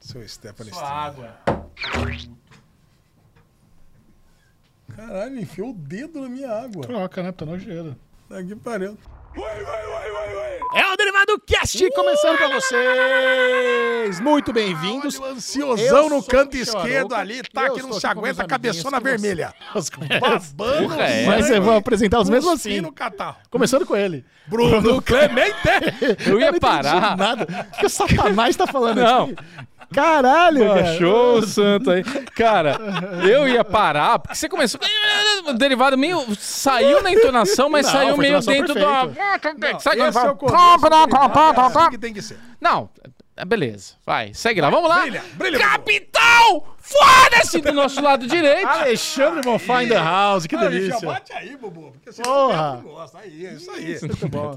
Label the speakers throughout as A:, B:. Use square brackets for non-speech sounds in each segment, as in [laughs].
A: Seu Stephanie
B: Sua água.
A: Caralho, enfiou o dedo na minha água.
C: Troca, né? Tá nojeira.
A: Tá que pariu.
C: É o Derivado Cast começando pra vocês! Muito bem-vindos!
A: Caralho, Um ansiosão
C: Eu
A: no
C: sou
A: canto
C: o Choruca.
A: esquerdo ali, tá?
C: Eu
A: que não
C: sou
A: se
C: aqui com
A: aguenta,
C: meus amiguinhos
A: cabeçona
C: que você-
A: vermelha.
C: Os conhece.
A: Babando,
D: Porra, é?
C: Mas eu vou apresentar os mesmos assim.
A: no catarro.
C: Começando com ele.
A: Bruno Clemente!
D: Eu ia
C: não entendi
D: parar.
C: Nada. O que o Satanás tá falando
D: Não.
C: aqui? Caralho, cara.
D: Achou o santo aí. Cara, eu ia parar, porque você começou. O derivado meio. Saiu na entonação, mas
C: Não,
D: saiu
C: foi
D: meio
C: entonação
D: dentro da. Sabe quando
A: Esse é
D: fala?
A: o começo, é assim que tem que ser.
D: Não, é beleza. Vai, segue lá. Vamos lá.
A: Brilha, brilha,
D: Capitão! Foda-se! Do nosso lado direito.
C: Alexandre Bonfá in the house, que
A: Cara, já
C: delícia.
A: bate aí, Bubu, porque você
C: Porra.
A: não gosta. Aí, é isso aí.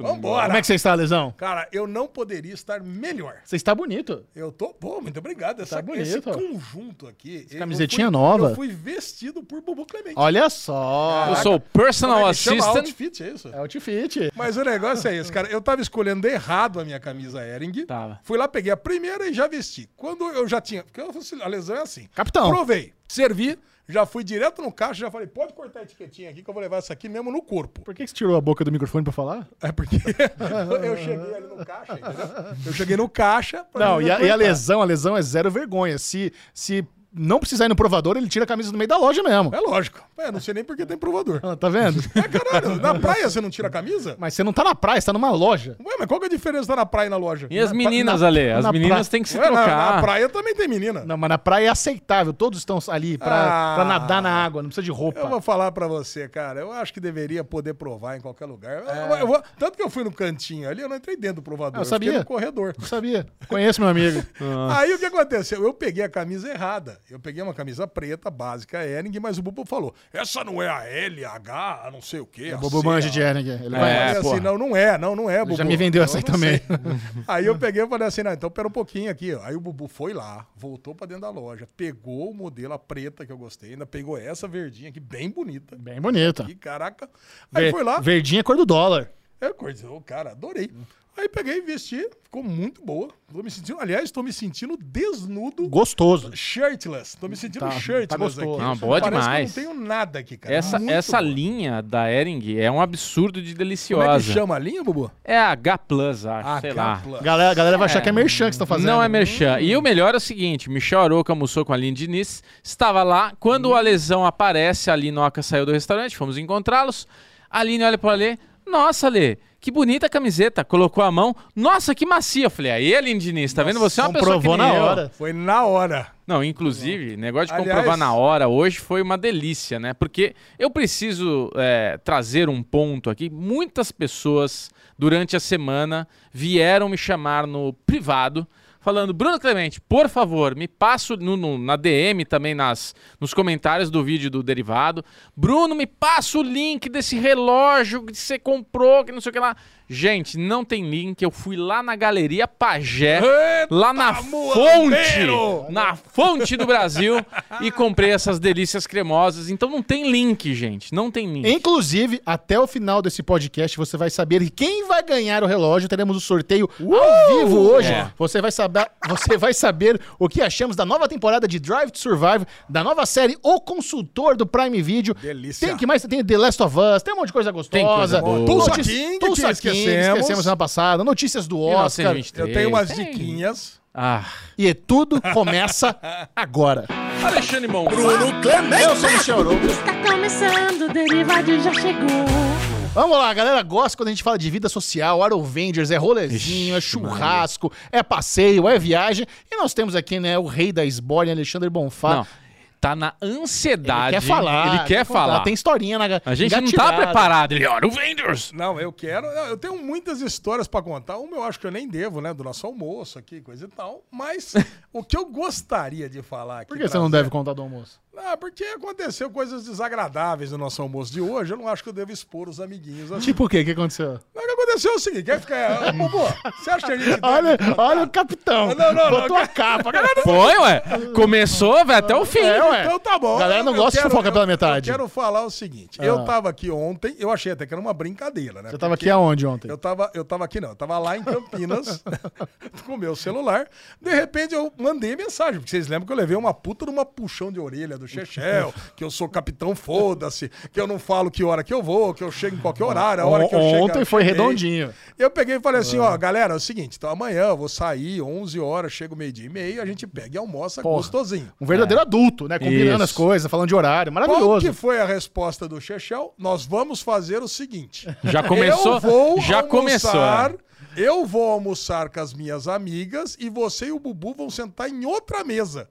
A: Vambora.
C: Como é que você está, Lesão?
A: Cara, eu não poderia estar melhor.
C: Você está bonito.
A: Eu tô. Pô, muito obrigado. Essa,
C: Tá bonito,
A: esse
C: ó.
A: conjunto aqui. eu
C: camisetinha
A: fui-
C: nova.
A: Eu fui vestido por Bubu Clemente.
C: Olha só.
D: Eu sou o personal
A: Como é que chama?
D: assistant.
A: Outfit, é isso?
C: É outfit.
A: Mas o negócio é esse, cara. Eu tava escolhendo errado a minha camisa Ering.
D: Tava.
A: Fui lá, peguei a primeira e já vesti. Quando eu já tinha. Porque eu falei, a lesão é assim.
C: Capitão.
A: Provei, servi, já fui direto no caixa, já falei, pode cortar a etiquetinha aqui que eu vou levar essa aqui mesmo no corpo.
C: Por que que você tirou a boca do microfone pra falar?
A: É porque [laughs] eu cheguei ali no caixa, entendeu? Eu cheguei no caixa. pra
C: Não,
A: mim
C: e a, e a
A: cortar.
C: lesão, a lesão é zero vergonha. Se, se não precisar ir no provador, ele tira a camisa no meio da loja mesmo.
A: É lógico. É, não sei nem porque tem provador.
C: Ah, Tá vendo? [laughs]
A: É, caralho, na praia você não tira a camisa?
C: Mas você não tá na praia, você tá numa loja.
A: Ué, mas qual que é a diferença da na praia e na loja?
D: E as [laughs] meninas,
C: na-
D: Ale? As
C: na
D: meninas
C: pra-
D: têm que se
A: Ué, na, na
D: trocar.
A: praia também tem menina.
C: Não, mas na praia é aceitável. Todos estão ali pra,
A: Ah.
C: pra nadar na água, não precisa de roupa.
A: Eu vou falar pra você, cara. Eu acho que deveria poder provar em qualquer lugar. Eu- eu- eu vou- tanto que eu fui no cantinho ali, eu não entrei dentro do provador.
C: É. Ah, eu sabia.
A: fiquei no corredor.
C: Não sabia. Conheço meu amigo.
D: Ah,
A: Aí o que aconteceu? Eu peguei a camisa errada. Eu peguei uma camisa preta, básica, Ering, mas o Bubu falou: essa não é a L, a H, a não sei o quê.
C: O
A: a
C: Bobo
A: C,
C: Manja
A: a-
C: de Ernig. Ele
A: Eu
C: vai-
D: É,
A: falei assim,
D: porra.
A: não, não é, não, não é, Bubu.
C: já me vendeu
A: Eu
C: essa aí
A: não
C: também.
A: sei. aí eu peguei e falei assim, não, então pera um pouquinho aqui. ó. Aí o Bubu foi lá, voltou pra dentro da loja, pegou o modelo, a preta que eu gostei, ainda pegou essa verdinha aqui, bem bonita.
C: Bem bonita.
A: E caraca. Aí foi lá,
C: Verdinha é cor do dólar.
A: eu acordei, ô, cara, adorei. Aí peguei e vesti, ficou muito boa. Tô me sentindo, aliás, tô me sentindo desnudo.
C: Gostoso.
A: Shirtless, tô me sentindo
C: Tá, tá
A: shirtless
C: gostoso.
A: aqui.
D: Não, boa
A: Parece
D: demais.
A: Que eu não tenho nada aqui, cara.
D: Essa,
A: Muito
D: essa
A: boa.
D: linha da Ering é um absurdo de deliciosa.
A: Como é que chama Ah, a linha, Bubu?
D: É a H Plus, acho, Ah, sei lá.
A: Kaplan.
C: Galera, a galera vai achar que é merchan que vocês estão fazendo.
D: Não é merchan. E o melhor é o seguinte: Michel Aroca almoçou com a Aline Diniz, estava lá. Quando a lesão aparece, a Linoca saiu do restaurante, fomos encontrá-los. A Aline olha para Alê: Nossa, Alê, que bonita a camiseta. Colocou a mão, nossa, que macia. Eu falei: Aí, Aline Diniz, tá vendo? Você é uma pessoa que
C: Comprovou
D: nem
C: na
D: eu."
C: hora.
A: Foi na hora.
D: Não, inclusive, negócio de
A: Aliás-
D: comprovar na hora hoje foi uma delícia, né? Porque eu preciso é, trazer um ponto aqui. Muitas pessoas durante a semana vieram me chamar no privado. Falando, Bruno Clemente, por favor, me passo no- no- na DM também, nas, nos comentários do vídeo do Derivado. Bruno, me passa o link desse relógio que você comprou, que não sei o que lá. Gente, não tem link. Eu fui lá na Galeria Pagé
A: Eita,
D: lá na
A: mulambeiro!
D: fonte, na fonte do Brasil e comprei essas delícias cremosas. Então não tem link, gente, não tem link.
C: Inclusive, até o final desse podcast, você vai saber quem vai ganhar o relógio. Teremos o sorteio ao vivo hoje.
D: É.
C: Você, vai saber, você vai saber o que achamos da nova temporada de Drive to Survive, da nova série O Consultor do Prime Video.
A: Delícia.
C: Tem que mais? Tem The Last of Us, tem um monte de coisa gostosa.
D: Tem coisa boa.
C: Tulsa
A: Tulsa
C: King,
A: King,
C: Tulsa
A: que
C: King,
A: esquecemos.
C: esquecemos semana passada. Notícias do Oscar.
D: 1923.
A: Eu tenho umas
D: Tem.
A: diquinhas.
D: Ah.
C: E tudo começa agora.
D: Alexandre Mon.
C: Eu sou o Michel Arouca.
E: Está começando, o Derivado já chegou.
C: Vamos lá, a galera gosta quando a gente fala de vida social, Arrowvengers, é rolezinho, é churrasco, é passeio, é viagem. E nós temos aqui, né, o rei da esbórnia, Alexandre Bonfá.
D: Não, tá na ansiedade.
C: Ele quer falar.
D: Ele quer
C: contar,
D: falar.
C: Tem historinha na
D: A gente não tá preparado. Ele olha o Vendors.
A: Não, eu quero. Eu eu tenho muitas histórias pra contar. Uma eu acho que eu nem devo, né? Do nosso almoço aqui, coisa e tal.
C: [laughs]
A: Mas o que eu gostaria de falar aqui.
C: Por que você não deve contar do almoço?
A: Ah, porque aconteceu coisas desagradáveis no nosso almoço de hoje. Eu não acho que eu devo expor os amiguinhos assim.
C: Tipo o quê? O que aconteceu?
A: Mas o que aconteceu pensei o seguinte: quer ficar. Ô, Bubu, você acha que a gente.
C: Olha, olha o capitão.
A: Não, não, não, não.
C: Botou a capa. Galera,
D: Foi, ué. Começou, vai até o fim.
C: É, ué.
A: Então tá bom.
C: Galera não gosta de fofoca pela
A: eu-
C: metade. Ah.
A: Eu quero falar o seguinte: eu tava aqui ontem, eu achei até que era uma brincadeira, né?
C: Você tava
A: Porque
C: aqui aonde ontem?
A: Eu tava, eu tava aqui, não. Eu tava lá em Campinas [laughs] com o meu celular. De repente eu mandei mensagem, porque vocês lembram que eu levei uma puta numa puxão de orelha do
C: [laughs]
A: Chechel, que eu sou capitão, foda-se, que eu não falo que hora que eu vou, que eu chego em qualquer horário, a hora que eu chego.
C: ontem
A: eu
C: foi
A: cheguei.
C: redondinho. Ah.
A: Eu peguei e falei assim, ó, galera, é o seguinte, então amanhã eu vou sair 11 horas, chego meio-dia e meio, a gente pega e almoça
C: Porra.
A: gostosinho.
C: Um verdadeiro adulto, né? Combinando
D: Isso.
C: as coisas, falando de horário.
A: Qual
C: Maravilhoso.
A: É. que foi a resposta do Chechel? Nós vamos fazer o
C: [laughs]
A: seguinte.
D: Já começou?
A: Eu vou
D: Já começou,
A: almoçar,
C: né?
A: Eu vou almoçar com as minhas amigas e você e o Bubu vão sentar em outra mesa.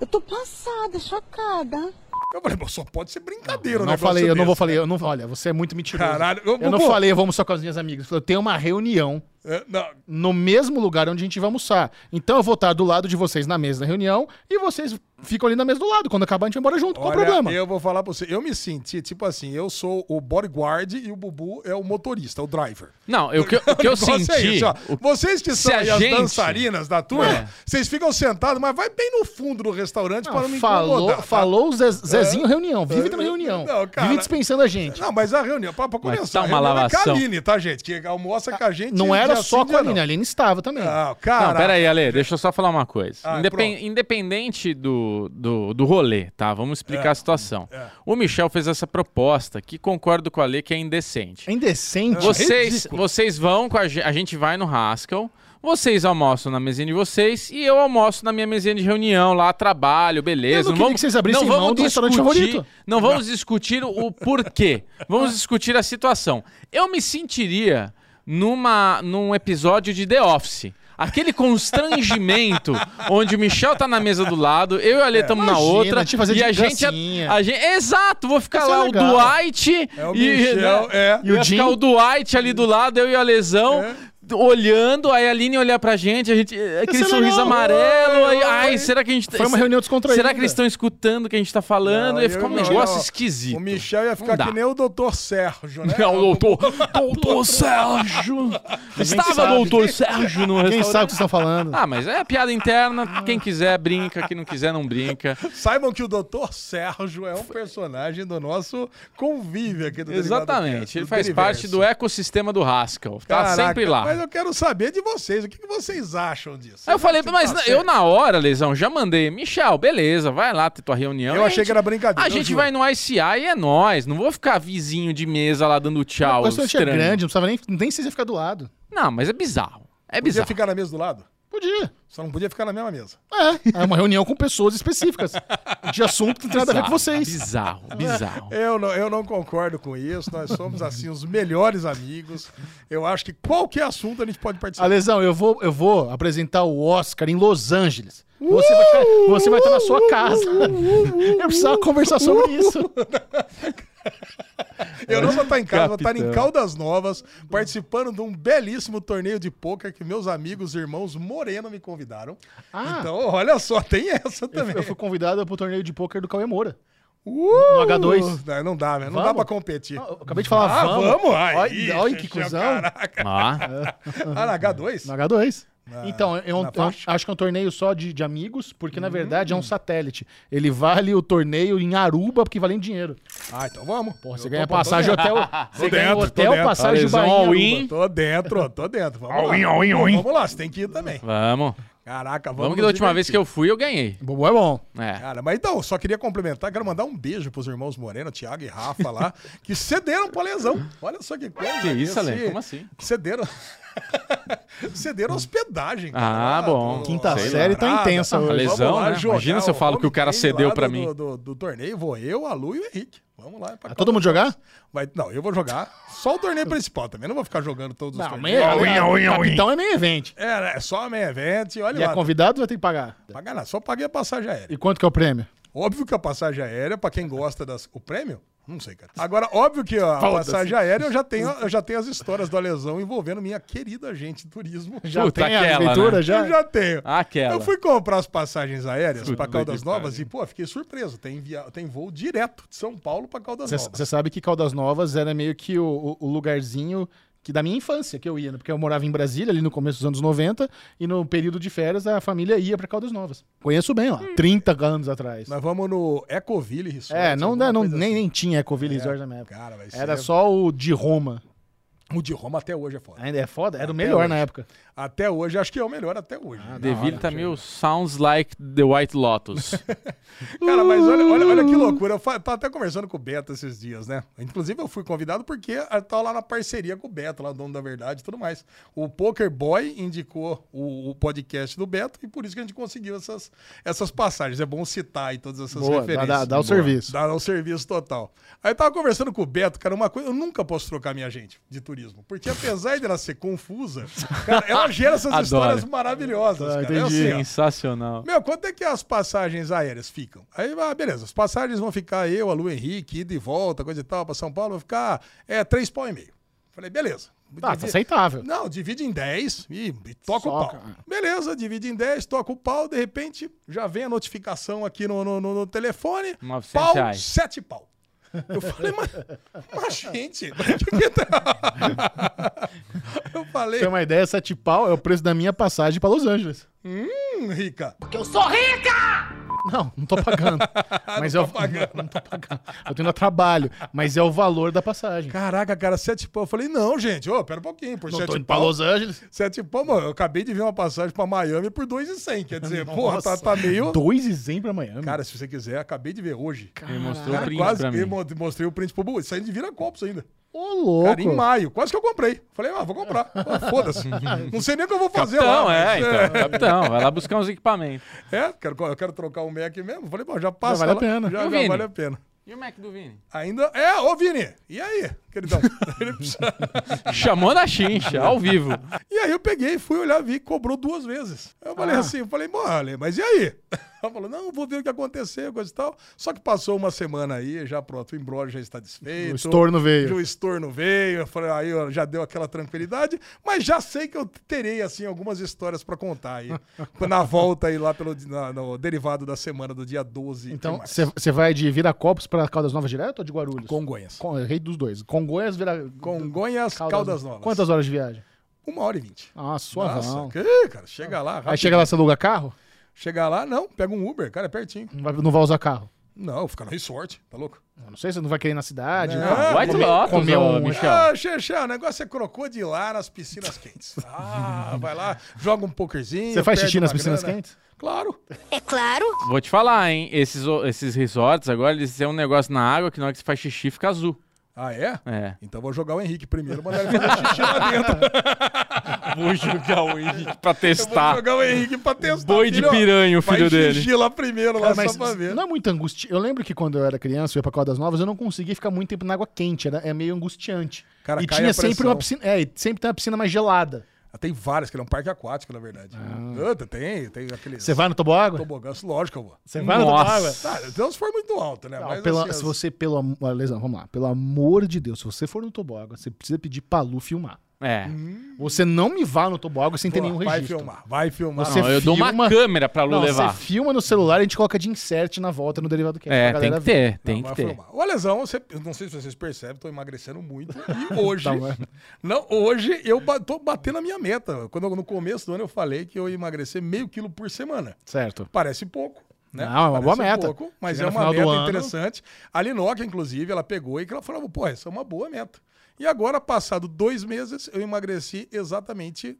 B: Eu tô passada, chocada.
A: Eu falei, mas só pode ser brincadeira,
C: Eu
A: um
C: não
A: negócio
C: falei, eu não
A: desse.
C: vou falar, eu não, olha, você é muito mentiroso.
A: Caralho,
C: eu,
A: eu-
C: não
A: pô.
C: falei, eu vou almoçar com as minhas amigas. Eu tenho uma reunião
A: É, não,
C: no mesmo lugar onde a gente vai almoçar. Então eu vou estar do lado de vocês na mesa da reunião e vocês ficam ali na mesa do lado. Quando acabar, a gente vai embora junto. Qual o
A: Olha,
C: problema?
A: Eu vou falar pra você. Eu me senti, tipo assim, eu sou o bodyguard e o Bubu é o motorista, o driver.
D: Não, eu- o que, eu- o
A: [laughs]
D: que eu
A: negócio
D: senti.
A: é isso, ó.
D: o-
A: Vocês que
D: se
A: são
D: a
A: aí as
D: gente-
A: dançarinas da turma,
D: É.
A: vocês ficam sentados, mas vai bem no fundo do restaurante para não me
C: falou,
A: incomodar. tá?
C: falou o Zé- Zezinho reunião. Vive tendo
A: É.
C: reunião.
A: Não, cara.
C: vive dispensando a gente.
A: Não, mas a reunião, pra, pra
D: Mas
A: começar,
D: tá uma
A: a reunião é com
D: lavação.
A: a Aline, tá, gente? Que almoça com a gente.
C: Ah, Não
A: dia
C: era só
A: sim,
C: com
A: dia
C: a Aline, a Aline estava também.
A: Não, não
D: Não,
A: cara.
D: peraí, Ale, deixa eu só falar uma coisa.
A: Ah,
D: Indepen-
A: pronto.
D: Independente do, do, do rolê, tá? Vamos explicar a situação.
A: é.
D: O Michel fez essa proposta, que concordo com a Ale, que é indecente.
C: É indecente.
D: Vocês,
C: ridículo.
D: vocês vão com a gente, a gente vai no Haskell, vocês almoçam na mesinha de vocês e eu almoço na minha mesinha de reunião lá, trabalho,
C: Eu
D: beleza.
C: não queria que vocês abrissem
D: não vamos
C: mão do restaurante
D: discutir-
C: favorito.
D: Não vamos discutir o-
C: [laughs]
D: o porquê, vamos discutir a situação. Eu me sentiria numa, num episódio de The Office. Aquele
C: [laughs]
D: constrangimento onde o Michel tá na mesa do lado, eu e a Alê estamos na
C: É. imagina, tinha
D: outra.
C: que fazer
D: e
C: de
D: a gente, é
C: gracinha.
D: a, gente. Exato, vou ficar
C: Isso é
D: lá
C: legal.
D: o Dwight
A: É o
D: e.
A: Michel, é.
C: E o
D: Ia
C: Jim?
D: ficar o Dwight ali do lado, eu e a Lesão,
A: É.
D: olhando, aí a Aline olhar pra gente, a gente. Aquele
C: é
D: sorriso
C: legal.
D: amarelo, aí,
A: Oi,
D: ai,
A: oi.
D: será que a gente. tá-
C: Foi uma reunião descontraída.
D: Será que eles estão escutando o que a gente tá falando?
A: Não,
D: ia ficar
A: eu
D: um
A: não,
D: negócio
A: não.
D: esquisito.
A: O Michel ia ficar
D: Não dá.
A: que nem o doutor Sérgio, né?
D: Não, doutor,
A: [laughs]
D: doutor Sérgio. Estava
C: sabe.
D: doutor Sérgio no
C: Quem sabe o
D: restaurante.
C: que vocês estão falando?
D: Ah, mas é piada interna. Quem quiser, brinca. Quem não quiser, não brinca.
A: Saibam que o doutor Sérgio é um personagem do nosso convívio aqui do Derivado Cast,
D: Exatamente.
A: do
D: Ele faz
A: Deriverso.
D: parte do ecossistema do Haskell. Tá
A: Caraca,
D: sempre lá.
A: Mas eu quero saber de vocês. O que que vocês acham disso?
D: Aí eu falei,
A: Vocês
D: mas
A: acham que tá
D: eu é
A: certo?
D: na hora, Lesão, já mandei. Michel, beleza, vai lá ter tua reunião.
A: Eu
D: E a
A: achei
D: gente-
A: que era brincadeira,
D: A
A: eu
D: gente
A: juro.
D: vai no ICI e é nóis. Não vou ficar vizinho de mesa lá dando
C: O
D: tchau.
C: restaurante é
D: estranho.
C: grande, não precisava nem, nem sei se ia ficar do lado.
D: Não, mas é bizarro. É
A: Podia
D: bizarro.
A: ficar na mesa do lado?
C: Podia.
A: Só não podia ficar na mesma mesa.
C: É, é uma reunião com pessoas específicas. De assunto que não tem nada a ver com
D: Bizarro, é
C: vocês.
D: Bizarro, bizarro.
A: Eu não, eu não concordo com isso. Nós somos, assim, os melhores amigos. Eu acho que qualquer assunto a gente pode participar.
C: Alesão, eu vou, eu vou apresentar o Oscar em Los Angeles. Você vai, tá- você vai estar na sua casa. Eu precisava conversar sobre isso.
A: Eu não vou estar em casa, vou estar em
D: Capitão.
A: Caldas Novas, participando de um belíssimo torneio de pôquer que meus amigos e irmãos Moreno me convidaram.
C: [laughs] Ah. é
A: Então, olha só, tem essa
C: Eu,
A: também.
C: eu fui convidado pro torneio de pôquer do Cauê Moura.
A: Uh!
C: no H2.
A: Não, não dá, velho. Não
C: Vamos?
A: dá pra competir.
C: Eu acabei de falar,
A: Ah,
C: vamos.
A: vamos? Ai,
C: Olha, olha que
A: ixi,
C: cuzão.
A: caraca.
D: Ah,
A: Ah, na H2?
C: No H2. então, é um-
A: na
C: é um-
A: faixa? Hum.
C: acho que é um torneio só de, de amigos, porque na verdade é um satélite. Ele vale o torneio em Aruba, porque vale em dinheiro.
A: Ah, então vamos.
C: Porra, você
A: Eu
C: ganha
A: tô- tô
C: passagem
A: dentro.
C: hotel. Você ganha
A: dentro, tô
C: hotel,
A: dentro.
C: passagem
D: Lesão
C: Bahia. em
D: all
C: Aruba.
D: in.
A: Tô dentro, tô dentro. Vamos lá. Vamos lá, você tem que ir também.
D: vamos.
A: Caraca, vamos.
D: Vamos que da
A: nos
D: última vez que
A: divertir.
D: eu fui, eu ganhei.
C: Bubu é bom.
D: É.
A: Cara, mas então, só queria complementar, quero mandar um beijo pros irmãos Moreno, Thiago e Rafa
D: [laughs]
A: lá, que cederam pra lesão. Olha só que coisa.
D: Que isso,
A: esse-
D: Ale? Como assim?
A: Cederam. [laughs] cederam hospedagem.
D: Ah,
A: lá
D: bom.
C: Quinta
A: sei
C: série
A: lá,
C: tá
A: Prada.
C: intensa hoje. A
A: Vamos
D: lesão,
A: lá
D: né?
A: jogar
D: Imagina se eu falo que o cara
A: homem
D: cedeu
A: lá
D: pra
A: do-
D: mim.
A: Do, do torneio, vou eu, a Lu e o Henrique. Vamos lá. pra
C: Ah, todo mundo jogar?
A: Vai, não, eu vou jogar só o torneio principal também. Não vou ficar jogando todos os
C: Não,
A: torneios.
C: meia, capitão é meio evento.
A: É, é só a main event. Olha
C: E é
A: lá.
C: convidado, vai ter que pagar.
A: Pagar nada, só paguei a passagem aérea.
C: E quanto que é o prêmio?
A: Óbvio que a passagem aérea, pra quem gosta das. O prêmio? Não sei, cara. Agora, óbvio que ó, a
C: [laughs] Foda-se.
A: passagem aérea eu já tenho, eu já tenho as histórias do Alesão envolvendo minha querida gente turismo.
C: Já
D: Puta,
C: tem a
D: aquela,
C: aventura?
D: né?
C: Já?
A: Eu já tenho.
D: Aquela.
A: Eu fui comprar as passagens aéreas pra Caldas
D: que
A: Novas e, pô, fiquei surpreso. Tem, via... tem voo direto de São Paulo pra Caldas Novas.
C: Você sabe que Caldas Novas era meio que o, o- o lugarzinho que da minha infância que eu ia, né? porque eu morava em Brasília ali no começo dos anos 90 e no período de férias a família ia para Caldas Novas. Conheço bem lá, 30 anos atrás.
A: Nós vamos no Ecoville Resort.
C: é, não,
A: alguma
C: dá- não
A: coisa
C: nem,
A: assim.
C: nem tinha Ecoville
A: É,
C: Resort na minha época.
A: Cara, vai ser...
C: Era só o de Roma.
A: O de Roma até hoje é foda.
C: Ainda é foda? Era o
A: Até
C: melhor
A: hoje.
C: na época.
A: Até hoje, acho que é o melhor até hoje.
C: Ah,
D: Deville tá meio sounds like The White Lotus.
A: Cara, mas olha, olha, olha
C: Uhum.
A: que loucura. Eu fa- tava até conversando com o Beto esses dias, né? Inclusive, eu fui convidado porque eu tava lá na parceria com o Beto, lá o dono da verdade e tudo mais. O Poker Boy indicou o, o podcast do Beto e por isso que a gente conseguiu essas, essas passagens. É bom citar aí todas essas
C: Boa, dá,
A: referências.
C: dá- dá o serviço.
A: Dá um serviço total. Aí eu tava conversando com o Beto, cara, uma coisa, eu nunca posso trocar minha gente de turismo. Porque apesar dela ser confusa, cara, ela gera
C: [laughs]
A: essas
D: Adoro.
A: histórias maravilhosas, cara.
C: Ah,
A: É
C: entendi.
A: ó.
D: assim, Sensacional.
A: Meu, quanto é que as passagens aéreas ficam? Aí, ah, beleza, as passagens vão ficar eu, a Lu Henrique, ida e volta, coisa e tal, pra São Paulo, vai ficar é, três pau e meio. Falei, beleza.
C: Tá, tá
A: Divide-
C: aceitável.
A: Não, divide em 10 e, e toca
C: Soca.
A: o pau. Beleza, divide em 10, toca o pau, de repente já vem a notificação aqui no, no, no- no telefone.
D: 900
A: Pau,
D: reais.
A: sete pau. Eu falei, mas, mas gente, [laughs] que que tá? Eu falei,
C: Tem uma ideia, sete pau é o preço da minha passagem pra Los Angeles.
A: hum, rica.
C: Não, não tô pagando. Mas
A: Não
C: é
A: tô
C: o...
A: pagando.
C: [laughs] Não, tô pagando. Eu tô indo a trabalho. Mas é o valor da passagem.
A: Caraca, cara, sete pau. Eu falei, não, gente, ô, pera um pouquinho, por
C: Não tô
A: sete
C: indo pra
A: pau.
C: Los Angeles.
A: Sete pau, é tipo, mano, eu acabei de ver uma passagem pra Miami por 2,100. Quer dizer, porra, tá, tá meio.
C: Dois e cem pra Miami.
A: Cara, se você quiser, acabei de ver hoje.
D: Ele mostrou o
A: Cara,
D: print
A: quase
D: pra
A: que
D: mim.
A: eu mo- mostrei o print pro Bu. Isso aí de vira copos ainda.
C: ô
A: Cara,
C: louco.
A: em maio. Quase que eu comprei. Falei, ah, vou comprar.
C: [laughs]
A: Ah, Foda-se. Não sei nem o que eu vou fazer
D: Capitão,
A: lá.
D: é,
A: mas,
D: então. Capitão, vai lá buscar uns equipamentos.
A: é, é, quero, eu quero trocar o Mac mesmo. Falei, bom, já passa.
C: vale a
A: lá.
C: pena.
A: Já,
D: Ô,
A: já
D: Vini.
A: vale a pena.
D: E o Mac do Vini?
A: Ainda. É, ô Vini, e aí, queridão? [laughs] Ele precisa-
D: Chamou na chincha, ao vivo.
A: E aí eu peguei, fui olhar, vi, cobrou duas vezes. Eu
C: Ah.
A: falei assim, eu falei, bom, Ale, mas e aí? [laughs] Ela falou, não, vou ver o que aconteceu, coisa e tal. Só que passou uma semana aí, já pronto, o embrólio já está desfeito.
C: O estorno veio.
A: O estorno veio, eu falei, aí ó, já deu aquela tranquilidade, mas já sei que eu terei, assim, algumas histórias para contar aí. [laughs] na volta aí lá pelo na- no derivado da semana do dia 12 de
C: Então,
A: março.
C: você vai de Viracopos pra Caldas Novas direto ou de Guarulhos?
A: Congonhas.
C: Com, errei dos dois. Congonhas, Vira... é
A: Congonhas, Caldas, Novas.
C: Quantas horas de viagem?
A: Uma hora e vinte.
C: Ah, suavão.
A: que, cara, chega lá,
C: Aí
A: rapidinho.
C: chega lá, você aluga carro?
A: Chega lá, não, pega um Uber, cara, é pertinho.
C: Não vai, não vai usar carro.
A: Não, fica no resort, tá louco?
C: Eu Não sei, você não vai querer ir na cidade.
A: Não. é
C: né?
D: White
C: Comer-
D: Lotus,
C: comer
D: ô,
C: um-
D: Michel.
A: Ah, Xexé, o negócio é crocodilar nas piscinas
C: [laughs]
A: quentes. Ah, vai lá, joga um pokerzinho.
C: Você faz
A: perde
C: xixi nas
A: uma
C: piscinas
A: grana.
C: quentes?
A: Claro.
D: Vou te falar, hein? Esses, o- esses resorts agora, eles têm um negócio na água que na hora que você faz xixi fica azul.
A: Ah, é?
D: É.
A: Então vou jogar o Henrique primeiro, mandar ele fazer xixi
C: [laughs]
A: lá dentro.
D: Vou jogar o Henrique [laughs] pra
A: Eu vou
D: testar.
A: jogar o Henrique pra testar.
D: Boi de
A: filho.
D: piranha, o filho
A: Faz
D: dele.
A: xixi lá primeiro, lá
C: Cara,
A: só
C: mas
A: pra ver.
C: não é muito angustiante. Eu lembro que quando eu era criança, eu ia pra Caldas Novas, eu não conseguia ficar muito tempo na água quente. Era, é meio angustiante.
A: Cara,
C: e
A: cai
C: tinha
A: a
C: sempre
A: pressão.
C: uma piscina. É, e sempre tem uma piscina mais gelada.
A: Ah, Tem várias, que ele é um parque aquático, na verdade. Puta, tem, tem aqueles...
C: Ah. Você vai no toboágua?
A: Tobogãs, lógico que eu vou.
C: Você vai no
D: Nossa.
C: toboágua?
A: Tá, então se for muito alto, né?
C: Não,
A: Mas,
C: pela-
A: assim, as-
C: se você, pelo amor. olha, Lesão, vamos lá. Pelo amor de Deus, se você for no toboágua, você precisa pedir pra Lu filmar.
D: É.
C: Você não me vá no toboágua sem ter
A: Pô,
C: nenhum
A: Vai
C: registro.
A: filmar, vai filmar.
C: Você
D: Não, eu dou uma
C: filma-
D: câmera pra Lu
C: Não,
D: levar.
C: você filma no celular e a gente coloca de insert na volta no derivado que
D: É, tem que ter,
A: Não,
D: tem que
A: vai
D: ter.
A: formar. O lesão, você, eu não sei se vocês percebem, tô emagrecendo muito.
C: [laughs]
A: E hoje,
C: Tá bom.
A: não, hoje eu ba- tô batendo a minha meta. Quando eu- no começo do ano eu falei que eu ia emagrecer meio quilo por semana.
C: Certo.
A: Parece pouco. Né?
C: Não, é uma boa meta.
A: mas
C: Chega
A: é
C: no
A: uma
C: final do
A: meta
C: ano.
A: interessante. A Linoca, inclusive, ela pegou e que ela falava, pô, essa é uma boa meta. E agora, passado dois meses, eu emagreci exatamente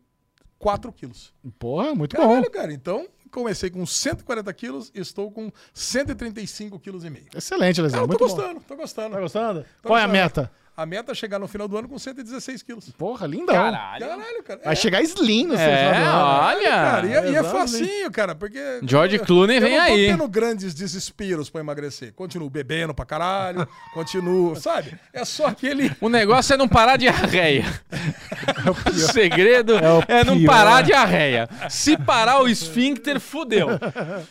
A: 4 quilos.
C: Porra, muito
A: Caralho,
C: bom.
A: cara. Então, comecei com 140 quilos, estou com 135 quilos e meio.
C: Excelente, Lesão.
A: Eu tô
C: muito bom.
A: gostando, tô gostando.
C: Tá gostando? Qual é a
A: gostando.
C: meta?
A: A meta é chegar no final do ano com 116 quilos.
C: Porra, lindão.
A: Caralho, cara.
C: Vai
A: é,
C: chegar slim no seu
D: É,
A: cara. E,
D: olha.
A: é- e é
C: Exato,
A: facinho, cara, porque...
D: George
A: eu-
D: Clooney vem
A: eu não tô
D: aí.
A: tendo grandes desesperos pra emagrecer. Continuo bebendo pra caralho, [laughs] continuo, sabe? É só aquele...
D: O negócio é não parar de arreia.
C: É
D: o, segredo é,
C: o
D: não
C: pior.
D: parar de arreia. Se parar o
C: [laughs]
D: esfíncter, fudeu.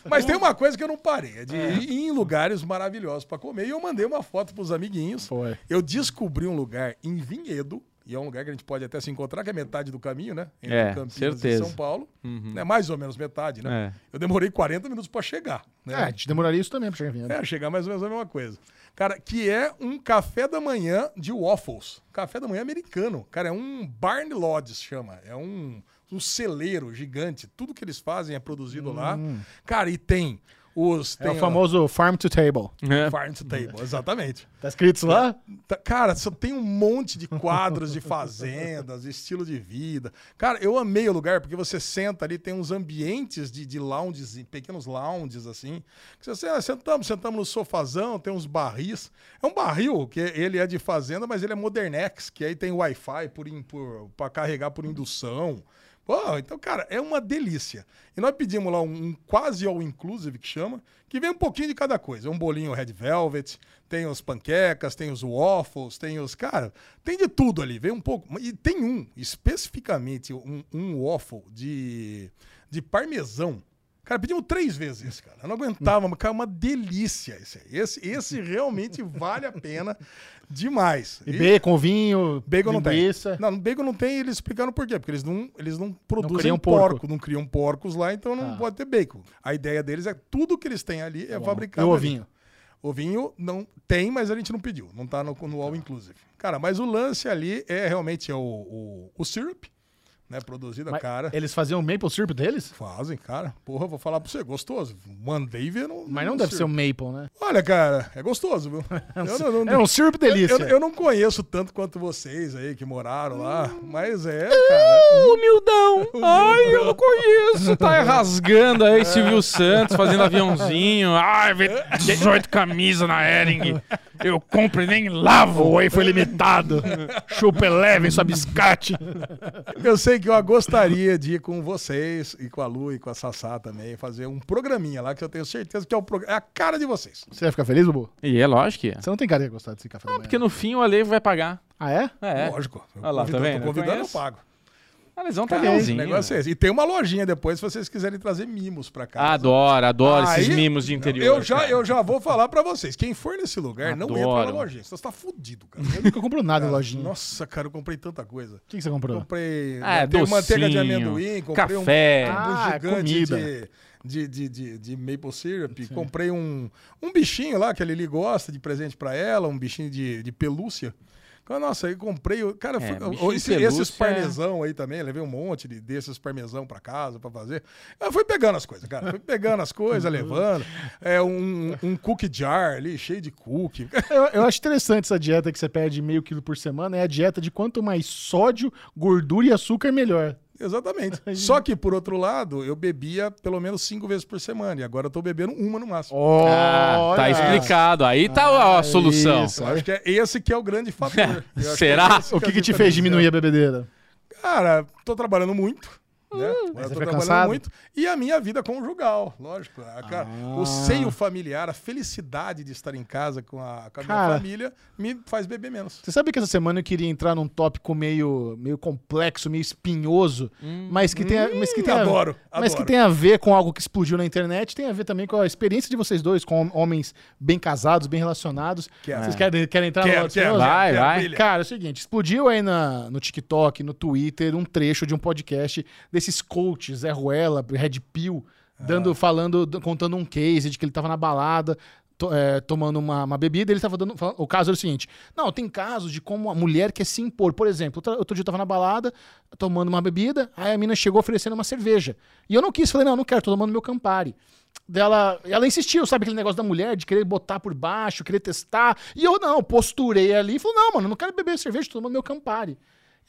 A: Mas tem uma coisa que eu não parei, é de ir em lugares maravilhosos pra comer. E eu mandei uma foto pros amiguinhos.
C: Foi.
A: Eu descobri um lugar em Vinhedo E é um lugar que a gente pode até se encontrar, que é metade do caminho, né?
D: É,
A: e
D: certeza. Uhum.
A: São Paulo. Né? Mais ou menos metade, né?
D: É.
A: Eu demorei 40 minutos para chegar.
C: É, a
A: Né?
C: gente demoraria isso também pra chegar em Vinhedo.
A: É, chegar mais ou menos a mesma coisa. Cara, que é um café da manhã de waffles. Café da manhã americano. Cara, é um Barn Lodge, chama. É um, um celeiro gigante. Tudo que eles fazem é produzido lá. Cara, e tem os...
C: Hum. É,
A: tem
C: o famoso né? farm to table.
A: ó,
D: É.
A: Farm to Table,
C: [laughs]
A: exatamente.
C: Tá escrito isso lá?
A: Tá- Cara, só tem um monte de quadros de fazendas, [laughs] de estilo de vida. Cara, eu amei o lugar, porque você senta ali, tem uns ambientes de, de lounges, pequenos lounges, assim. Que você ah, sentamos, sentamos no sofazão, tem uns barris. É um barril, que ele é de fazenda, mas ele é modernex, que aí tem Wi-Fi por, in- por, pra carregar por indução. Pô, então, cara, é uma delícia. E nós pedimos lá um, um quase all inclusive, que chama, que vem um pouquinho de cada coisa. Um bolinho red velvet, tem os panquecas, tem os waffles, tem os. Cara, tem de tudo ali, vem um pouco. E tem um, especificamente, um, um waffle de, de parmesão. Cara, pedimos três vezes esse, cara. Eu não aguentava, mas, cara, uma delícia esse aí. Esse, esse realmente vale a pena demais.
C: E bacon, vinho,
A: Bacon não tem.
C: linguiça.
A: Não, bacon não tem, eles explicaram por quê. Porque eles não, eles não produzem
C: criam
A: porco.
C: porco.
A: não criam porcos lá, então não
C: Tá.
A: pode ter bacon. A ideia deles é tudo que eles têm ali é
C: E
A: fabricado.
C: o
A: ali.
C: ovinho.
A: Ovinho não tem, mas a gente não pediu. Não tá no, no All Inclusive. Cara, mas o lance ali é realmente é o, o, o syrup, né? Produzido, a
C: Mas é
A: cara.
C: Eles faziam o maple syrup deles?
A: Fazem, cara. Porra, eu vou falar pra você, é gostoso. Mandei ver no.
C: Mas não
A: no
C: deve ser o
A: syrup.
C: maple, né?
A: Olha, cara, é gostoso,
C: [laughs]
A: viu? Eu não- não-
C: É um syrup delícia.
A: eu, eu não conheço tanto quanto vocês aí que moraram lá, mas é, cara.
D: Hum? [laughs] Humildão! Ai, eu não conheço! Tá rasgando aí Silvio Santos, fazendo aviãozinho. Ai, vê 18 camisas na Ering. Eu compro e nem lavo.
C: O whey foi limitado.
D: é
C: Chupa leve, sua biscate.
A: Eu sei que eu gostaria de ir com vocês e com a Lu e com a Sassá também, fazer um programinha lá que eu tenho certeza que é, o prog- é a cara de vocês.
C: Você vai ficar feliz, Bubu?
D: E é lógico que é.
C: Você não tem cara de gostar desse café da manhã.
D: Porque no fim o Ale vai pagar.
C: Ah, é?
D: É.
A: Lógico. Eu
D: Olha lá, tá
A: convidando-
D: vendo?
A: Tô convidando, eu
D: Conhece?
A: pago.
D: A lesão tá
A: Cara, o
D: legalzinha.
A: negócio é esse. E tem uma lojinha depois se vocês quiserem trazer mimos pra cá.
D: Adoro, adoro
A: Aí-
D: esses mimos de interior.
A: Eu já,
D: cara.
A: eu já vou falar pra vocês. Quem for nesse lugar, não entra na
D: Adoro.
A: lojinha. Você tá fudido, cara.
C: Eu nunca compro nada em
A: Cara,
C: lojinha. O
A: Nossa, cara, eu comprei tanta coisa.
C: que, que você comprou?
A: Comprei
D: Ah, é,
A: mante- manteiga de
D: docinho,
A: amendoim, comprei um-
D: café.
A: um,
C: Ah,
A: gigante
C: comida.
A: de, de, de, de- de maple syrup, comprei um, um bichinho lá que a Lili gosta de presente pra ela, um bichinho de, de pelúcia. Então, Nossa, aí comprei. o- Cara,
D: É,
A: foi-
D: bichinho de
A: esse- esses
D: pelúcia é-
A: parmesão aí também, levei um monte de- desses parmesão pra casa pra fazer. Eu fui pegando as coisas, cara. Fui pegando as
D: Uhum.
A: coisas, levando. É um, um cookie jar ali, cheio de cookie.
C: [laughs] Eu, eu acho interessante essa dieta que você perde meio quilo por semana. É a dieta de quanto mais sódio, gordura e açúcar, melhor.
A: Exatamente. Só que, por outro lado, eu bebia pelo menos cinco vezes por semana. E agora eu tô bebendo uma no máximo.
D: Ah, tá
C: Olha.
D: explicado. Aí tá a- a solução.
C: isso.
A: Eu acho que é esse que é o grande
C: [laughs]
A: fator. Eu acho é
D: Será?
A: esse
C: O que,
A: é
C: que te fez
A: diferencial.
C: diminuir a bebedeira?
A: Cara, tô trabalhando muito. Né? Agora eu tô
C: Hum. fica
A: trabalhando
C: cansado?
A: muito. E a minha vida conjugal, lógico. A cara-
C: Ah.
A: O seio familiar, a felicidade de estar em casa com a, com a minha
C: Cara.
A: família, me faz beber menos.
C: Você sabe que essa semana eu queria entrar num tópico meio, meio complexo, meio espinhoso, mas que tem, a- mas que tem a-
A: Hum. adoro,
C: mas
A: adoro.
C: que tem a ver com algo que explodiu na internet, tem a ver também com a experiência de vocês dois, com hom- homens bem casados, bem relacionados.
A: Quero.
C: Vocês querem, querem entrar no
A: Quero,
C: lado
A: quero,
C: espinhoso?
D: vai,
A: quero,
D: vai.
A: brilha.
C: Cara, é o seguinte, explodiu aí na, no TikTok, no Twitter, um trecho de um podcast desses coaches, Zé Ruela, Red Pill, dando, falando, d- contando um case de que ele tava na balada, to- é, tomando uma, uma bebida, ele tava dando. fal- O caso era o seguinte: não, tem casos de como a mulher quer se impor. Por exemplo, outra- outro dia eu tava na balada, tomando uma bebida, aí a mina chegou oferecendo uma cerveja. E eu não quis, falei, não, não quero, tô tomando meu Campari. Dela, ela insistiu, sabe aquele negócio da mulher de querer botar por baixo, querer testar. E eu não, posturei ali e falei: não, mano, eu não quero beber cerveja, tô tomando meu Campari.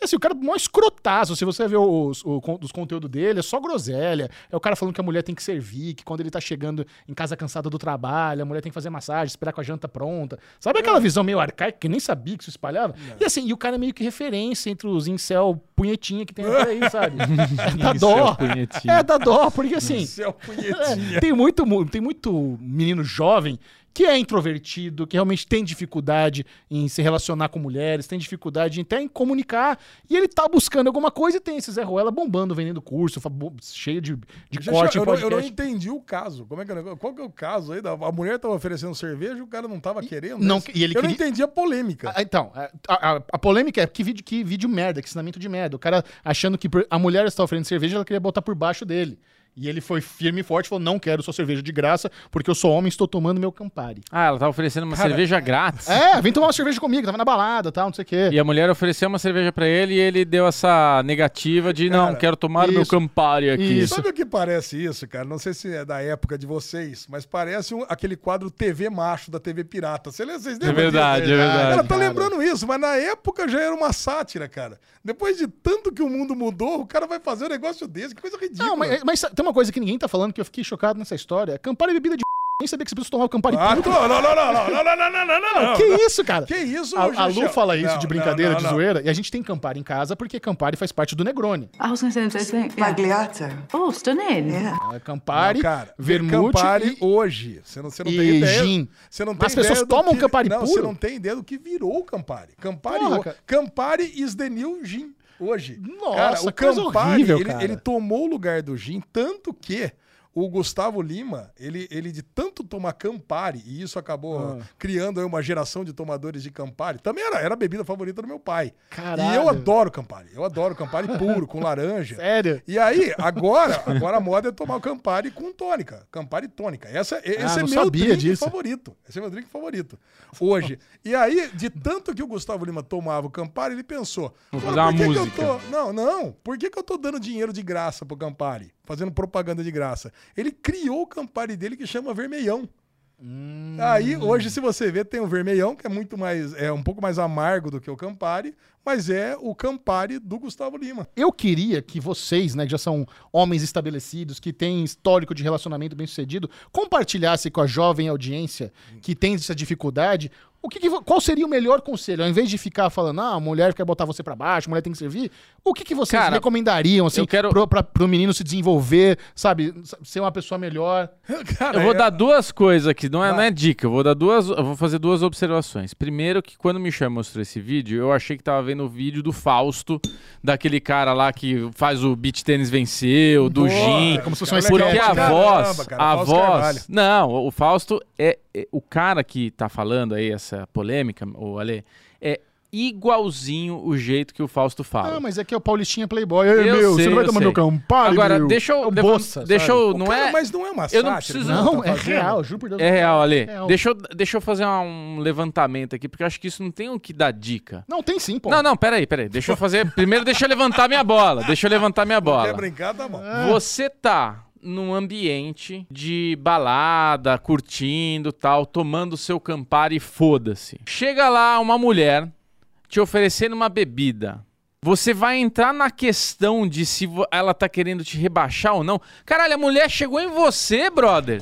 C: E assim, o cara é mó escrotaço. Se você ver os, o, con- os conteúdos dele, é só groselha. É o cara falando que a mulher tem que servir, que quando ele tá chegando em casa cansada do trabalho, a mulher tem que fazer massagem, esperar com a janta pronta. Sabe aquela visão meio arcaica que nem sabia que se espalhava? E assim, e o cara é meio que referência entre os incel punhetinha que tem por aí, sabe? É da
D: Isso,
C: dó.
D: seu punhetinho.
C: É da dó, porque assim.
A: Isso é o
C: É, [laughs]
A: punhetinha.
C: tem, muito, mu- tem muito menino jovem que é introvertido, que realmente tem dificuldade em se relacionar com mulheres, tem dificuldade até em comunicar. E ele tá buscando alguma coisa e tem esse Zé Ruela bombando, vendendo curso, fa- bo- cheio de, de
A: Gente,
C: corte
A: eu,
C: em
A: não, eu não
C: podcast.
A: entendi o caso. Como é que é o negócio? Qual que é o caso aí? da- A mulher tava oferecendo cerveja e o cara não tava querendo.
C: não,
A: né?
C: e ele
A: eu não
C: queria-
A: entendi a polêmica.
C: Ah, Então, a, a- a polêmica é que vídeo, que vídeo merda, que ensinamento de merda. O cara achando que por- a mulher está oferecendo cerveja, ela queria botar por baixo dele. E ele foi firme e forte e falou: não quero sua cerveja de graça, porque eu sou homem e estou tomando meu Campari.
D: Ah, ela tava oferecendo uma cerveja grátis.
C: É, vem tomar uma cerveja comigo, tava na balada tal, não sei o quê.
A: é
D: E a mulher ofereceu uma cerveja pra ele e ele deu essa negativa de não,
A: Cara,
D: quero tomar meu
C: isso.
D: Campari aqui.
C: Isso.
A: Sabe o que parece isso, cara? Não sei se é da época de vocês, mas parece um- aquele quadro TV macho da TV pirata. Você lembra- Vocês
D: É
A: lembram disso?
D: verdade, é
C: verdade.
A: Cara,
D: verdade.
A: eu tô
C: cara.
A: lembrando isso, mas na época já era uma sátira, cara. Depois de tanto que o mundo mudou, o cara vai fazer um negócio desse, que coisa ridícula.
C: Não, mas, é- mas tem uma coisa que ninguém tá falando que eu fiquei chocado nessa história. Campari é bebida de [laughs] nem sabia que você precisa tomar o Campari
A: Ah,
C: puro.
A: não, não, não, não, não, não, não, não, não, não, não.
C: Que isso, cara?
A: Que isso,
C: a, a Lu
A: Xuxa?
C: fala isso
A: Não,
C: de
A: não,
C: brincadeira,
A: não,
C: de
A: não.
C: zoeira, e a gente tem Campari em casa porque Campari faz parte do Negroni.
F: I was going to say the same thing. Yeah.
G: Pagliata.
F: Oh, stunning. Yeah.
C: É Campari,
A: Não, cara,
C: vermute
A: Campari é
C: e-
A: hoje. Você não, você não
C: e
A: tem ideia.
C: gin.
A: Você não
C: Mas
A: tem
C: as pessoas
A: ideia do
C: tomam
A: que,
C: Campari
A: não, Você
C: puro?
A: não tem ideia do que virou o Campari. Campari,
C: Porra,
A: ho-
C: cara.
A: Campari is the new gin hoje.
C: Nossa,
A: cara, o
C: coisa
A: Campari,
C: horrível,
A: ele,
C: cara.
A: ele tomou o lugar do gin, tanto que o Gustavo Lima, ele, ele de tanto tomar Campari, e isso acabou
C: Ah.
A: criando aí uma geração de tomadores de Campari, também era, era a bebida favorita do meu pai. E eu
C: Caralho.
A: adoro Campari. Eu adoro Campari puro, com
C: [laughs]
A: laranja.
C: Sério?
A: [laughs] E aí, agora, agora a moda é tomar o Campari com tônica. Campari tônica. Essa, e-
C: Ah,
A: esse é
C: não
A: meu
C: sabia
A: drink
C: disso.
A: favorito. Esse é meu drink favorito. Hoje. E aí, de tanto que o Gustavo Lima tomava o Campari, ele pensou...
D: Vou
A: "Pô,
D: fazer uma
A: por que que
D: música."
A: eu tô... Não, não. Por que, que eu tô dando dinheiro de graça pro Campari? Fazendo propaganda de graça. Ele criou o Campari dele que chama Vermelhão. Aí, hoje, se você vê, tem o vermelhão, que é muito mais, é um pouco mais amargo do que o Campari, mas é o Campari do Gustavo Lima.
C: Eu queria que vocês, né, que já são homens estabelecidos, que têm histórico de relacionamento bem sucedido, compartilhasse com a jovem audiência que tem essa dificuldade. O que que vo- qual seria o melhor conselho? Ao invés de ficar falando, ah, a mulher quer botar você pra baixo, a mulher tem que servir, o que, que vocês
D: Cara,
C: recomendariam, assim,
D: eu quero-
C: pro, pra, pro menino se desenvolver, sabe, s- ser uma pessoa melhor?
A: Cara,
D: Eu vou
A: é-
D: dar duas coisas aqui, não é,
A: Vai.
D: não é dica, eu vou dar duas, eu vou fazer duas observações. Primeiro que quando me Michel mostrou esse vídeo, eu achei que tava vendo o vídeo do Fausto, daquele cara lá que faz o beat tênis venceu, do
A: Boa,
D: Gin.
A: como se fosse
D: uma
A: um
D: Porque
A: sketch,
D: a
A: cara.
D: voz,
A: Caramba, cara,
D: a
A: Fausto
D: voz,
A: Carvalho.
D: não, o Fausto é, é- o cara que tá falando aí essa polêmica, o Ale, é igualzinho o jeito que o Fausto fala.
C: Ah, mas é que é o Paulistinha Playboy. Ei,
D: Eu
C: É, meu,
D: sei,
C: você não vai
D: eu
C: tomar
D: sei.
C: meu Campari,
D: Agora,
C: meu?
D: deixa eu.
C: É um
D: leva-
C: boça,
D: deixa
C: sabe?
D: eu. Não
A: Cara,
D: é.
A: mas não é uma
D: eu não
A: sátira,
D: preciso-
A: que ele
D: [laughs]
C: Não,
A: tá
C: é
A: fazendo.
C: real, juro por Deus.
D: É real, Ale.
C: real.
D: Deixa eu, deixa eu fazer um levantamento aqui, porque eu acho que isso não tem o que dar dica.
C: Não, tem sim, pô.
D: Não, não, peraí, peraí. Deixa eu fazer. Primeiro, deixa eu levantar minha bola. Deixa eu levantar minha
A: Quer
D: bola.
A: brincar, tá bom.
C: É.
D: Você tá num ambiente de balada, curtindo tal, tomando seu Campari e foda-se. Chega lá uma mulher te oferecendo uma bebida. Você vai entrar na questão de se vo- ela tá querendo te rebaixar ou não. Caralho, a mulher chegou em você, brother.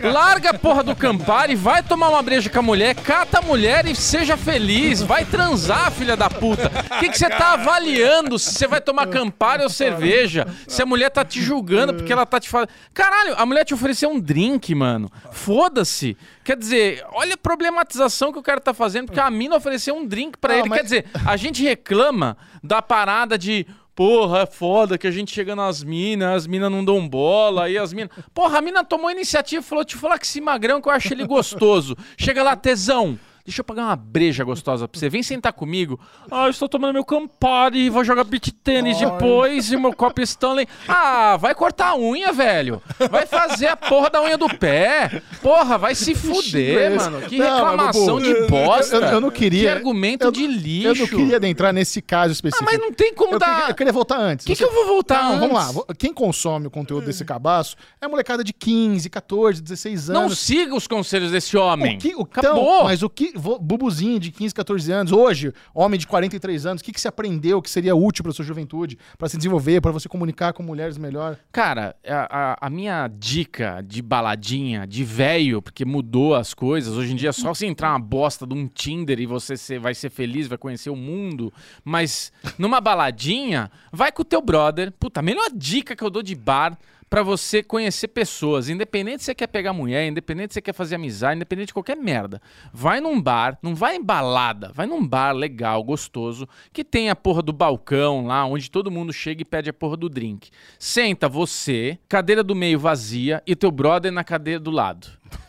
D: Larga a porra do Campari, vai tomar uma breja com a mulher, cata a mulher e seja feliz. Vai transar, filha da puta. O que que você tá avaliando? Se você vai tomar Campari ou cerveja? Se a mulher tá te julgando porque ela tá te falando. Caralho, a mulher te ofereceu um drink, mano. Foda-se. Quer dizer, olha a problematização que o cara tá fazendo porque a mina ofereceu um drink pra
C: Ah,
D: ele.
C: mas-
D: Quer dizer, a gente reclama da parada de. Porra, é foda que a gente chega nas minas, as minas não dão bola, aí as minas. Porra, a mina tomou a iniciativa e falou: te falar que esse magrão que eu acho ele gostoso. Chega lá, tesão. Deixa eu pagar uma breja gostosa pra você. Vem sentar comigo. Ah, eu estou tomando meu Campari, vou jogar beat tênis depois e meu copo Stanley. Ah, vai cortar a unha, velho. Vai fazer a porra da unha do pé. Porra, vai se fuder,
C: chinês.
D: mano. Que
C: é Não, mas,
D: reclamação
C: Bubu,
D: de
C: eu-
D: bosta.
C: eu- eu não queria-
D: Que argumento
C: eu-
D: de lixo.
C: Eu não queria adentrar nesse caso
D: Ah,
C: específico.
D: mas não tem como
C: eu,
D: dar.
C: queria, eu queria voltar antes.
D: que, que eu vou voltar?
C: Não, vamos lá.
D: antes? Hum.
C: Vo- Quem consome o conteúdo desse cabaço é molecada de 15, 14, 16
D: Não
C: anos.
D: siga os conselhos desse homem.
C: O que, o, então,
D: Acabou.
C: mas o que vo- bubuzinho de 15, 14 anos, hoje, homem de 43 anos, o que, que você aprendeu que seria útil para sua juventude, para se desenvolver, para você comunicar com mulheres melhor?
D: Cara, a, a- a minha dica de baladinha, de véio, porque mudou as coisas. Hoje em dia é só você entrar uma bosta de um Tinder e você ser- vai ser feliz, vai conhecer o mundo. Mas numa baladinha, vai com o teu brother. Puta, a melhor dica que eu dou de bar pra você conhecer pessoas. Independente se você quer pegar mulher, independente se você quer fazer amizade, independente de qualquer merda. Vai num bar, não vai em balada, vai num bar legal, gostoso, que tem a porra do balcão lá, onde todo mundo chega e pede a porra do drink. Senta você, cadeira do meio vazia e teu brother na cadeira do lado.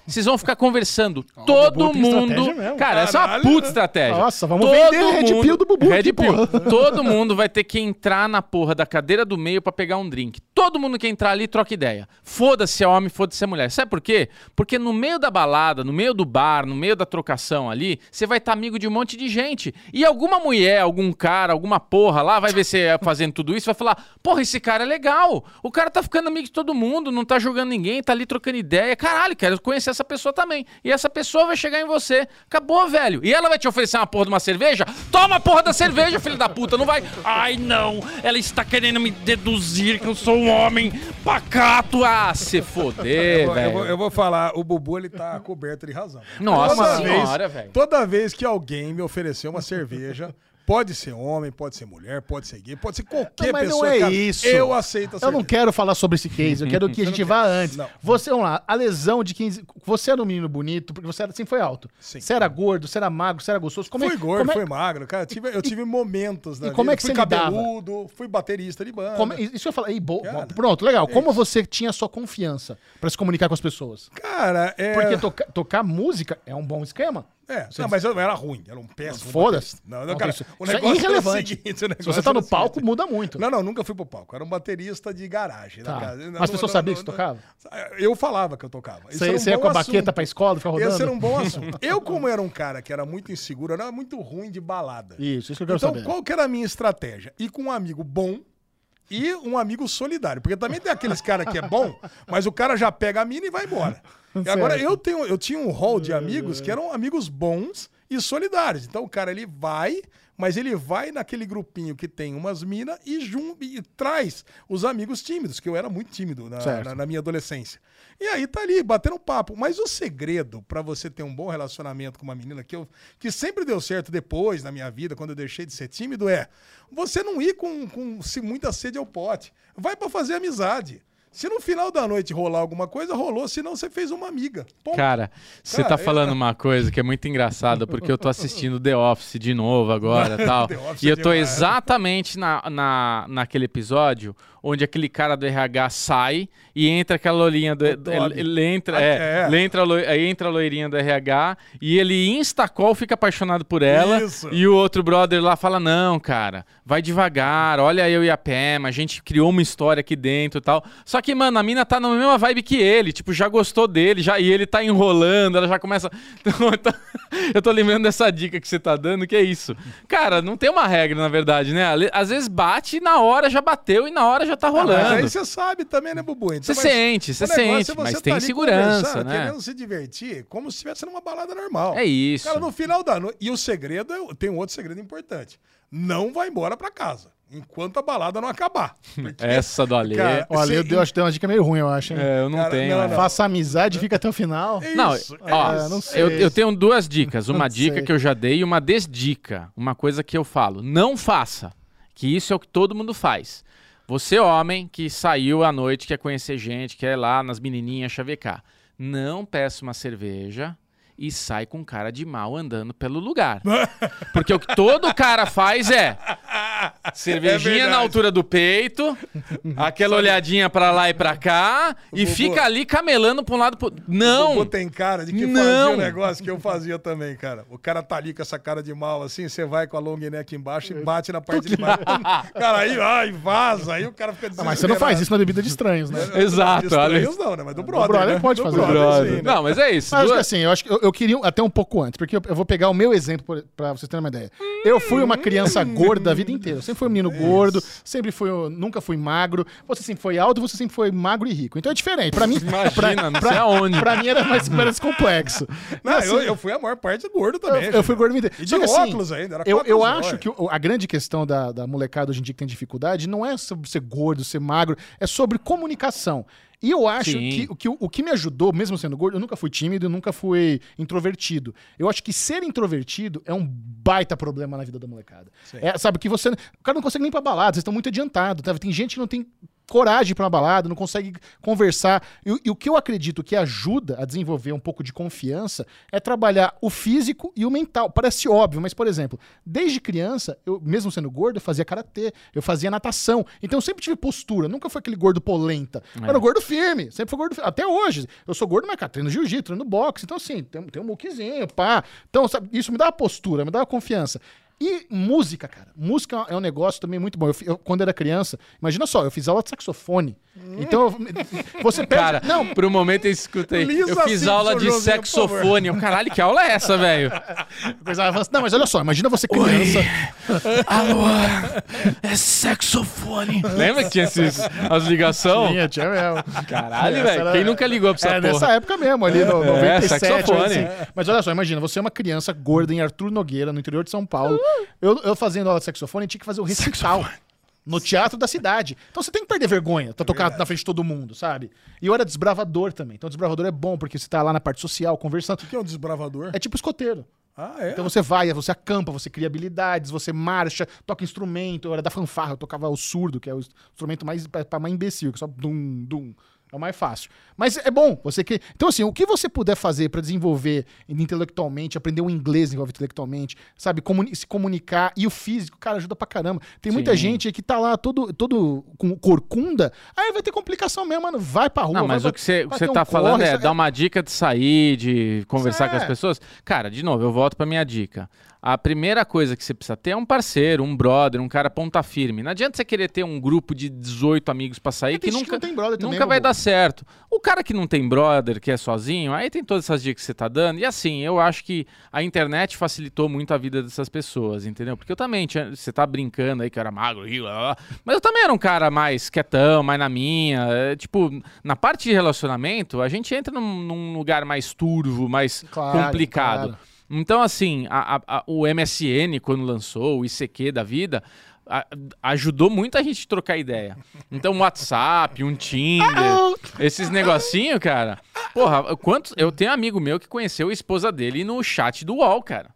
D: Vocês vão
C: [laughs]
D: ficar conversando. todo
C: Bubu tem
D: mundo.
C: estratégia mesmo.
D: Cara, essa é uma
A: Caralho,
D: puta
A: né?
D: estratégia.
C: Nossa, vamos vender o Red Pill do Bubu
D: Red
C: aqui, porra.
D: Pill. [laughs] Todo mundo vai ter que entrar na porra da cadeira do meio pra pegar um drink. Todo mundo que entrar ali troca ideia. Foda-se é homem, foda-se é mulher. Sabe por quê? Porque no meio da balada, no meio do bar, no meio da trocação ali, você vai estar amigo de um monte de gente. E alguma mulher, algum cara, alguma porra lá vai ver você fazendo tudo isso, vai falar: "Porra, esse cara é legal. O cara tá ficando amigo de todo mundo, não tá jogando ninguém, tá ali trocando ideia. Caralho, quero conhecer essa pessoa também". E essa pessoa vai chegar em você. Acabou, velho. E ela vai te oferecer uma porra de uma cerveja? Toma a porra da cerveja, filho da puta, não vai. Ai, não. Ela está querendo me deduzir que eu sou um homem pacato. Ah, se foder,
A: Eu, eu vou,
D: velho.
A: eu vou falar, o Bubu ele tá coberto de razão.
D: Nossa
A: vez-
D: senhora, velho.
A: Toda vez que alguém me oferecer uma cerveja, pode ser homem, pode ser mulher, pode ser gay, pode ser qualquer
C: Não, mas
A: pessoa.
C: não é
A: cara,
C: isso.
A: Eu aceito a cerveja.
C: Eu não quero falar sobre esse case,
A: [laughs]
C: eu quero que a gente vá antes.
A: Não.
C: Você, vamos lá, a lesão de 15. Você era um menino bonito, porque você era- sempre foi alto.
A: Sim.
C: Você era gordo, você era magro, você era gostoso. Como é-
A: Fui gordo,
C: como é-
A: fui magro, cara. Eu tive, eu tive momentos da
C: e como
A: vida.
C: é que
A: fui
C: você lidava?
A: cabeludo, fui baterista de banda.
C: como é- Isso que eu falei. aí, bo-
A: Cara,
C: Pronto, legal. Como você tinha sua confiança pra se comunicar com as pessoas?
A: Cara, é.
C: Porque toca- tocar música é um bom esquema.
A: É, não, mas eu era ruim, era um péssimo.
C: Foda-se.
A: baterista. Não, não,
C: Não,
A: cara,
C: isso-
A: o
C: isso é
A: negócio era o
C: irrelevante.
A: seguinte, o
C: Se
A: negócio
C: você tá
A: era
C: no
A: o seguinte.
C: palco, muda muito.
A: Não, não, nunca fui pro palco. Era um baterista de garagem.
C: Tá.
A: na casa.
C: Mas
A: Não,
C: as
A: não,
C: pessoas
A: não,
C: sabiam
A: não,
C: que você
A: não. Eu falava que eu tocava. Isso
C: Você,
A: era um
C: você ia
A: bom
C: com a
A: assunto.
C: baqueta pra escola, ficar rodando?
A: Esse era um
C: [laughs]
A: bom assunto. Eu, como era um cara que era muito inseguro, eu era muito ruim de balada.
C: Isso, isso que eu quero
A: Então,
C: saber.
A: qual que era a minha estratégia? Ir com um amigo bom e um amigo solidário. Porque também tem aqueles caras que é
C: [laughs]
A: bom, mas o cara já pega a mina e vai embora. E agora, eu, tenho, eu tinha um hall de amigos que eram amigos bons e solidários. Então, o cara, ele vai, mas ele vai naquele grupinho que tem umas minas e, jun- e traz os amigos tímidos, que eu era muito tímido na,
C: Certo.
A: na- na minha adolescência. E aí tá ali, batendo papo. Mas o segredo pra você ter um bom relacionamento com uma menina que, eu, que sempre deu certo depois na minha vida, quando eu deixei de ser tímido, é você não ir com, com se muita sede ao pote. Vai pra fazer amizade. Se no final da noite rolar alguma coisa, rolou, senão você fez uma amiga. Ponto.
D: Cara, você
A: Cara,
D: tá falando uma coisa que é muito engraçada, porque eu tô assistindo The Office de novo agora e
A: [laughs]
D: tal.
A: The Office
D: E eu tô
A: é demais.
D: exatamente na, na, naquele episódio onde aquele cara do RH sai e entra aquela loirinha do. Ele, ele entra,
A: É Ah,
D: é,
A: é.
D: ele entra, a loi- aí entra a loirinha do RH e ele instacol fica apaixonado por ela.
A: Isso.
D: E o outro brother lá fala: Não, cara, vai devagar, olha eu e a Pema, a gente criou uma história aqui dentro e tal. Só que, mano, a mina tá na mesma vibe que ele, tipo, já gostou dele, já, e ele tá enrolando, ela já começa. [laughs] Então, eu tô, eu tô lembrando dessa dica que você tá dando, que é isso. Cara, não tem uma regra, na verdade, né? Ale- Às vezes bate e na hora já bateu e na hora já tá rolando.
A: Ah, Mas é aí você sabe também, né, Bubu? Então,
D: Você
A: mas
D: sente,
A: o
D: você
A: negócio é
D: sente,
A: você
D: mas
A: tá
D: tem
A: ali
D: segurança,
A: conversando,
D: né?
A: Querendo se divertir como se estivesse numa balada normal.
D: É isso.
A: Cara, no final da noite. E o segredo, é, tem um outro segredo importante: não vai embora pra casa enquanto a balada não
C: [laughs]
A: acabar.
C: É.
A: Porque, [laughs]
D: Essa do Ale.
A: Cara,
C: Olha,
A: Você-
C: eu, dei- acho que deu uma dica meio ruim, eu acho, hein?
D: É, eu não
A: Cara,
D: tenho.
A: não,
D: é.
A: não.
C: Faça amizade e fica até o final.
A: é
D: Não,
A: isso, é
D: ó,
A: isso.
C: não sei.
D: eu, eu tenho duas dicas. Uma
C: Não
D: dica
C: sei.
D: que eu já dei e uma desdica. Uma coisa que eu falo: não faça. Que isso é o que todo mundo faz. Você, homem, que saiu à noite, quer conhecer gente, quer ir lá nas menininhas chavecar. Não peça uma cerveja e sai com cara de mal andando pelo lugar. Porque o que todo cara faz é cervejinha
A: É verdade.
D: na altura do peito, aquela olhadinha pra lá e pra cá e
A: Bobo.
D: fica ali camelando pra um lado pro Não!
A: Bubu tem cara de que
D: Não.
A: fazia um negócio que eu fazia também, cara. O cara tá ali com essa cara de mal assim, você vai com a long neck embaixo e bate na parte de baixo. cara, aí, ai, vaza, aí o cara fica
C: Ah,
A: desesperado.
C: mas você não faz isso na bebida de estranhos, né?
A: É.
D: Exato, olha.
A: Estranhos não, né? Mas do brother,
C: brother
A: né?
C: pode
A: Do
C: fazer.
A: brother,
C: Brother.
A: sim, né?
D: Não, mas é isso.
C: Mas assim, acho que
D: Duas-
C: assim, eu acho que eu, eu queria até um pouco antes, porque eu, eu vou pegar o meu exemplo por- pra vocês terem uma ideia. Eu fui uma criança gorda a vida inteira. Eu sempre sempre foi um menino gordo, sempre foi, nunca fui magro. Você sempre foi alto, você sempre foi magro e rico. Então é diferente. Pra mim,
D: Imagina,
C: pra,
D: não sei aonde.
C: pra mim era mais, mais complexo.
A: Não,
C: E assim,
A: eu, eu fui a maior parte gordo também.
C: eu,
A: gente.
C: eu fui gordo inteiro.
A: E de
C: Só que, assim,
A: óculos ainda, era
C: Eu,
A: quatro
C: eu
A: anos,
C: acho
A: olha.
C: que o- a grande questão da, da molecada hoje em dia que tem dificuldade não é sobre ser gordo, ser magro, é sobre comunicação. E eu acho
D: Sim.
C: que, o que o- o que me ajudou, mesmo sendo gordo, eu nunca fui tímido, eu nunca fui introvertido. Eu acho que ser introvertido é um baita problema na vida da molecada. É, sabe, que você. O cara não consegue nem ir pra balada, vocês estão muito adiantados. Tá? Tem gente que não tem coragem pra uma balada, não consegue conversar. E, e o que eu acredito que ajuda a desenvolver um pouco de confiança é trabalhar o físico e o mental. Parece óbvio, mas, por exemplo, desde criança, eu, mesmo sendo gordo, eu fazia karatê, eu fazia natação. Então eu sempre tive postura, nunca foi aquele gordo polenta.
D: É.
C: Eu era gordo firme, sempre foi gordo firme. Até hoje. Eu sou gordo, mas cara, treino jiu-jitsu, treino boxe. Então, assim, tem, tem um muquizinho, pá. Então, sabe, isso me dá uma postura, me dá uma confiança. E música, cara. Música é um negócio também muito bom. Eu, fi- eu- quando era criança, imagina só, eu fiz aula de saxofone. Então, eu- você perde.
D: Hum. Cara,
C: não,
D: por um momento eu escutei.
A: Lisa
D: eu fiz
A: Simpson,
D: aula de
A: Joãozinho, por favor.
D: saxofone. Eu, caralho, que aula é essa, velho?
C: coisa avançada. Não, mas olha só, imagina você criança.
D: Alô, é saxofone. Lembra que
C: [laughs]
D: tinha esses, as ligações?
C: Tinha, tinha mesmo.
D: Caralho,
C: Essa
D: velho.
C: era-
D: Quem nunca ligou pra essa
C: É,
D: porra?
C: nessa época mesmo, ali no
D: É,
C: 97.
D: saxofone.
C: assim. Mas olha só, imagina, você é uma criança gorda em Arthur Nogueira, no interior de São Paulo. Eu, eu fazendo aula de saxofone, tinha que fazer o recital. No teatro da cidade. Então você tem que perder vergonha pra tocar na frente de todo mundo, sabe? E eu era desbravador também. Então desbravador é bom, porque você tá lá na parte social, conversando.
A: Que é um desbravador.
C: É tipo escoteiro.
A: Ah, é?
C: Então você vai, você acampa, você cria habilidades, você marcha, toca instrumento. Eu era da fanfarra, eu tocava o surdo, que é o instrumento mais pra pra mais imbecil, que só dum, dum. É o mais fácil. Mas é bom, você que. Então, assim, o que você puder fazer pra desenvolver intelectualmente, aprender o inglês, desenvolver intelectualmente, sabe? comuni- se comunicar e o físico, cara, ajuda pra caramba. Tem muita gente que tá lá todo, todo com corcunda, aí vai ter complicação mesmo, mano. Vai pra rua.
D: Não,
C: vai
D: mas
C: pra-
D: o que você, o que
C: vai
D: você
C: ter um
D: tá
C: corre,
D: falando é,
C: sabe?
D: dar uma dica de sair, de conversar com as
C: É.
D: pessoas. Cara, de novo, eu volto pra minha dica. A primeira coisa que você precisa ter é um parceiro, um brother, um cara ponta firme. Não adianta você querer ter um grupo de 18 amigos pra sair
C: É, Tem
D: que
C: gente que
D: nunca,
C: não tem brother também,
D: nunca vai
C: Bobo.
D: dar certo. O cara que não tem brother, que é sozinho, aí tem todas essas dicas que você tá dando. E assim, eu acho que a internet facilitou muito a vida dessas pessoas, entendeu? Porque eu também, tinha- você tá brincando aí que eu era magro, rio, lá, lá, lá. mas eu também era um cara mais quietão, mais na minha. é, tipo, na parte de relacionamento, a gente entra num, num lugar mais turvo, mais
C: Claro,
D: complicado.
C: claro.
D: Então, assim, a- a- a- o MSN, quando lançou, o ICQ da vida, a- ajudou muito a gente a trocar ideia. Então, um WhatsApp, um Tinder, esses negocinhos, cara. Porra, quantos, eu tenho um amigo meu que conheceu a esposa dele no chat do UOL, cara.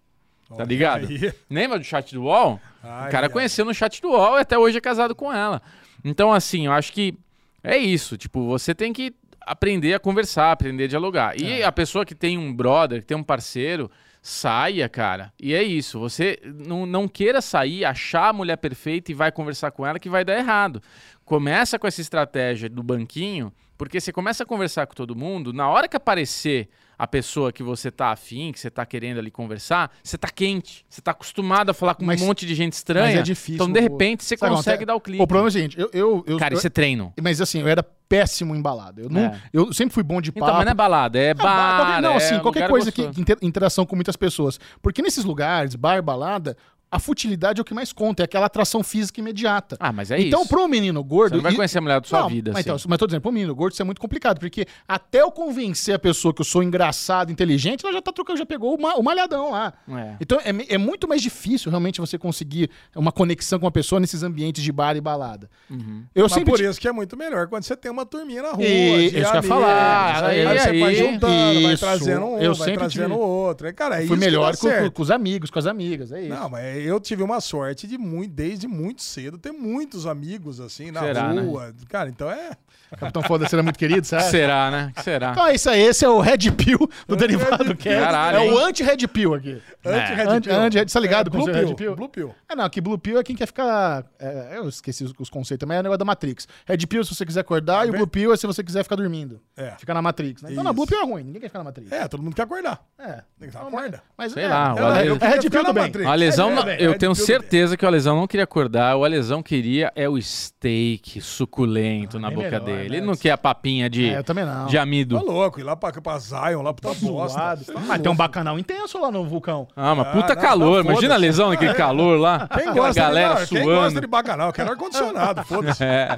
D: Tá ligado?
A: aí.
D: Lembra do chat do UOL?
A: Ai,
D: o cara
A: ai.
D: conheceu no chat do UOL e até hoje é casado com ela. Então, assim, eu acho que é isso. Tipo, você tem que aprender a conversar, aprender a dialogar. E
A: É.
D: a pessoa que tem um brother, que tem um parceiro, saia, cara. E é isso. Você não, não queira sair, achar a mulher perfeita e vai conversar com ela que vai dar errado. Começa com essa estratégia do banquinho, porque você começa a conversar com todo mundo, na hora que aparecer a pessoa que você tá afim, que você tá querendo ali conversar, você tá quente, você tá acostumado a falar com
C: Mas-
D: um monte de gente estranha.
C: mas é difícil,
D: então, de
C: o-
D: repente, você
C: Sabe,
D: consegue
C: até-
D: dar o clique.
C: O problema é o seguinte, eu. eu, eu
D: Cara,
C: eu-
D: isso é treino.
C: Mas assim, eu era péssimo em balada. Eu, não,
D: É.
C: eu sempre fui bom de papo.
D: Então, mas não é balada, é
C: Ah, ba-
D: bar,
C: qualquer, não,
D: é
C: assim, qualquer
D: lugar
C: coisa que
D: gostoso.
C: que inter- interação com muitas pessoas. Porque nesses lugares, bar, balada, a futilidade é o que mais conta, é aquela atração física imediata.
D: Ah, mas é
C: então,
D: isso.
C: pro menino gordo.
D: Você não vai
C: e-
D: conhecer a mulher da sua
C: Não,
D: vida,
C: mas,
D: assim.
C: então, mas tô dizendo, pro menino gordo isso é muito complicado, porque até eu convencer a pessoa que eu sou engraçado, inteligente, ela já tá trocando, já pegou o, ma- o malhadão lá.
D: É.
C: Então é, me- é muito mais difícil realmente você conseguir uma conexão com uma pessoa nesses ambientes de bar e balada.
D: Uhum.
C: Eu
A: Mas
C: sempre
A: por isso que é muito melhor quando você tem uma turminha na rua.
C: E-
A: de
C: isso que eu ia
A: amigos,
C: falar,
A: Aí,
D: aí-
A: você vai
D: aí-
A: juntando, vai
C: isso.
A: trazendo um,
C: Eu
A: vai
C: sempre
A: trazendo
C: tive-
A: outro. E, Cara, é
C: fui
A: isso que
C: melhor
A: dá
C: com,
A: certo.
C: com- com os amigos, com as amigas, é isso.
A: Não, mas eu tive uma sorte de muito, desde muito cedo ter muitos amigos assim na
D: Será, né?
A: rua. Cara, então é.
C: Capitão Foda-se era muito querido,
D: Que
C: sabe?
D: será, né? Que será?
C: Então é isso aí, esse é o Red Pill do Derivado
A: Pill.
C: Cast.
D: Caralho,
C: É o
D: hein?
C: anti-Red Pill aqui.
A: Anti-Red
C: Anti-
A: Pill.
C: anti- tá ligado
A: É,
C: como
A: Blue
C: você é Red
A: Pill,
C: Pill?
A: Blue Pill.
C: Ah, não, que Blue Pill é quem quer ficar. é, eu esqueci os, os conceitos, mas é o negócio da Matrix. Red Pill é se você quiser acordar e o Blue Pill é se você quiser ficar dormindo.
A: É.
C: Ficar na Matrix. Né? Então, na
A: Isso.
C: Blue Pill é ruim, ninguém quer ficar na Matrix.
A: É, todo mundo quer acordar.
C: É.
A: Tem que dar Acorda.
C: Mas,
D: Sei
C: é,
D: lá, o
C: é,
D: Ale-
C: é, é Red
A: Ficar
C: Pill
A: na
C: do bem.
A: Matrix.
D: A lesão,
A: É,
D: não-
A: é, é,
D: eu
A: é,
D: tenho
A: é, é,
D: certeza que o Alesão não queria acordar. O Alesão queria é o steak suculento na
C: bem
D: boca
C: Ah, melhor, né?
D: Ele não quer a papinha de,
C: É, eu também não.
D: de amido.
A: Tá louco, ir lá pra, pra Zion, lá pra bosta.
C: Zoado. Mas tem um bacanal intenso lá no vulcão.
D: Ah, mas
A: Ah,
D: puta
A: não,
D: calor.
A: tá,
D: Imagina a lesão
C: É.
D: naquele calor lá.
A: Quem
D: aquela
A: gosta,
D: galera
A: de,
D: suando.
A: quem gosta de bacanal? Quero ar-condicionado, foda-se.
D: É.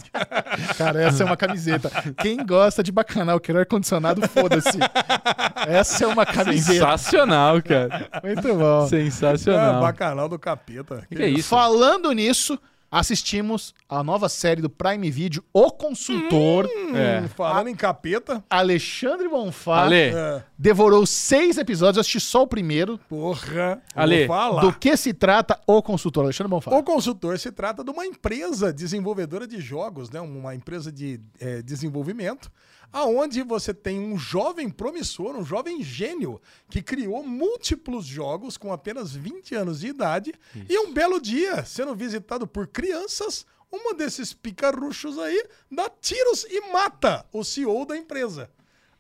C: Cara, essa é uma camiseta. Quem gosta de bacanal, quer ar-condicionado, foda-se. Essa é uma camiseta.
D: Sensacional, cara.
C: Muito bom.
A: Ah,
D: Sensacional.
A: bacanal do capeta.
D: que é isso?
C: Falando nisso, assistimos a nova série do Prime Video, O Consultor.
D: É.
A: Falando em capeta,
C: Alexandre Bonfá
D: Ale,
A: é,
C: devorou seis episódios, eu assisti só o primeiro.
A: porra,
D: Ale,
A: vou falar.
C: Do que se trata O Consultor? Alexandre Bonfá.
A: O consultor se trata de uma empresa desenvolvedora de jogos, né? uma empresa de eh, desenvolvimento, aonde você tem um jovem promissor, um jovem gênio, que criou múltiplos jogos com apenas 20 anos de idade e um belo dia, sendo visitado por crianças, uma desses picaruchos aí dá tiros e mata o CEO da empresa.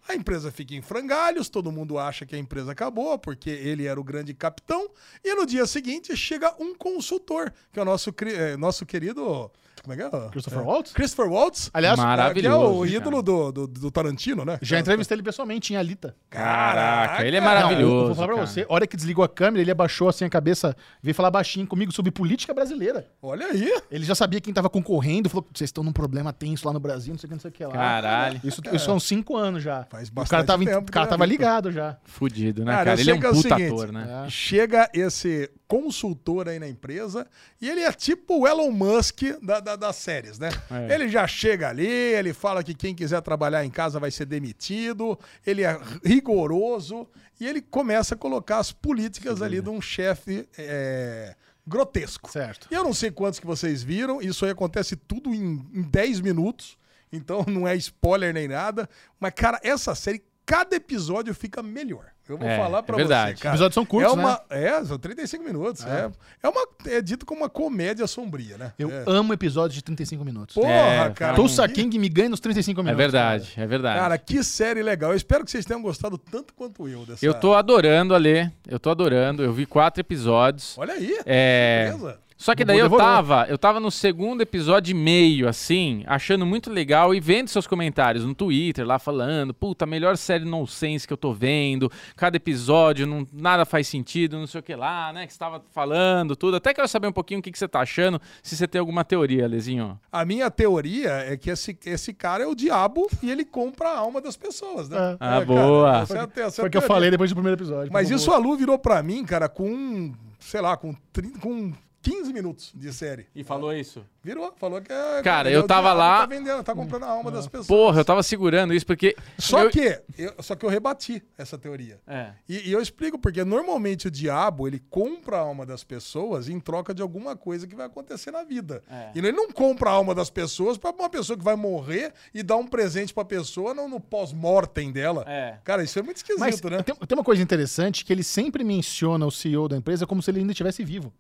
A: A empresa fica em frangalhos, todo mundo acha que a empresa acabou, porque ele era o grande capitão. E no dia seguinte chega um consultor, que é o nosso, cri- eh, nosso querido. Como é que é?
C: Christopher
A: É,
C: Waltz?
A: Christopher Waltz.
C: Aliás,
A: eh, que é o
D: Maravilhoso,
A: ídolo do, do, do Tarantino, né?
C: já entrevistei ele pessoalmente em Alita.
D: Caraca, ele é
C: Não,
D: maravilhoso.
C: eu vou falar pra
D: cara.
C: você, a hora que desligou a câmera, ele abaixou assim a cabeça, veio falar baixinho comigo sobre política brasileira.
A: Olha aí.
C: Ele já sabia quem tava concorrendo, falou: vocês estão num problema tenso lá no Brasil, não sei o que, não sei o que lá.
D: Caralho.
C: Isso, isso são cinco anos já.
A: É. Faz
C: o cara
A: bastante
C: tava, em-
A: tempo,
C: o cara
A: né,
C: tava
A: Vitor?
C: ligado já.
D: Fudido, né,
A: Cara,
D: cara?
A: eu
D: Ele é
A: sei
D: um
A: que é o
D: puta
A: seguinte,
D: ator, né?
C: É.
A: Chega esse consultor aí na empresa e ele é tipo o Elon Musk da, da- das séries, né?
D: É.
A: Ele já chega ali, ele fala que quem quiser trabalhar em casa vai ser demitido, ele é rigoroso e ele começa a colocar as políticas ali de um chefe é, grotesco.
C: Certo.
A: E eu não sei quantos que vocês viram, isso aí acontece tudo em, em 10 minutos, então [laughs] não é spoiler nem nada. Mas, cara, essa série, cada episódio fica melhor. Eu vou
D: É,
A: falar
D: é
A: pra
D: verdade.
A: você, cara.
C: Episódios são curtos,
D: né?
A: é uma, É, são 35 minutos. É. É, uma, é dito como uma comédia sombria, né?
C: Eu
A: É.
C: amo episódios de 35 minutos.
A: Porra,
D: É,
A: cara.
C: Tulsa
A: que-
C: King me ganha nos 35
D: É
C: minutos.
D: verdade, é verdade.
A: Cara, que série legal. Eu espero que vocês tenham gostado tanto quanto eu dessa.
D: eu tô adorando, Ale. Eu tô adorando. Eu vi quatro episódios.
A: Olha aí.
D: É.
A: Surpresa.
D: Só que
C: Bubu
D: daí eu
C: devorou.
D: tava, eu tava no segundo episódio e meio, assim, achando muito legal e vendo seus comentários no Twitter lá falando, puta, melhor série nonsense que eu tô vendo, cada episódio, não, nada faz sentido, não sei o que lá, né, que você tava falando, tudo. Até quero saber um pouquinho o que, que você tá achando, se você tem alguma teoria, Lezinho.
A: A minha teoria é que esse, esse cara é o diabo e ele compra a alma das pessoas, né? É,
C: É.
D: Ah,
A: cara,
D: boa.
A: essa é a te- essa é a
C: Foi o que eu
A: teoria.
C: falei depois do primeiro episódio.
A: Mas
C: Por
A: isso é
C: favor.
A: a Lu virou pra mim, cara, com, sei lá, com, 30, com 15 minutos de série.
D: E falou isso?
A: Virou, falou que é.
D: Cara,
A: é
D: eu
A: o
D: tava
A: diabo,
D: lá-
A: Tá vendendo, tá comprando a alma
C: Ah.
A: das pessoas.
D: Porra, eu tava segurando isso porque...
A: Só
D: eu-
A: que, eu, só que eu rebati essa teoria.
D: É.
A: E, e eu explico porque normalmente o diabo ele compra a alma das pessoas em troca de alguma coisa que vai acontecer na vida. E ele não compra a alma das pessoas pra uma pessoa que vai morrer e dar um presente pra pessoa no, no pós-mortem dela.
D: É.
A: Cara, isso é muito esquisito,
C: Mas
A: né?
C: tem, tem uma coisa interessante que ele sempre menciona o CEO da empresa como se ele ainda estivesse vivo.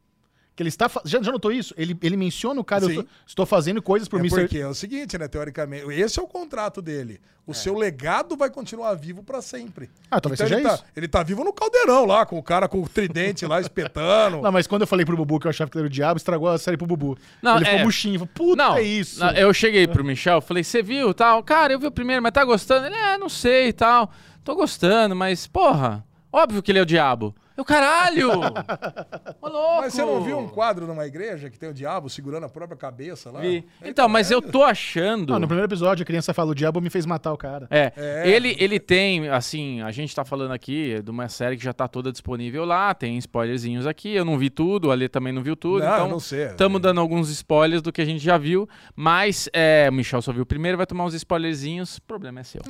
C: Que ele está. fa- Já, já notou isso? Ele, ele menciona o cara, eu
A: Sim.
C: tô- estou fazendo coisas pro
A: É
C: Mr.
A: porque é o seguinte, né? Teoricamente, esse é o contrato dele. O seu legado vai continuar vivo pra sempre.
C: Ah, talvez seja
A: ele tá-
C: isso.
A: ele tá vivo no caldeirão lá, com o cara com o tridente lá espetando.
C: [laughs] Não, mas quando eu falei pro Bubu que eu achava que ele era o diabo, estragou a série pro Bubu.
D: Não,
C: ele ficou
D: é.
C: buchinho. falou, Puta,
D: não,
C: é isso.
D: não, eu cheguei pro Michel, falei, você viu tal? Cara, eu vi o primeiro, mas tá gostando? Ele, é, não sei e tal. Tô gostando, mas, porra, óbvio que ele é o diabo.
A: [laughs]
D: Eu, caralho! Ô, louco!
A: Mas você não viu um quadro numa igreja que tem o diabo segurando a própria cabeça lá?
D: Vi. Então, mas eu tô achando...
A: Ah,
C: Não, Ah, no primeiro episódio a criança fala, o diabo me fez matar o cara.
D: É, Ele, ele tem, assim, a gente tá falando aqui de uma série que já tá toda disponível lá, tem spoilerzinhos aqui, eu não vi tudo, o Ale também não viu tudo,
A: Não,
D: então
A: eu não sei.
D: estamos dando alguns spoilers do que a gente já viu, mas é, o Michel só viu o primeiro, vai tomar uns spoilerzinhos, o problema é seu.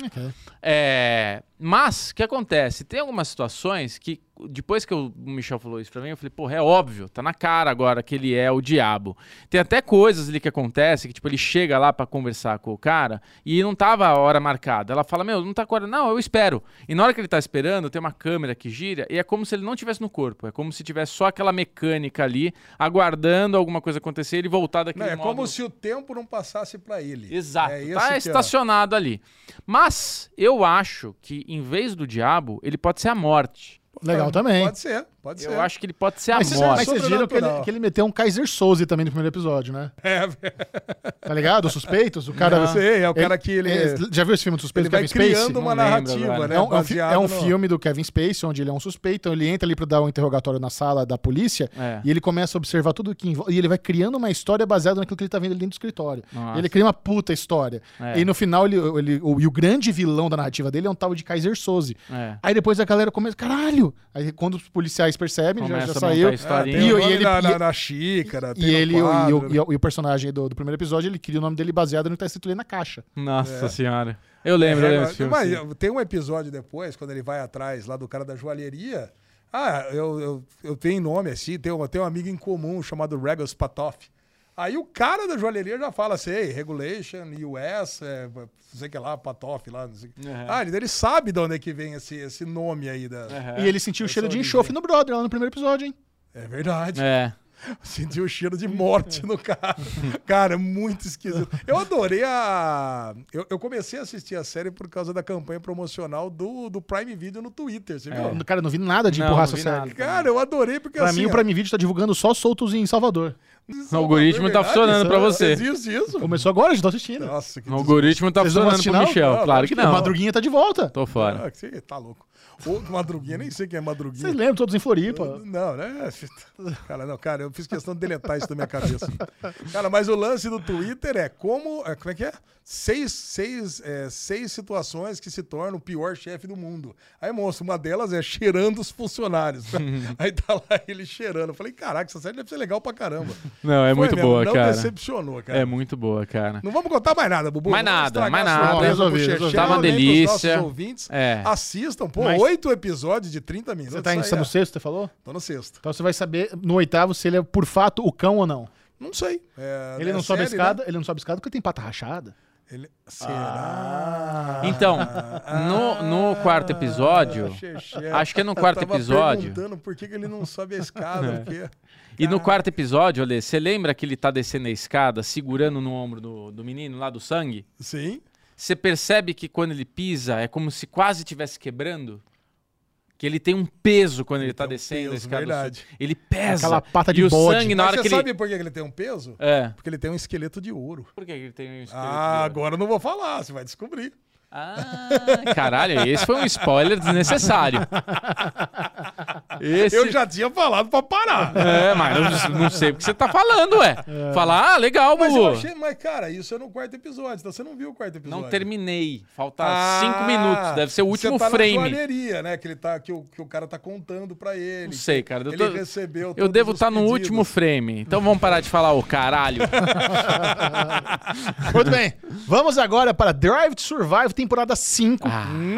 D: É, mas, o que acontece? Tem algumas situações que, depois que o Michel falou isso pra mim, eu falei, porra, é óbvio, tá na cara agora que ele é o diabo. Tem até coisas ali que acontecem, que tipo, ele chega lá pra conversar com o cara e não tava a hora marcada. Ela fala, meu, não tá com a hora, não, eu espero. E na hora que ele tá esperando, tem uma câmera que gira e é como se ele não tivesse no corpo, é como se tivesse só aquela mecânica ali, aguardando alguma coisa acontecer e ele voltar
A: Não,
D: daquele
A: é
D: modo-
A: como se o tempo não passasse pra ele.
D: Exato.
A: É esse
D: tá
A: que é-
D: estacionado ali. Mas eu acho que, em vez do diabo, ele pode ser a morte.
C: Legal também.
A: Pode ser, pode ser.
D: Eu acho que ele pode ser a
C: Mas vocês, mas
D: morte.
C: vocês viram que ele,
A: Sobrenatural.
C: que ele meteu um Kaiser Souza também no primeiro episódio, né?
A: É,
C: Tá ligado? Os Suspeitos, o cara...
A: eu sei, é o cara que ele,
C: É,
A: ele
C: já viu esse filme do Suspeito do
A: vai
C: Kevin Spacey?
A: criando uma
D: Não lembro
A: narrativa,
D: agora.
A: né?
C: É um, é um fi-
A: baseado
C: é um
A: no-
C: filme do Kevin Spacey, onde ele é um suspeito, então ele entra ali pra dar um interrogatório na sala da polícia
D: É.
C: e ele começa a observar tudo que envolve. E ele vai criando uma história baseada naquilo que ele tá vendo ali dentro do escritório.
D: Nossa.
C: Ele cria uma puta história.
D: É.
C: E no final, ele, ele- o, e o grande vilão da narrativa dele é um tal de Kaiser Soze.
D: É.
C: Aí depois a galera começa, caralho! Aí quando os policiais percebem, já,
D: Começa
C: já
D: a montar
C: saiu.
D: a
A: Ah,
D: história.
A: tem
C: E
A: o
C: eu- e
A: nome
C: ele-
A: na,
C: e-
A: na- na xícara, tem
C: E
D: um
A: no
C: ele e o- e
A: quadro, né?
C: o,
D: né?
C: e o- e o personagem do, do primeiro episódio, ele cria o nome dele baseado no que tá escrito ali na caixa.
D: Nossa senhora. Eu lembro,
A: É,
D: eu lembro
A: mas-
D: desse filme.
A: mas
D: sim.
A: tem um episódio depois, quando ele vai atrás lá do cara da joalheria. Ah, eu, eu, eu tenho nome assim, tenho, uma- tenho um amigo em comum chamado Regus Patoff. Aí o cara da joalheria já fala assim, "Ei, regulation, US, é, não sei o que lá, Patoff lá, não sei o que.
D: Uhum.
A: Ah, ele, ele sabe de onde é que vem esse, esse nome aí. Da...
D: É.
C: E ele sentiu o cheiro de
A: origem.
C: enxofre no brother lá no primeiro episódio, hein?
A: É verdade.
D: É.
A: Senti o cheiro de morte no cara. Cara, muito esquisito. Eu adorei a. Eu, eu comecei a assistir a série por causa da campanha promocional do, do Prime Video no Twitter, você viu?
D: É.
C: Cara, eu não vi nada de
D: Não,
C: empurrar
D: não
C: essa
D: vi
C: série.
D: nada.
A: Cara, eu adorei porque
C: Pra
A: assim.
C: mim, o Prime Video tá divulgando só soltos em Salvador.
A: O
D: algoritmo tá funcionando pra você.
A: Existe isso?
C: Começou agora, já tô assistindo.
A: Nossa, que
D: O algoritmo tá
C: Vocês não vão
D: funcionando
C: assistir,
D: pro
C: não?
D: Michel.
A: Não,
D: claro
A: acho
D: que
A: que é
C: O
D: não.
C: Madruguinha tá de volta.
D: Tô fora.
A: Ah, que você tá louco. O Madruguinha, nem sei quem é Madruguinha.
C: Vocês lembram, todos em Floripa.
A: Não, né? [laughs] Cara, não, cara, eu fiz questão de deletar isso da minha cabeça. Cara, mas o lance do Twitter é como. é, Como é que é? Seis, seis, é, seis situações que se tornam o pior chefe do mundo. Aí, monstro, uma delas é cheirando os funcionários.
D: Uhum.
A: Aí tá lá ele cheirando. Eu falei, caraca, essa série deve ser legal pra caramba.
D: Não, é
A: Foi
D: muito
A: mesmo,
D: boa,
A: não
D: cara.
A: decepcionou, cara.
D: É muito boa, cara.
A: Não vamos contar mais nada, Bubu.
D: Mais
A: Não vamos
D: nada,
A: estragar
D: mais
A: a
D: nada.
A: surpresa
C: Resolvi,
A: pro Chechel,
C: resolvi.
D: Tava
A: nem pros
D: delícia.
A: né, nossos ouvintes.
D: É.
A: Assistam, pô,
D: Mas-
A: oito episódios de 30 minutos.
C: Você tá, em,
A: aí,
C: tá
A: ó.
C: no sexto, você falou?
A: Tô no sexto.
C: Então você vai saber no oitavo se ele é por fato o cão ou não.
A: Não sei. É,
C: Ele
A: é
C: não sobe a
A: série,
C: escada,
D: né?
C: ele não sobe a escada porque tem pata rachada.
A: né? Ele- Será?
D: Então, no, no quarto
A: [laughs]
D: episódio. Acho que é no quarto
A: eu tava
D: episódio. É.
A: perguntando por que, que ele não sobe a
D: [laughs]
A: escada. porque...
D: E
A: Ah.
D: no quarto episódio, Alê, você lembra que ele tá descendo a escada, segurando no ombro do, do menino lá do sangue?
A: Sim.
D: Você percebe que quando ele pisa, é como se quase estivesse quebrando? Que ele tem um peso quando ele, tá
A: tem um
D: descendo
A: peso,
D: a escada. do
A: verdade.
D: sangue. Ele pesa.
C: Aquela pata de
D: E o
C: bode.
D: sangue, na
A: Mas
D: hora
A: você
D: que ele...
A: sabe por que que ele tem um peso?
D: É.
A: Porque ele tem um esqueleto de ouro.
D: Por que que ele tem um esqueleto
A: Ah,
D: de ouro?
A: agora eu não vou falar, você vai descobrir.
D: Ah, caralho, esse foi um spoiler desnecessário. Esse...
A: Eu já tinha falado pra parar.
D: [laughs] É, mas eu não sei o que você tá falando, ué. Falar, ah, legal,
A: É. Mas eu
D: Bubu.
A: achei, mas cara, isso é no quarto episódio, então você não viu o quarto episódio.
D: Não terminei. Falta
A: Ah,
D: Tá, cinco minutos. Deve ser o último
A: você tá Na
D: frame.
A: joalheria, né? Que, ele tá, que, o, que o cara tá contando pra ele.
D: Não sei, cara.
A: Ele
D: tô-
A: recebeu
D: eu
A: todos
D: devo
A: os
D: estar no
A: pedidos.
D: último frame. Então vamos parar de falar o caralho.
C: Muito bem. Vamos agora para Drive to Survive, temporada 5.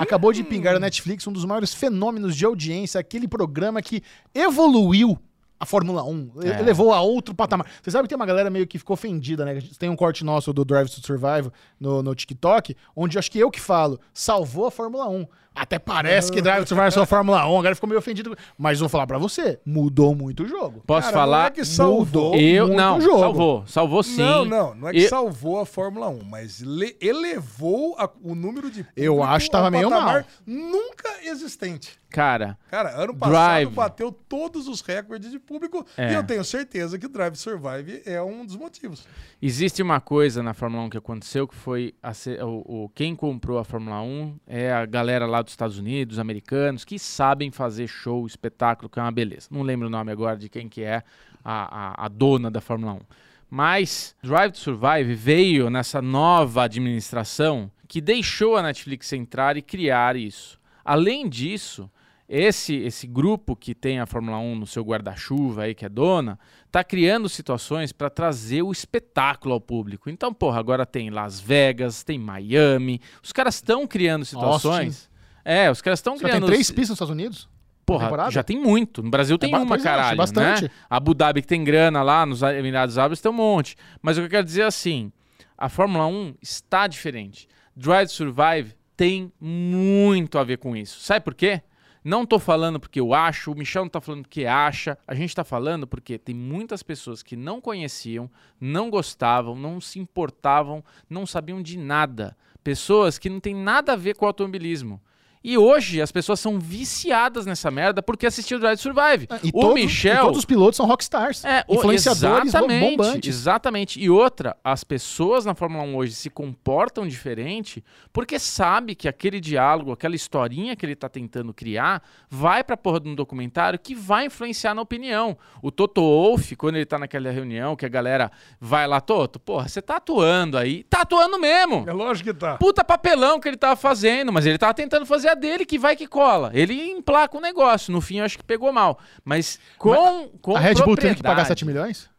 C: Acabou de pingar na Netflix um dos maiores fenômenos de audiência, aquele programa que evoluiu a Fórmula 1, e-
D: É.
C: levou a outro patamar. Você sabe que tem uma galera meio que ficou ofendida, né? Tem um corte nosso do Drive to Survive no, no TikTok, onde acho que eu que falo, salvou a Fórmula 1. Até parece que Drive to Survive salvou a Fórmula 1, a galera ficou meio ofendido. Mas vou falar pra você, mudou muito o jogo.
D: Posso
A: Cara,
D: falar?
A: não é que salvou
D: eu
C: muito
D: não,
C: o jogo.
D: salvou, salvou sim.
A: Não, não, não é que
D: Eu-
A: salvou a Fórmula 1, mas le- elevou a- o número de
C: Eu
A: público
C: acho que
A: a
C: tava
A: um
C: meio
A: patamar
C: mal.
A: nunca existente.
D: Cara,
A: Cara, ano passado
D: Drive.
A: bateu todos os recordes de público
D: É.
A: e eu tenho certeza que Drive Survive é um dos motivos.
D: existe uma coisa na Fórmula 1 que aconteceu que foi a se- o, o- quem comprou a Fórmula 1 é a galera lá dos Estados Unidos, americanos, que sabem fazer show, espetáculo, que é uma beleza. Não lembro o nome agora de quem que é a, a- a dona da Fórmula 1. Mas Drive to Survive veio nessa nova administração que deixou a Netflix entrar e criar isso. Além disso, esse esse grupo que tem a Fórmula 1 no seu guarda-chuva aí que é dona, tá criando situações para trazer o espetáculo ao público. Então, porra, agora tem Las Vegas, tem Miami. Os caras estão criando situações. É, os caras estão
C: Você tem
D: criando
C: três pistas nos Estados Unidos?
D: Porra,
C: temporada?
D: já tem muito. No Brasil tem
C: ba-
D: uma,
C: pois é, acho
D: caralho.
C: bastante.
D: Né? Abu Dhabi que tem grana lá, nos Emirados Árabes tem um monte. Mas o que eu quero dizer é assim: a Fórmula 1 está diferente. Drive to Survive tem muito a ver com isso. Sabe por quê? Não tô falando porque eu acho, o Michel não tá falando porque acha, a gente tá falando porque tem muitas pessoas que não conheciam, não gostavam, não se importavam, não sabiam de nada. Pessoas que não têm nada a ver com o automobilismo. E hoje as pessoas são viciadas nessa merda porque assistiram Drive to Survive.
C: Ah, E,
D: o
C: todos,
D: Michel.
C: e todos os pilotos são rockstars.
D: É, o-
C: influenciadores bo-
D: exatamente,
C: bombantes.
D: Exatamente. E outra, as pessoas na Fórmula 1 hoje se comportam diferente porque sabe que aquele diálogo, aquela historinha que ele tá tentando criar, vai pra porra de um documentário que vai influenciar na opinião. O Toto Wolff, quando ele tá naquela reunião que a galera vai lá, Toto, porra, você tá atuando aí. Tá atuando mesmo.
A: É lógico que tá.
D: Puta papelão que ele tava fazendo, mas ele tava tentando fazer a dele, que vai que cola. Ele emplaca o negócio. No fim, eu acho que pegou mal. Mas com. com
C: A Red Bull teve é que pagar
D: propriedade.
C: 7 milhões?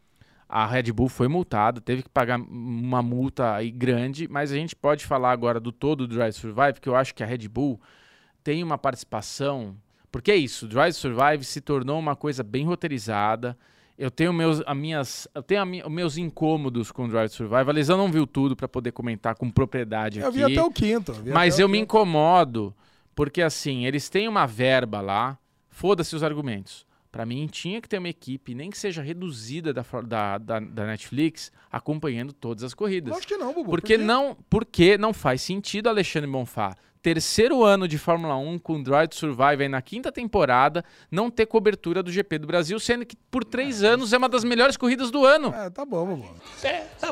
D: A Red Bull foi multada, teve que pagar uma multa aí grande, mas a gente pode falar agora do todo do Drive to Survive, porque eu acho que a Red Bull tem uma participação. Porque é isso, o Drive to Survive se tornou uma coisa bem roteirizada. Eu tenho meus, a minhas, eu tenho a mi- os meus incômodos com o Drive to Survive. A Lesão não viu tudo para poder comentar com propriedade
A: Eu
D: aqui.
A: vi até o quinto. vi
D: Mas
A: até o é.
D: eu me
A: quinto.
D: incomodo, porque assim, eles têm uma verba lá, foda-se os argumentos. Pra mim, tinha que ter uma equipe, nem que seja reduzida da, for- da, da, da Netflix, acompanhando todas as corridas.
A: Lógico que não, Bubu.
D: Porque
A: por quê?
D: não, porque não faz sentido Alexandre Bonfá, terceiro ano de Fórmula 1 com Drive to Survive aí na quinta temporada, não ter cobertura do GP do Brasil, sendo que por três anos é uma das melhores corridas do ano.
A: É, tá bom, Bubu.
D: É, tá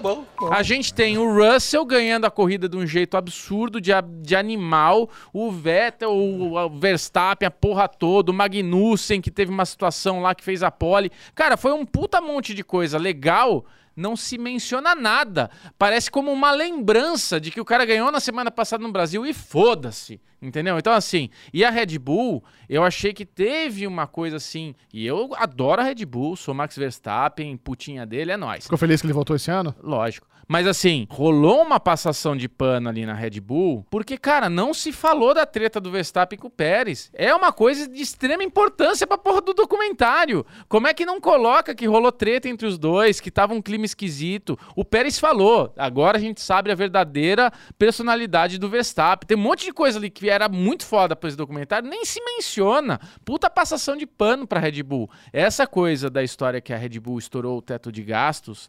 D: A gente tem o Russell ganhando a corrida de um jeito absurdo, de, a- de animal. O Vettel, o, o Verstappen, a porra toda. O Magnussen, que teve uma situação lá que fez a pole. Cara, foi um puta monte de coisa legal. Não se menciona nada. Parece como uma lembrança de que o cara ganhou na semana passada no Brasil e foda-se. Entendeu? Então, assim, e a Red Bull, eu achei que teve uma coisa assim. E eu adoro a Red Bull, sou Max Verstappen, putinha dele, é nóis.
C: Ficou feliz que ele voltou esse ano?
D: Lógico. Mas assim, rolou uma passação de pano ali na Red Bull, porque, cara, não se falou da treta do Verstappen com o Pérez. É uma coisa de extrema importância pra porra do documentário. Como é que não coloca que rolou treta entre os dois, que tava um clima esquisito? O Pérez falou. Agora a gente sabe a verdadeira personalidade do Verstappen. Tem um monte de coisa ali que era muito foda pra esse documentário, nem se menciona. Puta passação de pano pra Red Bull. Essa coisa da história que a Red Bull estourou o teto de gastos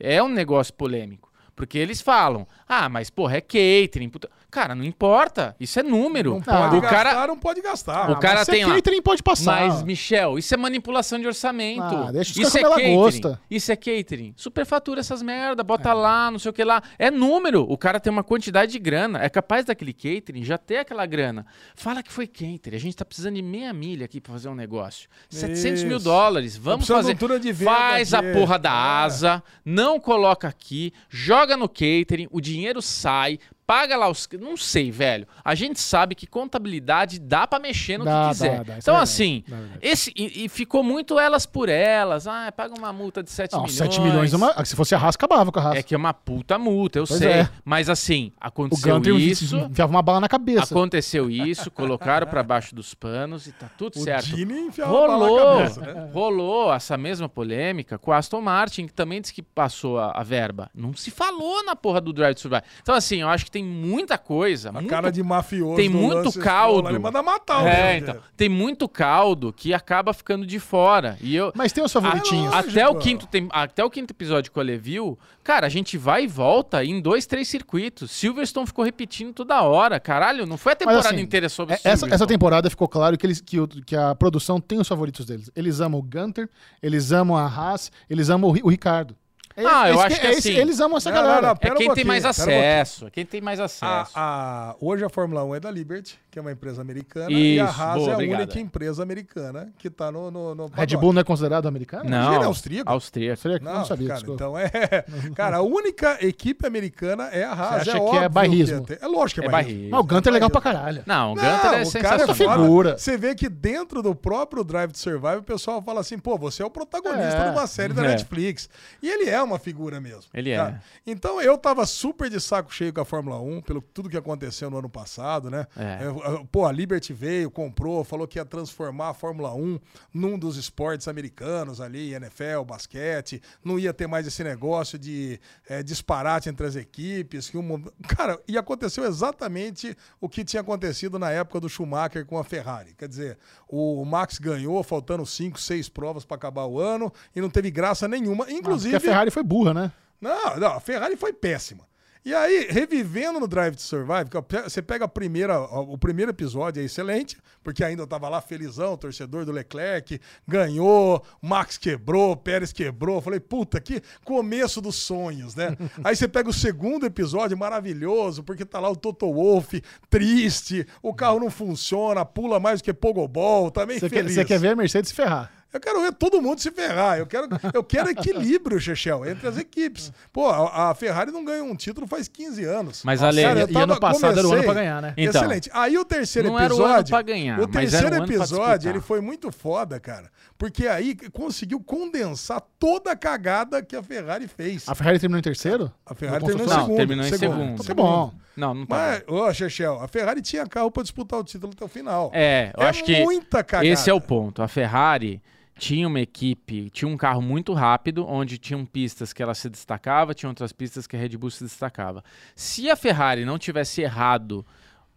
D: é um negócio polêmico. Porque eles falam, ah, mas porra, é catering. puta-" Cara, não importa. Isso é número.
A: Não pode
D: o
A: gastar,
D: cara.
A: não pode gastar.
D: o cara
C: Mas se
D: tem
C: é
D: lá.
C: catering, pode passar.
D: Mas, Michel, isso é manipulação de orçamento.
C: Ah, deixa os
D: isso
C: caras
D: é
C: como ela
D: catering.
C: gosta.
D: Isso é catering. Superfatura essas merda, bota lá, não sei o que lá. É número. O cara tem uma quantidade de grana. É capaz daquele catering já ter aquela grana. Fala que foi catering. A gente tá precisando de meia milha aqui pra fazer um negócio. 700 mil
A: Isso.
D: dólares. Vamos
A: precisando de
D: fazer.
A: um túnel de venda
D: Faz a
A: aqui.
D: porra da
A: É.
D: asa, não coloca aqui, joga no catering, o dinheiro sai. Paga lá os. Não sei, velho. A gente sabe que contabilidade dá pra mexer no
C: Dá,
D: que
C: dá,
D: quiser.
C: dá, isso é
D: então,
C: verdade.
D: assim,
C: Na verdade.
D: esse, e, e ficou muito elas por elas. Ah, paga uma multa de 7
C: Não,
D: milhões.
C: 7 milhões é uma. Se fosse a Haas, acabava com a Haas.
D: É que é uma puta multa, eu
C: Pois
D: sei.
C: é.
D: Mas assim,
C: o
D: aconteceu
C: Gunter um [laughs]
D: isso.
C: enfiava uma bala na cabeça.
D: Aconteceu isso, colocaram pra baixo dos panos e tá tudo
A: O
D: certo.
A: Dini enfiava a bala na
D: Rolou, Tá
A: cabeça, né?
D: [laughs] rolou essa mesma polêmica com a Aston Martin, que também disse que passou a, a verba. Não se falou na porra do Drive to Survive. Então, assim, eu acho que tem muita coisa,
A: A
D: muito
A: cara de mafioso.
D: tem
A: do
D: muito
A: Lance
D: caldo.
A: Stroll, Ele manda matar o
D: [laughs] É,
A: gente.
D: então. Tem muito caldo que acaba ficando de fora. E eu.
C: Mas tem os favoritinhos.
D: A- até, o
A: Lógico.
D: quinto tem, até o quinto episódio que o Ale viu, cara, a gente vai e volta em dois, três circuitos. Silverstone ficou repetindo toda hora. Caralho, não foi a temporada
C: assim,
D: inteira
C: É,
D: sobre
C: essa,
D: Silverstone.
C: essa temporada ficou claro que, eles, que, o- que a produção tem os favoritos deles. Eles amam o Gunter, eles amam a Haas, eles amam o, Ri- o Ricardo. É-
D: Ah, eu
C: esse
D: acho que
C: é esse-
D: assim-
C: Eles amam essa
A: Não,
C: galera.
A: não, não,
D: É
A: Pera um
D: quem tem
A: pouquinho,
D: mais
A: pera um
D: acesso. É quem tem mais acesso.
A: A- a- hoje a Fórmula 1 é da Liberty, que é uma empresa americana, e a
D: Isso,
A: Haas
D: boa,
A: é a
D: obrigado.
A: única empresa americana que tá no. no, no
C: Red
A: paddock.
C: Bull não é considerado americano?
D: Não.
A: ele é austríaco?
D: austríaco.
C: Seria, não,
A: Não,
C: sabia,
A: cara,
C: desculpa.
A: então é. [laughs] Cara, a única equipe americana é a Haas.
C: Você acha
A: é
C: que é
A: óbvio
C: bairrismo?
A: é, é lógico que é,
D: É
A: bairrismo.
D: barriga.
C: Mas o Gunter é legal pra caralho.
D: Não, o
A: Não,
D: Gunter é
A: o cara é
D: sensacional.
C: foda.
A: figura.
C: Figura.
A: Você vê que dentro do próprio Drive to Survive, o pessoal fala assim, pô, você é o protagonista
C: É.
A: de uma série da
D: É.
A: Netflix. E ele é uma figura mesmo.
D: Ele é.
A: Então eu tava super de saco cheio com a Fórmula 1, pelo tudo que aconteceu no ano passado, né?
D: É.
A: Eu- eu- Pô, a Liberty veio, comprou, falou que ia transformar a Fórmula 1 num dos esportes americanos ali, NFL, basquete, não ia ter mais esse negócio de eh, disparate entre as equipes. Que um... Cara, e aconteceu exatamente o que tinha acontecido na época do Schumacher com a Ferrari. Quer dizer, o Max ganhou, faltando cinco, seis provas para acabar o ano, e não teve graça nenhuma.
C: Porque
A: Inclusive.
C: a Ferrari foi burra, né?
A: Não, não, a Ferrari foi péssima. E aí, revivendo no Drive to Survive, que eu pe- você pega a primeira, a- o primeiro episódio, é excelente, porque ainda eu tava lá felizão, torcedor do Leclerc, ganhou, Max quebrou, Pérez quebrou. Eu Falei, puta, que começo dos sonhos,
C: [laughs]
A: né? aí você pega o segundo episódio, maravilhoso, porque tá lá o Toto Wolff, triste, o carro não funciona, pula mais do que Pogobol, também
C: Você quer,
A: feliz.
C: você quer ver a Mercedes ferrar.
A: Eu quero ver todo mundo se ferrar. Eu quero, eu quero equilíbrio, Chechel, entre as equipes. Pô, a, a Ferrari não ganha um título faz 15 anos.
D: Mas, Ale,
A: eu
D: e
A: tava-
C: ano passado era o ano pra ganhar, né?
D: Então.
A: Excelente. Aí o terceiro
D: Não era o
A: episódio.
D: ano pra ganhar,
A: O
D: mas era
A: terceiro
D: o ano pra
A: episódio,
D: disputar.
A: ele foi muito foda, cara. Porque aí conseguiu condensar toda a cagada que a Ferrari fez.
C: A Ferrari terminou em terceiro?
A: A Ferrari
C: No
A: terminou em
C: construtor?
D: Não,
A: segundo.
D: terminou em segundo.
C: Então é Tá bom.
D: Não, não tá.
A: Mas, ô, Chechel, a Ferrari tinha carro pra disputar o título até o final.
D: É, eu
A: É
D: acho que
A: muita cagada.
D: esse é o ponto. A Ferrari tinha uma equipe, tinha um carro muito rápido, onde tinham pistas que ela se destacava, tinha outras pistas que a Red Bull se destacava. Se a Ferrari não tivesse errado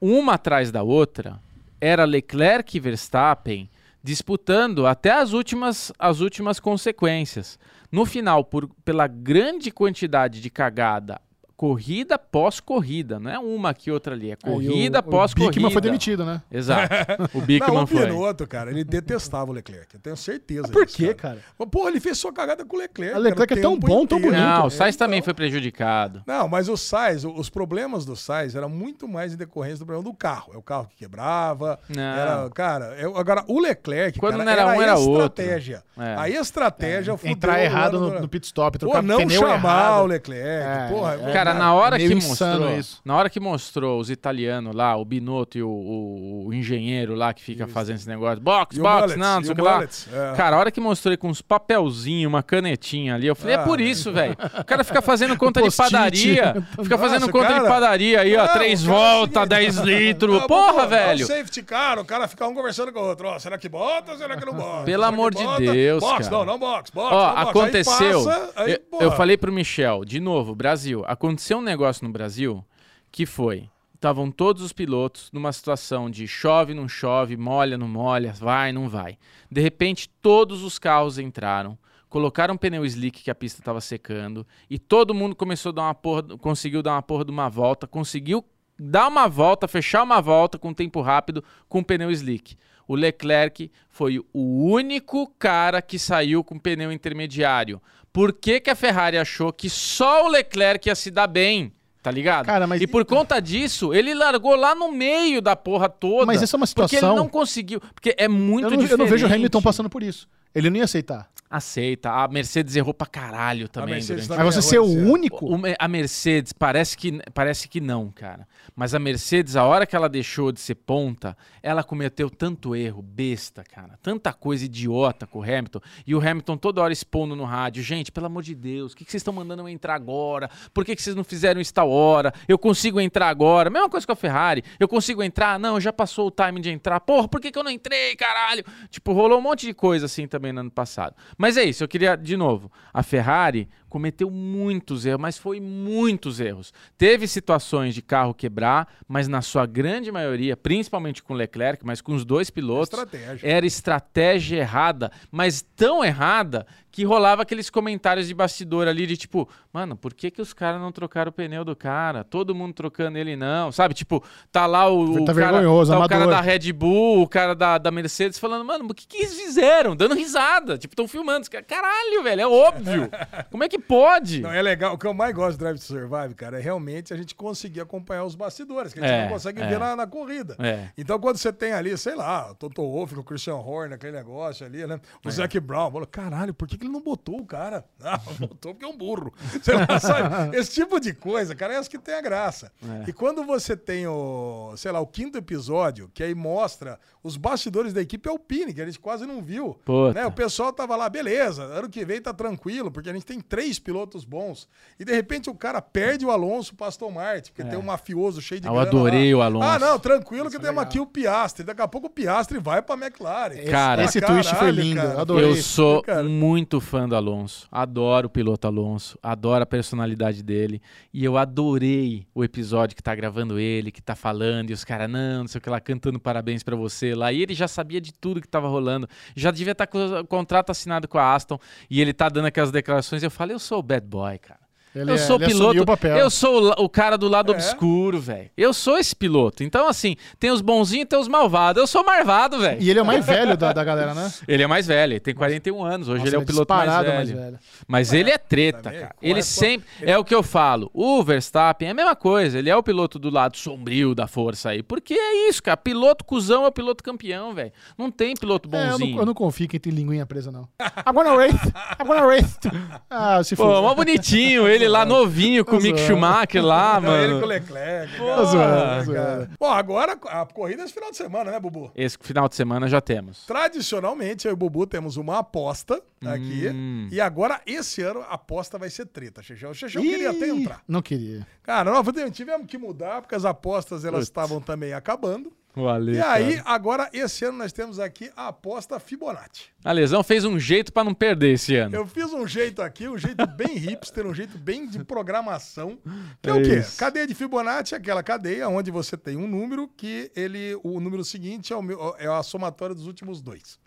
D: uma atrás da outra, era Leclerc e Verstappen disputando até as últimas, as últimas consequências. No final, por, pela grande quantidade de cagada, corrida após corrida, não é uma aqui outra ali, é corrida
C: Aí o-
D: após
C: O Bickman
D: corrida.
C: foi demitido, né?
A: [laughs]
D: Exato. O
A: Não,
D: Bickman
A: o
D: foi.
A: Binotto, cara, ele detestava o Leclerc. Eu tenho certeza.
C: Por
A: disso,
C: quê, cara?
A: Mas, Porra, ele fez sua cagada com o Leclerc.
C: O Leclerc
A: cara,
C: é
A: o
C: tão
A: tempo
C: bom, tão
A: inteiro.
C: bonito.
D: Não, o Sainz também foi prejudicado.
A: Não, mas o Sainz, o- os problemas do Sainz eram muito mais em decorrência do problema do carro. É o carro que quebrava.
D: Não.
A: Era, cara, eu- agora o Leclerc,
D: Quando
A: cara,
D: não era um, era
A: a
D: outro.
A: estratégia.
D: É.
A: A estratégia fudeu
C: Entrar
A: o
C: errado
A: ano
C: no,
A: do-
C: no pit stop,
A: Pô,
C: trocar
A: não
C: pneu
A: chamar
C: errado.
A: o Leclerc.
C: É,
A: porra,
C: é.
D: Cara,
C: verdade.
D: na hora
C: Meio
D: que
C: insano
D: mostrou,
C: isso.
D: na hora que mostrou os italianos lá, o Binotto e o, o- o engenheiro lá que fica fazendo esse negócio, box,
A: E o
D: box,
A: Mullets,
D: não, não
A: e
D: sei o
A: o
D: que lá.
A: Mullets, é.
D: Cara, a hora que mostrou ele com uns papelzinho, uma canetinha ali, eu falei, é
A: Ah,
D: por isso, velho. O cara
A: [laughs]
D: fica fazendo conta de
C: Post-it.
D: padaria, fica fazendo
A: né? Nossa,
D: conta de
A: cara.
D: padaria aí, ó,
A: Não,
D: três
A: o cara é o
D: voltas,
A: seguinte.
D: 10 litros,
A: Não,
D: porra,
A: pô, dá
D: velho.
A: Um safety car, Ah, o cara fica um conversando com o outro. Ó, será que bota ou será que não bota?
D: Pelo
A: Será que
D: amor de
A: bota?
D: Deus,
A: box,
D: cara.
A: Não, não box, box.
D: Ó,
A: não box. Aí
D: aconteceu.
A: passa, aí,
D: eu,
A: porra.
D: eu falei pro Michel, de novo, Brasil. Aconteceu um negócio no Brasil que foi. Estavam todos os pilotos numa situação de chove, não chove, molha, não molha, vai, não vai. De repente, todos os carros entraram, colocaram um pneu slick que a pista estava secando, e todo mundo começou a dar uma porra, conseguiu dar uma porra de uma volta, conseguiu dar uma volta, fechar uma volta com tempo rápido, com pneu slick. O Leclerc foi o único cara que saiu com pneu intermediário. Por que, que a Ferrari achou que só o Leclerc ia se dar bem? Tá ligado?
C: Cara, mas-
D: E por conta disso, ele largou lá no meio da porra toda.
C: Mas isso é uma
D: Porque ele
C: situação-
D: não conseguiu. Porque é muito
C: Eu não,
D: diferente.
C: eu não vejo o Hamilton passando por isso. Ele não ia aceitar.
D: Aceita. A Mercedes errou pra caralho também.
A: Mercedes
D: durante
A: tá
C: Mas você
A: errou
C: ser o
A: esse ano.
C: único.
D: o- a Mercedes parece que, parece que não, cara. Mas a Mercedes, a hora que ela deixou de ser ponta, ela cometeu tanto erro, besta, cara. Tanta coisa idiota com o Hamilton. E o Hamilton toda hora expondo no rádio. Gente, pelo amor de Deus, o que, que vocês estão mandando eu entrar agora? Por que, que vocês não fizeram isso tal hora? Eu consigo entrar agora. Mesma coisa com a Ferrari. Eu consigo entrar? Não, já passou o time de entrar. Porra, por que, que eu não entrei, caralho? Tipo, rolou um monte de coisa assim também no ano passado. Mas é isso, eu queria, de novo, a Ferrari cometeu muitos erros, mas foi muitos erros. Teve situações de carro quebrar, mas na sua grande maioria, principalmente com o Leclerc, mas com os dois pilotos,
A: Estratégia.
D: era estratégia errada, mas tão errada que rolava aqueles comentários de bastidor ali de tipo, mano, por que que os caras não trocaram o pneu do cara? Todo mundo trocando ele não, sabe? Tipo, tá lá o, o
C: Tá
D: cara,
C: vergonhoso,
D: tá o cara
C: amador.
D: da Red Bull, o cara da, da Mercedes falando, mano, mas o que que eles fizeram? Dando risada, tipo, tão filmando, os caras, caralho, velho,
C: [laughs]
D: é óbvio. Como é que pode?
A: Não, é legal. O que eu mais gosto do Drive to Survive, cara, é realmente a gente conseguir acompanhar os bastidores, que a gente
D: É,
A: não consegue
D: é.
A: ver na, na corrida.
D: É.
A: Então, quando você tem ali, sei lá, o Toto Wolff, o Christian Horner, aquele negócio ali, né?
D: É.
A: O Zac Brown, falou, caralho, por que, que ele não botou o cara? [laughs] Ah, botou porque é um burro. [laughs] Sei lá, sabe?
D: [laughs]
A: Esse tipo de coisa, cara, é essa que tem a graça.
D: É.
A: E quando você tem o, sei lá, o quinto episódio, que aí mostra os bastidores da equipe Alpine, que a gente quase não viu.
D: Puta.
A: Né? O pessoal tava lá, beleza, ano que vem tá tranquilo, porque a gente tem três pilotos bons. E de repente o cara perde o Alonso pro Aston Martin, porque tem um mafioso cheio de
D: É. Ah, Eu
A: grana
D: adorei
A: lá.
D: o Alonso.
A: Ah, não, tranquilo que temos aqui o Piastre. Daqui a pouco o Piastre vai pra McLaren.
D: Cara,
C: esse
A: Ah,
C: twist foi lindo,
A: cara.
C: adorei.
D: Eu
C: Adorei.
D: sou
A: Cara.
D: muito fã do Alonso. Adoro o piloto Alonso, adoro a personalidade dele. E eu adorei o episódio que tá gravando ele, que tá falando, e os caras, não, não sei o que lá, cantando parabéns pra você lá. E ele já sabia de tudo que tava rolando. Já devia tá estar com o contrato assinado com a Aston. E ele tá dando aquelas declarações. Eu falei, eu sou o bad boy, cara.
C: Ele
D: eu
C: é-
D: sou o
C: ele assumiu
D: piloto.
C: o papel.
D: Eu sou o la- o cara do lado
A: É.
D: obscuro, velho. Eu sou esse piloto. Então, assim, tem os bonzinhos e tem os malvados. Eu sou marvado, velho.
C: E ele é o mais velho da, da galera, né?
D: Ele é mais velho, ele tem 41 anos. Hoje
C: Nossa,
D: ele é o
C: ele é
D: piloto mais
C: disparado
D: velho.
C: mais velho.
D: Mas ele é treta,
A: também,
D: cara.
A: qual
D: Ele
A: é-
D: sempre. É o que eu falo. O Verstappen é a mesma coisa. Ele é o piloto do lado sombrio da força aí. Porque é isso, cara. Piloto cuzão é o piloto campeão, velho. Não tem piloto
C: É, eu,
D: bonzinho.
C: não, eu não confio quem tem linguinha presa, não. I'm gonna race! I'm gonna race! to- Ah, se
D: Pô, mó
C: for.
D: bonitinho, ele lá novinho com o Mick
C: zoando.
D: Schumacher lá,
A: Não, ele com o
D: mano.
A: Leclerc.
D: Pô,
A: cara.
C: Tá zoando,
A: Ah,
C: zoando.
A: cara. Bom, agora a corrida é esse final de semana, né, Bubu?
D: Esse final de semana já temos.
A: Tradicionalmente, eu e o Bubu temos uma aposta aqui.
D: Hum.
A: E agora, esse ano, a aposta vai ser treta, Xexão. O Xexão queria até entrar.
C: Não queria.
A: Cara, nós tivemos que mudar, porque as apostas elas estavam também acabando.
D: Valeu.
A: E aí, agora, esse ano, nós temos aqui a aposta Fibonacci.
D: A lesão fez um jeito pra não perder esse ano.
A: Eu fiz um jeito aqui, um jeito bem hipster, um jeito bem de programação. Que é, o
D: É
A: quê?
D: isso.
A: Cadeia de Fibonacci é aquela cadeia onde você tem um número que ele. O número seguinte é, o meu- é a somatória dos últimos dois.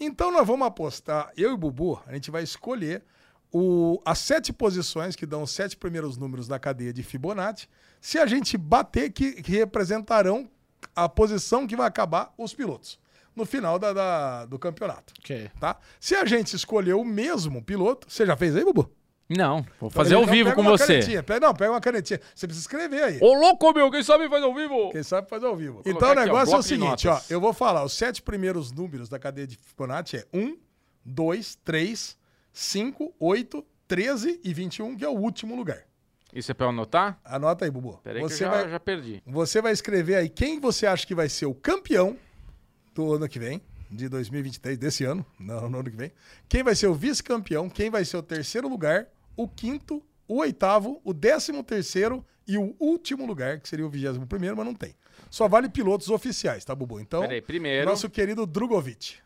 A: Então nós vamos apostar, eu e o Bubu, a gente vai escolher o- as sete posições que dão os sete primeiros números da cadeia de Fibonacci. Se a gente bater, que, que representarão a posição que vai acabar os pilotos no final da- da- do campeonato
C: Ok.
A: tá? Se a gente escolher o mesmo piloto, você já fez aí, Bubu?
D: Não, vou fazer ao
A: Então
D: vivo
A: pega
D: com
A: uma
D: você.
A: canetinha, pega- não, pega uma canetinha. Você precisa escrever aí.
D: Ô, louco, meu, quem sabe faz ao vivo?
A: Quem sabe faz ao vivo.
D: Vou
A: Então
D: colocar
A: o
D: aqui, ó,
A: negócio é o
D: bloco de
A: seguinte, ó.
D: notas.
A: Eu vou falar os sete primeiros números da cadeia de Fibonacci é 1, 2, 3, 5, 8, 13 e 21, que é o último lugar.
D: Isso é pra eu anotar?
A: Anota aí, Bubu.
D: Peraí que
A: Você
D: eu já,
A: vai,
D: já perdi.
A: você vai escrever aí quem você acha que vai ser o campeão do ano que vem, de 2023, desse ano, não, no ano que vem. Quem vai ser o vice-campeão, quem vai ser o terceiro lugar, o quinto, o oitavo, o décimo terceiro e o último lugar, que seria o vigésimo primeiro, mas não tem. Só vale pilotos oficiais, tá, Bubu? Então,
D: Peraí, primeiro.
A: nosso querido Drogovic.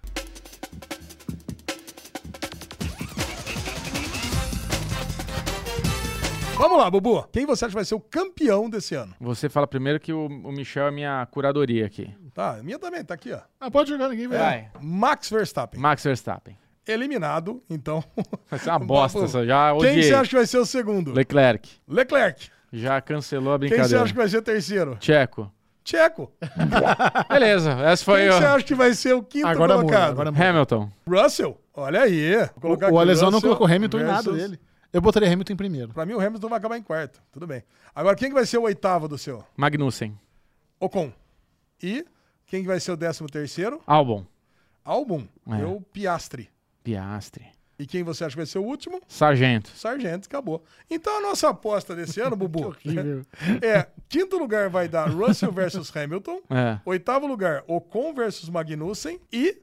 A: Vamos lá, Bubu. Quem você acha que vai ser o campeão desse ano?
D: Você fala primeiro que o, o Michel é minha curadoria aqui.
A: Tá, a minha também, tá aqui, ó.
C: Ah, pode jogar, ninguém vai.
A: Max Verstappen.
D: Max Verstappen.
A: Eliminado, então.
D: [laughs]
A: [laughs]
D: Vai ser uma bosta essa, já odiei.
A: Quem você acha que vai ser o segundo?
D: Leclerc.
A: Leclerc.
D: Já cancelou a
A: Quem você
D: brincadeira.
A: acha que vai ser o terceiro? [laughs]
D: Tcheco. [laughs]
A: Tcheco.
D: Beleza, essa foi
A: Quem
D: o...
A: você acha que vai ser o quinto
C: Agora muda,
A: colocado?
C: agora muda.
D: Hamilton.
A: Russell. Olha aí. Vou colocar
C: O, o
A: aqui,
C: Alesão não
A: Russell
C: colocou Hamilton em nada
A: versus-
C: dele. Eu botaria Hamilton em primeiro.
A: Pra mim, o Hamilton vai acabar em quarto. Tudo bem. Agora, quem que vai ser o oitavo do seu?
D: Magnussen.
A: Ocon. E quem que vai ser o décimo terceiro?
D: Albon.
A: Albon.
D: É.
A: Eu, Piastre.
D: Piastre.
A: E quem você acha que vai ser o último?
D: Sargento.
A: Sargento, acabou. Então a nossa aposta desse
C: [laughs]
A: ano, Bubu,
C: Horrível.
A: é quinto lugar vai dar Russell
C: [laughs]
A: versus Hamilton,
D: É.
A: oitavo lugar Ocon versus Magnussen e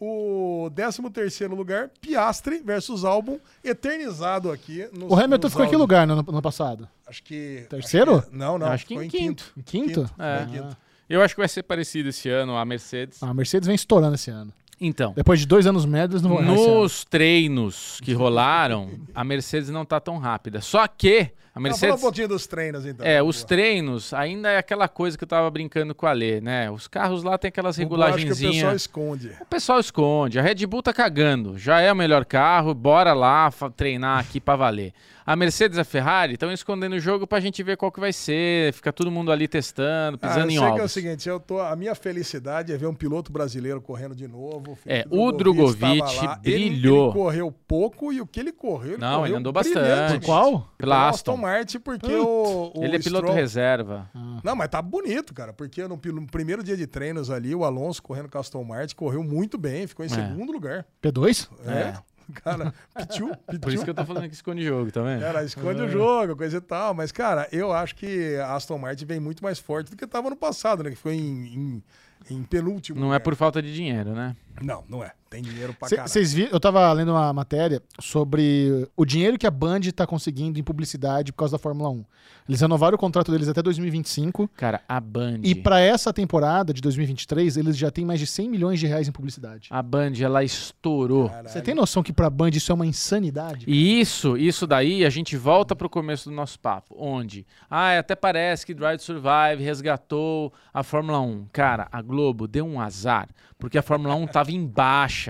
A: o décimo terceiro lugar Piastre versus Albon, eternizado aqui. Nos,
C: O Hamilton
A: nos
C: ficou em que
A: áudios.
C: lugar no ano passado?
A: Acho que...
C: Terceiro?
A: acho que- é, não, não.
D: Acho que
A: ficou
D: em
A: em quinto.
C: Em quinto?
D: É.
A: Ficou em quinto.
D: Eu acho que vai ser parecido esse ano a Mercedes.
C: Ah, a Mercedes vem estourando esse ano.
D: Então,
C: Depois de dois anos médios, não vão errar esse ano.
D: nos treinos que rolaram, a Mercedes não tá tão rápida. Só que a
A: Não, fala um
D: Mercedes
A: pouquinho dos treinos, então.
D: É, os treinos ainda é aquela coisa que eu tava brincando com a Lê, né? Os carros lá tem aquelas
A: Bubu, acho que o pessoal
D: regulagenzinhas.
A: esconde.
D: O pessoal esconde, a Red Bull tá cagando, já é o melhor carro, bora lá fa- treinar aqui pra valer. A Mercedes e a Ferrari estão escondendo o jogo pra gente ver qual que vai ser, fica todo mundo ali testando,
A: Ah,
D: pisando
A: eu sei
D: em
A: que é o
D: ovos.
A: seguinte, eu tô, a minha felicidade é ver um piloto brasileiro correndo de novo.
D: É,
A: Felipe
D: o Drogovic
A: estava lá. Ele,
D: brilhou.
A: ele correu pouco e o que ele correu, ele
D: Não,
A: correu
D: ele andou
A: brilhantemente.
D: bastante.
C: Qual?
A: Pela
D: Pela
A: Aston
D: Aston.
A: Martin, porque o, o
D: Ele é piloto
A: Stroll-
D: reserva.
A: Não, mas tá bonito, cara, porque no, pi- no primeiro dia de treinos ali, o Alonso correndo com a Aston Martin correu muito bem, ficou em
D: É.
A: segundo lugar.
C: P2?
A: É. [laughs] Cara, pitiu,
D: Por isso
A: pitiu.
D: que eu tô falando que esconde jogo, tá vendo?
A: Cara, esconde o jogo, coisa e tal. Mas, cara, eu acho que a Aston Martin vem muito mais forte do que tava no passado, né? Que foi em, em- em penúltimo.
D: Não é
A: lugar.
D: por falta de dinheiro, né?
A: Não, não é. Tem dinheiro pra caralho.
C: Vocês viram? Eu tava lendo uma matéria sobre o dinheiro que a Band tá conseguindo em publicidade por causa da Fórmula 1. Eles renovaram o contrato deles até 2025.
D: Cara, a Band.
C: E pra essa temporada de 2023, eles já têm mais de 100 milhões de reais em publicidade.
D: A Band, ela estourou.
C: Você tem noção que pra Band isso é uma insanidade?
D: E isso, isso daí, a gente volta pro começo do nosso papo, onde, ah, até parece que Drive to Survive resgatou um a Fórmula 1. Cara, a Globo deu um azar, porque a Fórmula 1 tava em um baixa.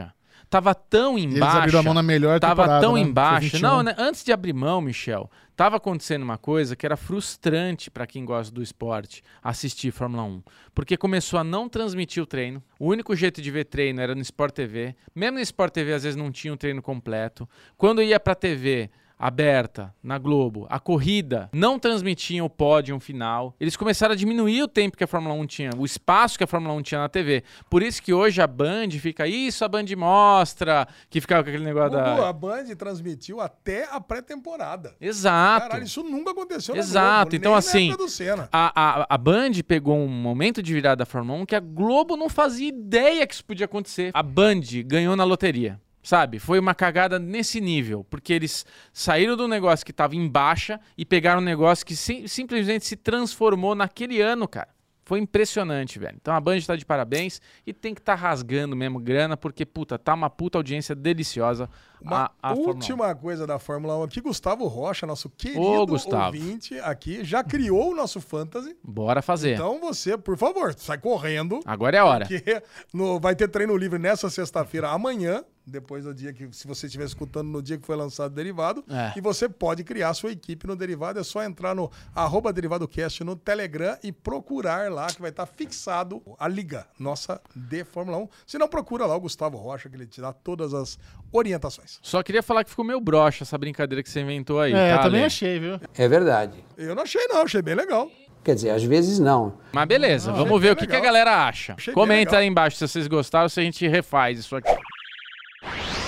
D: tava tão
C: E
D: embaixo.
C: eles abriram a mão na melhor
D: Tava
C: temporada,
D: tão
C: né?
D: embaixo.
C: Foi 21.
D: Não, né, antes de abrir mão, Michel, tava acontecendo uma coisa que era frustrante para quem gosta do esporte assistir Fórmula 1. Porque começou a não transmitir o treino. O único jeito de ver treino era no Sport TV. Mesmo no Sport TV, às vezes não tinha o treino completo. Quando ia pra TV aberta, na Globo, a corrida, não transmitiam o pódio um final. Eles começaram a diminuir o tempo que a Fórmula 1 tinha, o espaço que a Fórmula 1 tinha na TV. Por isso que hoje a Band fica, isso a Band mostra, que ficava com aquele negócio da...
A: Mudou, a Band transmitiu até a pré-temporada.
D: Exato.
A: Caralho, isso nunca aconteceu na
D: Exato,
A: Globo,
D: então
A: nem
D: assim,
A: Na época do Senna.
D: A, a, a Band pegou um momento de virada da Fórmula 1 que a Globo não fazia ideia que isso podia acontecer. A Band ganhou na loteria. Sabe? Foi uma cagada nesse nível. Porque eles saíram do negócio que tava em baixa e pegaram um negócio que sim- simplesmente se transformou naquele ano, cara. Foi impressionante, velho. Então a Band tá de parabéns e tem que tá rasgando mesmo grana, porque, puta, tá uma puta audiência deliciosa.
A: Uma
D: a, a Fórmula 1.
A: última coisa da Fórmula 1 aqui, Gustavo Rocha, nosso querido
D: Ô, Gustavo. É.
A: ouvinte aqui, já criou o nosso fantasy.
D: Bora fazer.
A: Então você, por favor, sai correndo.
D: Agora é a hora.
A: Porque no- vai ter treino livre nessa sexta-feira, amanhã, depois do dia que, se você estiver escutando no dia que foi lançado o derivado.
D: É.
A: E você pode criar sua equipe no derivado. É só entrar no arroba derivadocast no Telegram e procurar lá, que vai estar fixado a liga nossa de Fórmula 1. Se não, procura lá o Gustavo Rocha, que ele te dá todas as orientações.
D: Só queria falar que ficou meio broxa essa brincadeira que você inventou aí.
C: É,
D: tá,
C: eu também
D: Ale?
C: achei, viu?
G: É verdade.
A: Eu não achei, não, achei bem legal.
G: Quer dizer, às vezes não.
D: Mas beleza, vamos ver o que, que a
A: Ah, legal.
D: galera acha.
A: Achei bem
D: Comenta
A: legal.
D: aí embaixo se vocês gostaram, se a gente refaz isso aqui.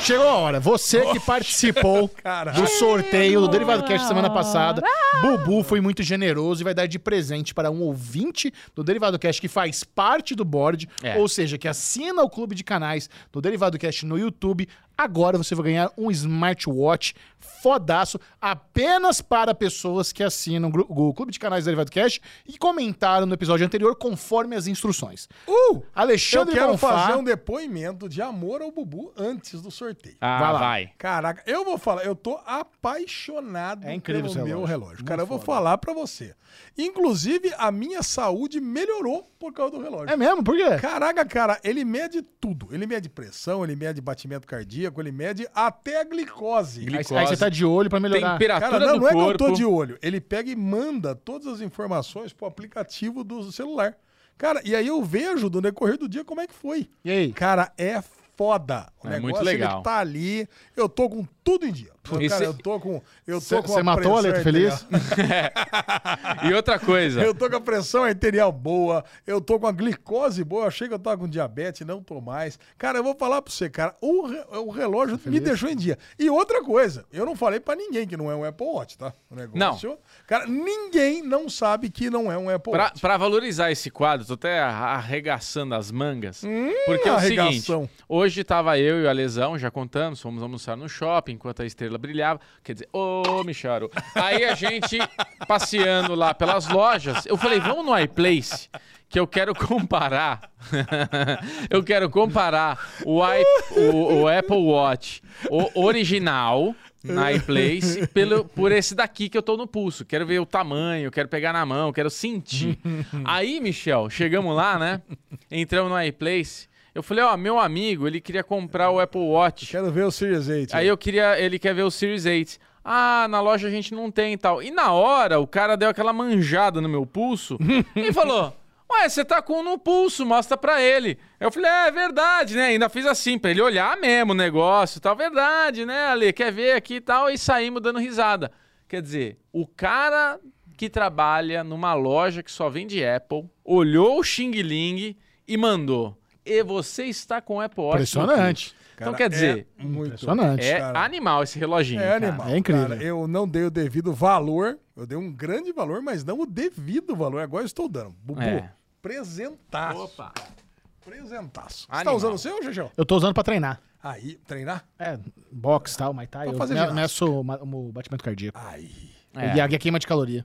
C: Chegou a hora. Você que participou
A: Caralho.
C: do sorteio do Derivado Cast semana passada, Bubu foi muito generoso e vai dar de presente para um ouvinte do Derivado Cast que faz parte do board,
D: É.
C: ou seja, que assina o clube de canais do Derivado Cast no YouTube. Agora você vai ganhar um smartwatch fodaço apenas para pessoas que assinam o gru- o clube de canais do Derivado Cast e comentaram no episódio anterior conforme as instruções.
A: Uh! Eu
C: Alexandre
A: quero
C: Bonfá,
A: fazer um depoimento de amor ao Bubu antes do sorteio.
D: Ah,
C: Vai
D: vai.
C: lá.
A: Caraca, eu vou falar, eu tô apaixonado
C: É incrível
A: pelo
C: esse relógio.
A: meu relógio.
C: Muito
A: Cara, eu vou
C: foda.
A: falar pra você. Inclusive, a minha saúde melhorou por causa do relógio.
C: É mesmo? Por quê?
A: Caraca, cara, ele mede tudo. Ele mede pressão, ele mede batimento cardíaco, ele mede até a glicose.
D: Glicose.
C: Aí você tá de olho para melhorar.
D: Temperatura
A: Cara, não,
D: do
A: não é que eu
D: corpo.
A: tô de olho. Ele pega e manda todas as informações pro aplicativo do celular. Cara, e aí eu vejo do decorrer do dia como é que foi.
C: E aí?
A: Cara, é foda. O
D: É
A: negócio
D: muito legal.
A: ele tá ali. Eu tô com tudo em dia. Cara,
D: E cê-
A: eu tô com. Eu tô com
C: Você
A: a
C: matou
A: pressão
C: a letra feliz?
A: arterial-
D: E outra coisa,
A: [laughs] Eu tô com a pressão arterial boa, eu tô com a glicose boa, eu achei que eu tava com diabetes, não tô mais. Cara, eu vou falar pra você, cara, o, re- o relógio me deixou em dia. E outra coisa, eu não falei pra ninguém que não é um Apple Watch, tá? O negócio. Cara, ninguém não sabe que não é um Apple
D: pra,
A: Watch.
D: pra valorizar esse quadro, tô até arregaçando as mangas.
A: Hum.
D: porque é o seguinte,
A: arregação.
D: hoje tava eu e a Lesão, já contamos, fomos almoçar no shopping enquanto a estrela brilhava. Quer dizer, ô, Micharo. Aí a [laughs] gente passeando lá pelas lojas, eu falei, vamos no iPlace, que eu quero comparar. [laughs] eu quero comparar o, i- o- o Apple Watch o original na iPlace pelo, por esse daqui que eu tô no pulso. Quero ver o tamanho, quero pegar na mão, quero [laughs] sentir. Aí, Michel, chegamos lá, né? Entramos no iPlace. Eu falei, ó, meu amigo, ele queria comprar o Apple Watch.
A: Quero ver o Series 8.
D: Aí eu queria. Ele quer ver o Series 8. Ah, na loja a gente não tem e tal. E na hora, o cara deu aquela manjada no meu pulso e falou: Ué, você tá com um no pulso, mostra pra ele. Eu falei: É, é verdade, né? Ainda fiz assim, pra ele olhar mesmo o negócio e tal. Verdade, né, Ale? Quer ver aqui e tal. E saímos dando risada. Quer dizer, o cara que trabalha numa loja que só vende Apple olhou o Xing Ling e mandou. E você está com o Apple Watch. no pulso."
C: Impressionante.
D: Então, quer dizer,
A: é muito.
C: Impressionante.
D: é
A: cara.
D: animal esse reloginho.
A: É
D: cara.
A: animal.
C: É incrível.
A: cara. eu não dei o devido valor. Eu dei um grande valor, mas não o devido valor. Agora eu estou dando. Bubu,
D: É.
A: presentaço.
D: Opa.
A: Presentaço. Você tá
D: Animal.
A: usando o seu, Gegel?
C: Eu tô usando pra treinar.
A: Aí, treinar?
C: É, box e tal, Muay Thai.
A: Pra
C: Eu
A: fazer
C: me-
A: ginástica.
C: meço o ma- o batimento cardíaco.
A: Aí.
D: É.
C: E a, e a queima de caloria.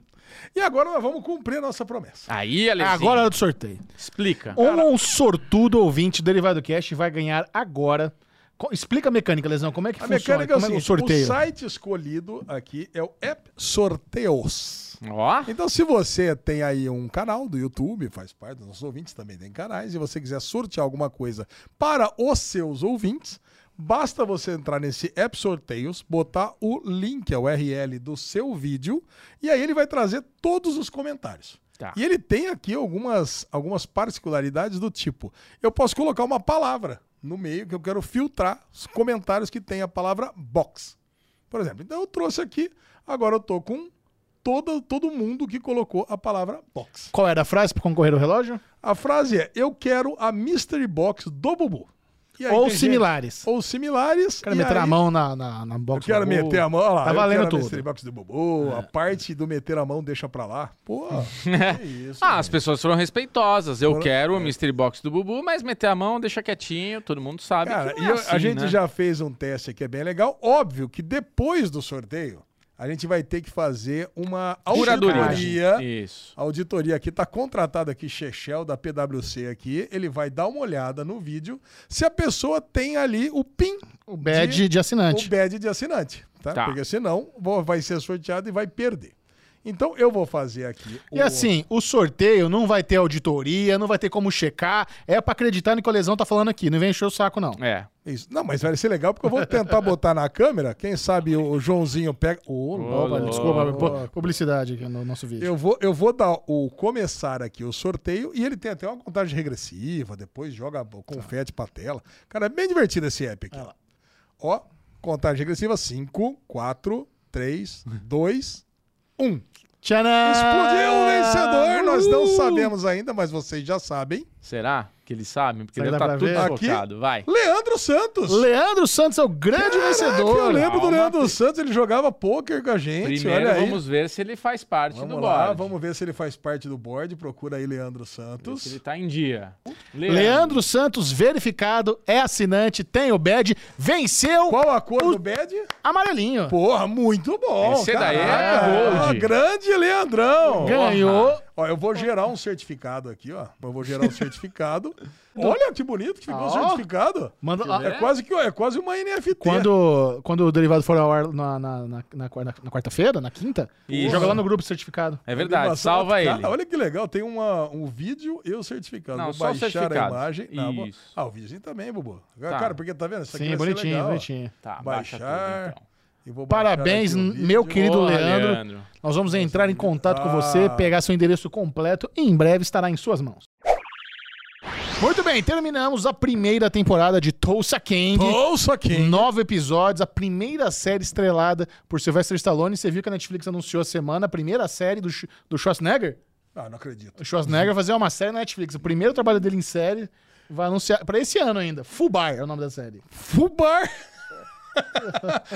A: E agora nós vamos cumprir a nossa promessa.
D: Aí, Alezinho,
C: Agora é hora do sorteio.
D: explica.
C: Um sortudo ouvinte do Derivado Cash vai ganhar agora. Co- Explica a mecânica, Lesão. Como é que
A: A
C: funciona?
A: mecânica é o
C: como é o
A: seguinte,
C: sorteio?
A: o site escolhido aqui é o App Sorteos.
D: Ó,
A: Então, se você tem aí um canal do YouTube, faz parte dos nossos ouvintes, também tem canais, e você quiser sortear alguma coisa para os seus ouvintes, Basta você entrar nesse app sorteios, botar o link, a URL do seu vídeo, e aí ele vai trazer todos os comentários.
D: Tá.
A: E ele tem aqui algumas, algumas particularidades do tipo: eu posso colocar uma palavra no meio que eu quero filtrar os comentários que tem a palavra box. Por exemplo, então eu trouxe aqui, agora eu tô com todo, todo mundo que colocou a palavra box.
C: Qual era a frase pra concorrer o relógio?
A: A frase é: eu quero a mystery box do Bubu. E aí
C: Ou
A: tem gente-
C: similares.
A: ou similares.
C: Quero
A: e
C: meter
A: aí-
C: a mão na, na, na
A: Eu
C: box.
A: quero
C: do gol.
A: meter a mão. Olha lá,
C: Tá
A: eu
C: valendo
A: quero a
C: tudo. É.
A: mystery box do Bubu, a parte do meter a mão deixa pra lá.
C: [laughs]
A: Pô, que isso.
D: Ah, as pessoas foram respeitosas. Eu
A: Foram-
D: quero o mystery box do Bubu, mas meter a mão, deixa quietinho, todo mundo sabe.
A: Cara,
D: que
A: e
D: não é
A: eu- a
D: assim,
A: gente
D: né?
A: já fez um teste aqui, é bem legal. Óbvio que depois do sorteio, a gente vai ter que fazer uma auditoria.
D: Curadoria. Isso.
A: A auditoria aqui tá contratada aqui, Chechel, da PwC aqui. Ele vai dar uma olhada no vídeo se a pessoa tem ali o PIN
C: O badge de, assinante.
A: o badge de assinante. Tá?
D: Tá.
A: Porque senão vou- vai ser sorteado e vai perder. Então eu vou fazer aqui.
C: E
A: o-
C: assim, o sorteio não vai ter auditoria, não vai ter como checar. É pra acreditar no que o Lesão tá falando aqui. Não vem encher o saco, não.
D: É.
A: Isso. Não, mas vai ser legal porque eu vou tentar botar na câmera. Quem sabe o, o Joãozinho pega. Ô,
D: Ô,
A: louco.
C: Desculpa, pu- publicidade aqui no nosso vídeo.
A: Eu vou, eu vou dar o começar aqui o sorteio e ele tem até uma contagem regressiva, depois joga
D: Tá.
A: o confete pra tela. Cara, é bem divertido esse app aqui. Ó, contagem regressiva: 5, 4, 3, 2, 1.
C: Tcharam!
A: Explodiu
D: Ah!
A: o vencedor! Nós não
C: Uhul!
A: sabemos ainda, mas vocês já sabem.
D: Será que eles sabem? Porque
C: Será
D: deve
C: que dá pra
D: estar tudo
C: ver?
A: Aqui?
D: focado. Vai.
A: Leandro Santos!
C: Leandro Santos é o grande vencedor.
A: eu lembro do
D: Calma,
A: Leandro Santos, ele jogava pôquer com a gente.
D: Primeiro
A: olha aí.
D: vamos ver se ele faz parte
A: Vamos
D: do
A: lá,
D: board.
A: vamos ver se ele faz parte do board. Procura aí Leandro Santos.
D: Se ele tá em dia.
C: Leandro Santos, verificado, é assinante, tem o badge, venceu
A: Qual a cor do bad?
C: amarelinho.
A: Porra, muito bom!
D: Esse daí é
A: caraca.
D: gold.
A: Ó, grande Leandrão!
C: Ganhou.
A: Ó, eu vou gerar um certificado aqui, ó. Eu vou gerar um
D: [laughs]
A: certificado. Olha que bonito que ficou o
C: Ó.
A: certificado.
C: Manda, ah,
A: É quase que é quase uma NFT.
C: quando, quando o derivado for ao ar na, na, na, na quar- na quarta-feira, na quinta,
D: Isso.
C: joga lá no grupo certificado.
D: É verdade,
A: Animação,
D: salva
A: cara,
D: ele.
A: Olha que legal, tem uma- um vídeo e o certificado.
D: Não,
A: Vou
D: só o
A: baixar
D: certificado.
A: a imagem. Não, vou-
D: Isso.
A: Ah, o videozinho também, Bubu.
D: Tá.
A: Cara, porque tá vendo? Isso aqui
C: Sim,
A: vai ser
C: bonitinho,
A: legal.
C: bonitinho.
D: Tá, baixa
A: Baixar.
D: tudo, então.
A: e vou baixar
C: Parabéns,
A: aqui o vídeo.
C: meu querido
D: Porra,
C: Leandro.
D: Leandro.
C: Nós vamos entrar em contato com você,
A: Ah.
C: pegar seu endereço completo e em breve estará em suas mãos. Muito bem, terminamos a primeira temporada de Tulsa King.
A: Ouça quem?
C: Nove episódios, a primeira série estrelada por Sylvester Stallone. Você viu que a Netflix anunciou a semana a primeira série do, Sch- do Schwarzenegger?
A: Ah, não acredito.
C: O Schwarzenegger vai fazer uma série na Netflix. O primeiro trabalho dele em série vai anunciar pra esse ano ainda. Fubar é o nome da série.
A: Fubar! [laughs]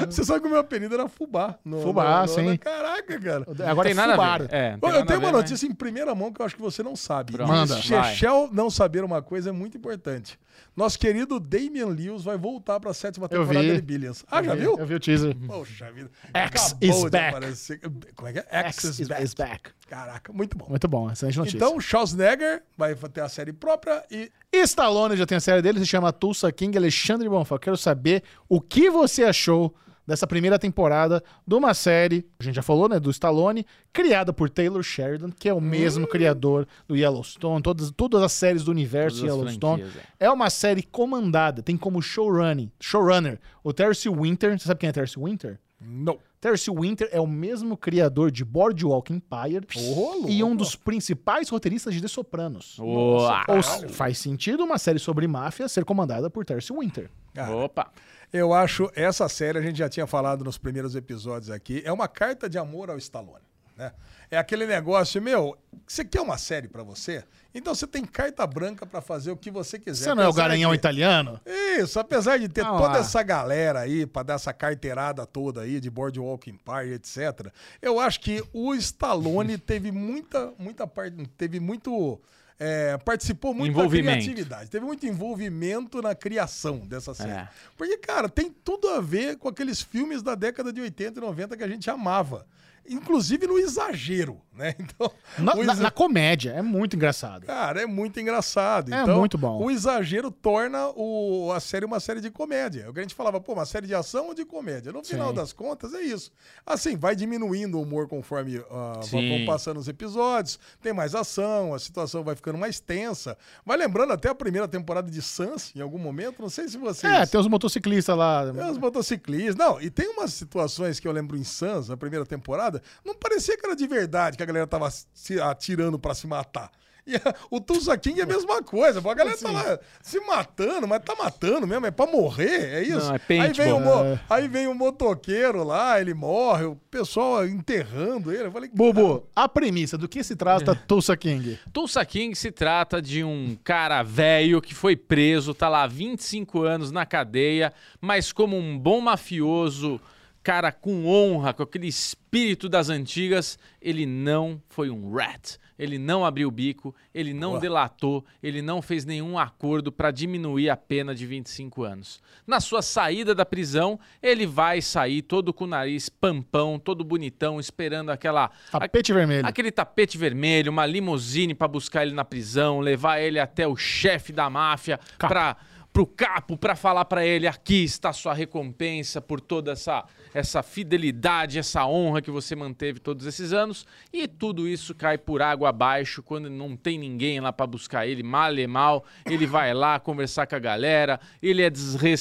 A: Você sabe que o meu apelido era Fubá. no- no-
C: Fubá,
A: no-
C: sim.
A: Caraca, cara.
C: Agora
D: Tem
C: é
D: nada a
C: Fubar.
D: ver. É, não tem
A: Olha, eu
D: nada
A: tenho
D: a
A: uma
D: ver,
A: notícia em primeira mão que eu acho que você não sabe.
D: Pronto.
C: né? Manda.
A: Chechel não saber uma coisa é muito importante. Nosso querido Damian Lewis vai voltar pra sétima
C: Eu
A: temporada
C: vi.
A: de Billions. Ah, já
C: Eu vi-
A: viu?
C: É, Eu vi o teaser.
A: Poxa vida.
C: X
A: Acabou
C: is
A: de
C: back.
A: aparecer. Como é que é? X, is, back. Caraca, muito bom.
C: Muito bom, excelente notícia.
A: Então, Schwarzenegger vai ter a série própria e
C: Stallone já tem a série dele, se chama Tulsa King, Alexandre Bonfá. Eu Quero saber o que você achou dessa primeira temporada de uma série, a gente já falou, né, do Stallone, criada por Taylor Sheridan, que é o mesmo criador do Yellowstone, todas, todas as séries do universo
D: Todas as
C: Yellowstone.
D: franquias,
C: É uma série comandada, tem como showrunning, showrunner o Terce Winter. Você sabe quem é Terce Winter?
A: não.
C: Terce Winter é o mesmo criador de Boardwalk Empire
A: Ô,
C: e um
A: louco.
C: dos principais roteiristas de The Sopranos.
D: Boa.
C: Ou se- faz sentido uma série sobre máfia ser comandada por Terce Winter.
A: Cara,
D: Opa.
A: Eu acho essa série, a gente já tinha falado nos primeiros episódios aqui, é uma carta de amor ao Stallone. Né? É aquele negócio, meu, você quer uma série pra você? Então você tem carta branca pra fazer o que você quiser.
C: Você não é o
A: Apesar
C: garanhão
A: de-
C: italiano?
A: Isso, apesar de ter
C: Ah
A: toda
C: lá.
A: essa galera aí, pra dar essa carteirada toda aí de Boardwalk Empire, etc., eu acho que o
C: [laughs]
A: Stallone teve muita, muita parte, teve muito... é, participou muito da
D: Envolvimento.
A: criatividade, teve muito envolvimento na criação dessa série.
D: É.
A: Porque, cara, tem tudo a ver com aqueles filmes da década de 80 e 90 que a gente amava. inclusive no exagero, né? [laughs] Então,
C: Na,
A: o
C: na-
A: exa-
C: na comédia, é muito engraçado.
A: Cara, é muito engraçado.
C: É
A: então,
C: muito bom.
A: O exagero torna o, a série uma série de comédia. O que a gente falava, pô, uma série de ação ou de comédia? No final
C: Sim.
A: das contas, é isso. Assim, vai diminuindo o humor conforme ah,
D: Sim.
A: vão passando os episódios, tem mais ação, a situação vai ficando mais tensa. Vai lembrando até a primeira temporada de Sans, em algum momento, não sei se vocês...
C: É, tem os motociclistas lá.
D: né?
A: Tem É, os motociclistas. Não, e tem umas situações que eu lembro em Sans, na primeira temporada, não parecia que era de verdade, que a galera tava se atirando pra se matar. E a- o Tulsa King é a mesma coisa. pô, A galera tá lá se matando, mas tá matando mesmo, é pra morrer, é isso?
D: Não, é
A: aí, vem o
D: paintball.
A: mo- aí vem o motoqueiro lá, ele morre, o pessoal enterrando ele. Eu falei,
C: Bobo, a premissa do que se [laughs] trata Tulsa King?
D: Tulsa King se trata de um cara velho que foi preso, tá lá há 25 anos na cadeia, mas como um bom mafioso, cara com honra, com aquele espírito das antigas, ele não foi um rat. Ele não abriu o bico, ele não delatou, ele não fez nenhum acordo para diminuir a pena de 25 anos. Na sua saída da prisão, ele vai sair todo com o nariz pampão, todo bonitão, esperando aquela
C: Tapete vermelho.
D: Aquele tapete vermelho, uma limusine pra buscar ele na prisão, levar ele até o chefe da máfia, pra, pro capo, pra falar pra ele: aqui está sua recompensa por toda essa, essa fidelidade, essa honra que você manteve todos esses anos. E tudo isso cai por água abaixo quando não tem ninguém lá pra buscar ele, mal e mal. Ele vai lá conversar com a galera, ele é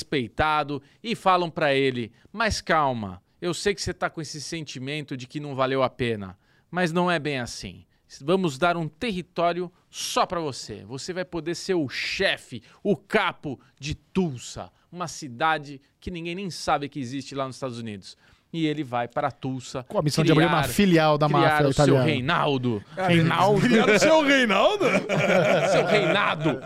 D: desrespeitado e falam pra ele: mas calma. Eu sei que você tá com esse sentimento de que não valeu a pena. Mas não é bem assim. Vamos dar um território só pra você. Você vai poder ser o chefe, o capo de Tulsa, uma cidade que ninguém nem sabe que existe lá nos Estados Unidos. E ele vai para Tulsa.
C: Com a missão de abrir uma filial da
D: criar
C: máfia
D: o
C: italiana.
D: seu Reinaldo.
A: Reinaldo. Criaram Ah, o seu Reinaldo?
D: [laughs] seu
A: [laughs]
D: reinado.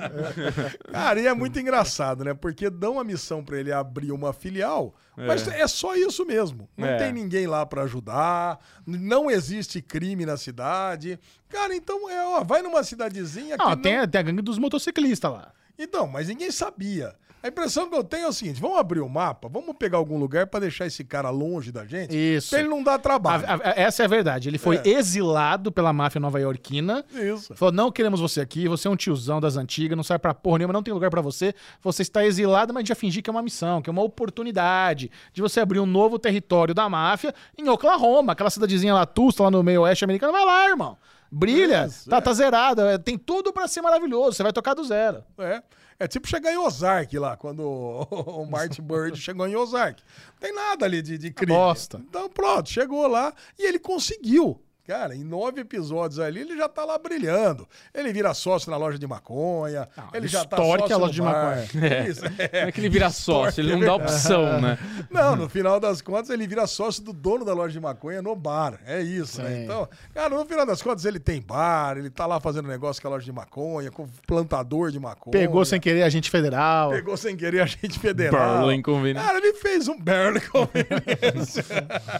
A: Cara, e é muito engraçado, né? Porque dão a missão pra ele abrir uma filial, mas é só isso mesmo. Não
D: É.
A: tem ninguém lá pra ajudar, n- não existe crime na cidade. Cara, então é, ó, vai numa cidadezinha
C: Não,
A: que
C: tem, a- tem a gangue dos motociclistas lá.
A: Então, mas ninguém sabia. A impressão que eu tenho é o seguinte, vamos abrir o mapa, vamos pegar algum lugar pra deixar esse cara longe da gente,
C: Isso.
A: pra ele não dar trabalho.
C: A- a- a- essa é a verdade. Ele foi
A: É.
C: exilado pela máfia nova-iorquina.
A: Isso.
C: Falou, não queremos você aqui, você é um tiozão das antigas, não sai pra porra nenhuma, não tem lugar pra você. Você está exilado, mas já fingir que é uma missão, que é uma oportunidade de você abrir um novo território da máfia em Oklahoma, aquela cidadezinha lá, Tusta, lá no meio oeste americano. Vai lá, irmão. Brilha,
A: Isso,
C: tá,
A: é.
C: tá zerado, é, tem tudo pra ser maravilhoso, você vai tocar do zero.
A: É. É tipo chegar em Ozark lá, quando [laughs] o o Marty Bird chegou em Ozark. Não tem nada ali de, de crime.
C: bosta.
A: Então pronto, chegou lá e ele conseguiu. Cara, em nove episódios ali, ele já tá lá brilhando. Ele vira sócio na loja de maconha.
C: Ah,
A: ele
C: ele
A: já tá
C: estoura
A: sócio
C: que é a loja
A: no
C: de
A: bar. [laughs]
D: maconha.
A: Isso,
D: Não é que ele vira sócio, ele não dá opção, né?
A: Não, no final das contas, ele vira sócio do dono da loja de maconha no bar. É isso, né?
C: Sim.
A: Então, cara, no final das contas, ele tem bar, ele tá lá fazendo negócio com a loja de maconha, com o plantador de maconha.
C: Pegou sem querer agente federal.
A: Pegou sem querer a gente federal.
D: Barrel inconvenience.
A: Cara, ele fez um barrel inconvenience. [laughs]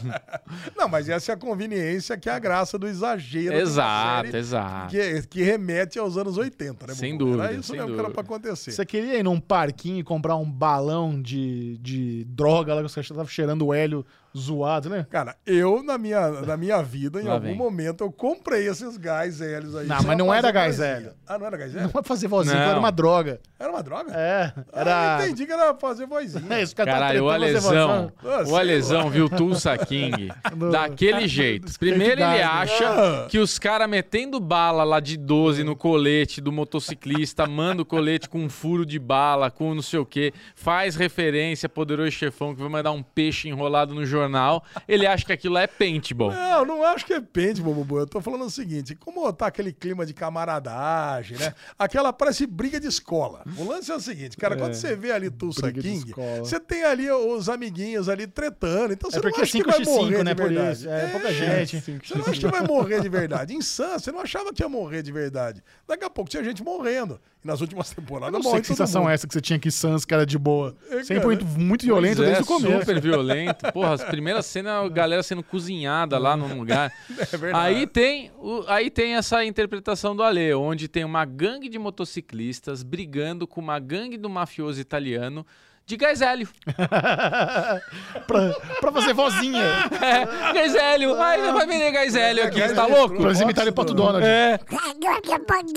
A: Não, mas essa é a conveniência que é a graça do exagero. da
D: Exato,
A: série,
D: exato.
A: Que, que remete aos anos 80, né?
D: Sem
A: Bubu? Era
D: dúvida,
A: isso
D: sem
A: mesmo que era pra
D: dúvida.
A: acontecer.
C: Você queria ir num parquinho e comprar um balão de, de droga lá que os caras estavam cheirando o hélio zoado, né? [laughs]
A: Cara, eu, na minha, na minha vida, em
D: Lá
A: algum
D: vem.
A: momento, eu comprei esses gás hélios aí. é
C: Não,
A: só
C: mas não
A: pra
C: era
A: fazer
C: gás
A: vozinha.
C: hélio.
A: Ah, não era gás
C: Não
A: hélio?
C: é pra fazer vozinha,
D: Não.
C: era uma droga.
A: Era uma droga?
C: É,
A: Ah,
C: era.
A: eu entendi que era fazer
C: [laughs]
A: vozinha.
C: É, os caras tavam
D: Caralho, o
C: tretando, você
D: Alesão,
C: vai-
A: Ah, sei
D: o
A: lá.
D: Alesão viu Tulsa King
C: [laughs] No- Ah.
D: daquele jeito. Primeiro ele acha que os caras metendo bala lá de 12 no colete do motociclista, manda o colete com um furo de bala, com não sei o quê, faz referência a Poderoso Chefão que vai mandar um peixe enrolado no jornal. Ele acha que aquilo lá é paintball.
A: Não, não acho que é pente, Bubu. Eu tô falando o seguinte: como tá aquele clima de camaradagem, né? Aquela parece briga de escola. O lance é o seguinte, cara, quando você vê ali Tulsa
C: briga de
A: King,
C: escola.
A: você tem ali os amiguinhos ali tretando. Então você
C: É porque
A: não
C: é
A: acha que vai
C: 5x5,
A: morrer
C: né?
A: de
C: Por
A: verdade.
C: isso. É, pouca gente.
A: Você não acha que vai morrer de verdade? Em Sans, você não achava que ia morrer de verdade. Daqui a pouco tinha gente morrendo. E nas últimas temporadas
C: Não
A: morre
C: sei que
A: todo
C: sensação
A: mundo.
C: é essa que você tinha que Sans, cara, de boa.
A: É,
C: Sempre
A: cara.
C: muito, muito violento
D: Pois é,
C: desde o começo.
D: Super violento. Porra, as primeiras cenas, a galera sendo cozinhada lá num lugar.
A: [laughs] É verdade.
D: Aí tem, o- aí tem essa interpretação do Ale, onde tem uma gangue de motociclistas brigando com uma gangue do mafioso italiano de gás hélio.
C: pra, pra fazer vozinha.
A: [laughs]
D: [laughs] É, gás hélio. Ai, você vai vender gás hélio aqui, você tá louco? [laughs]
C: pra eles imitarem o Pato Donald.
D: É.
B: Não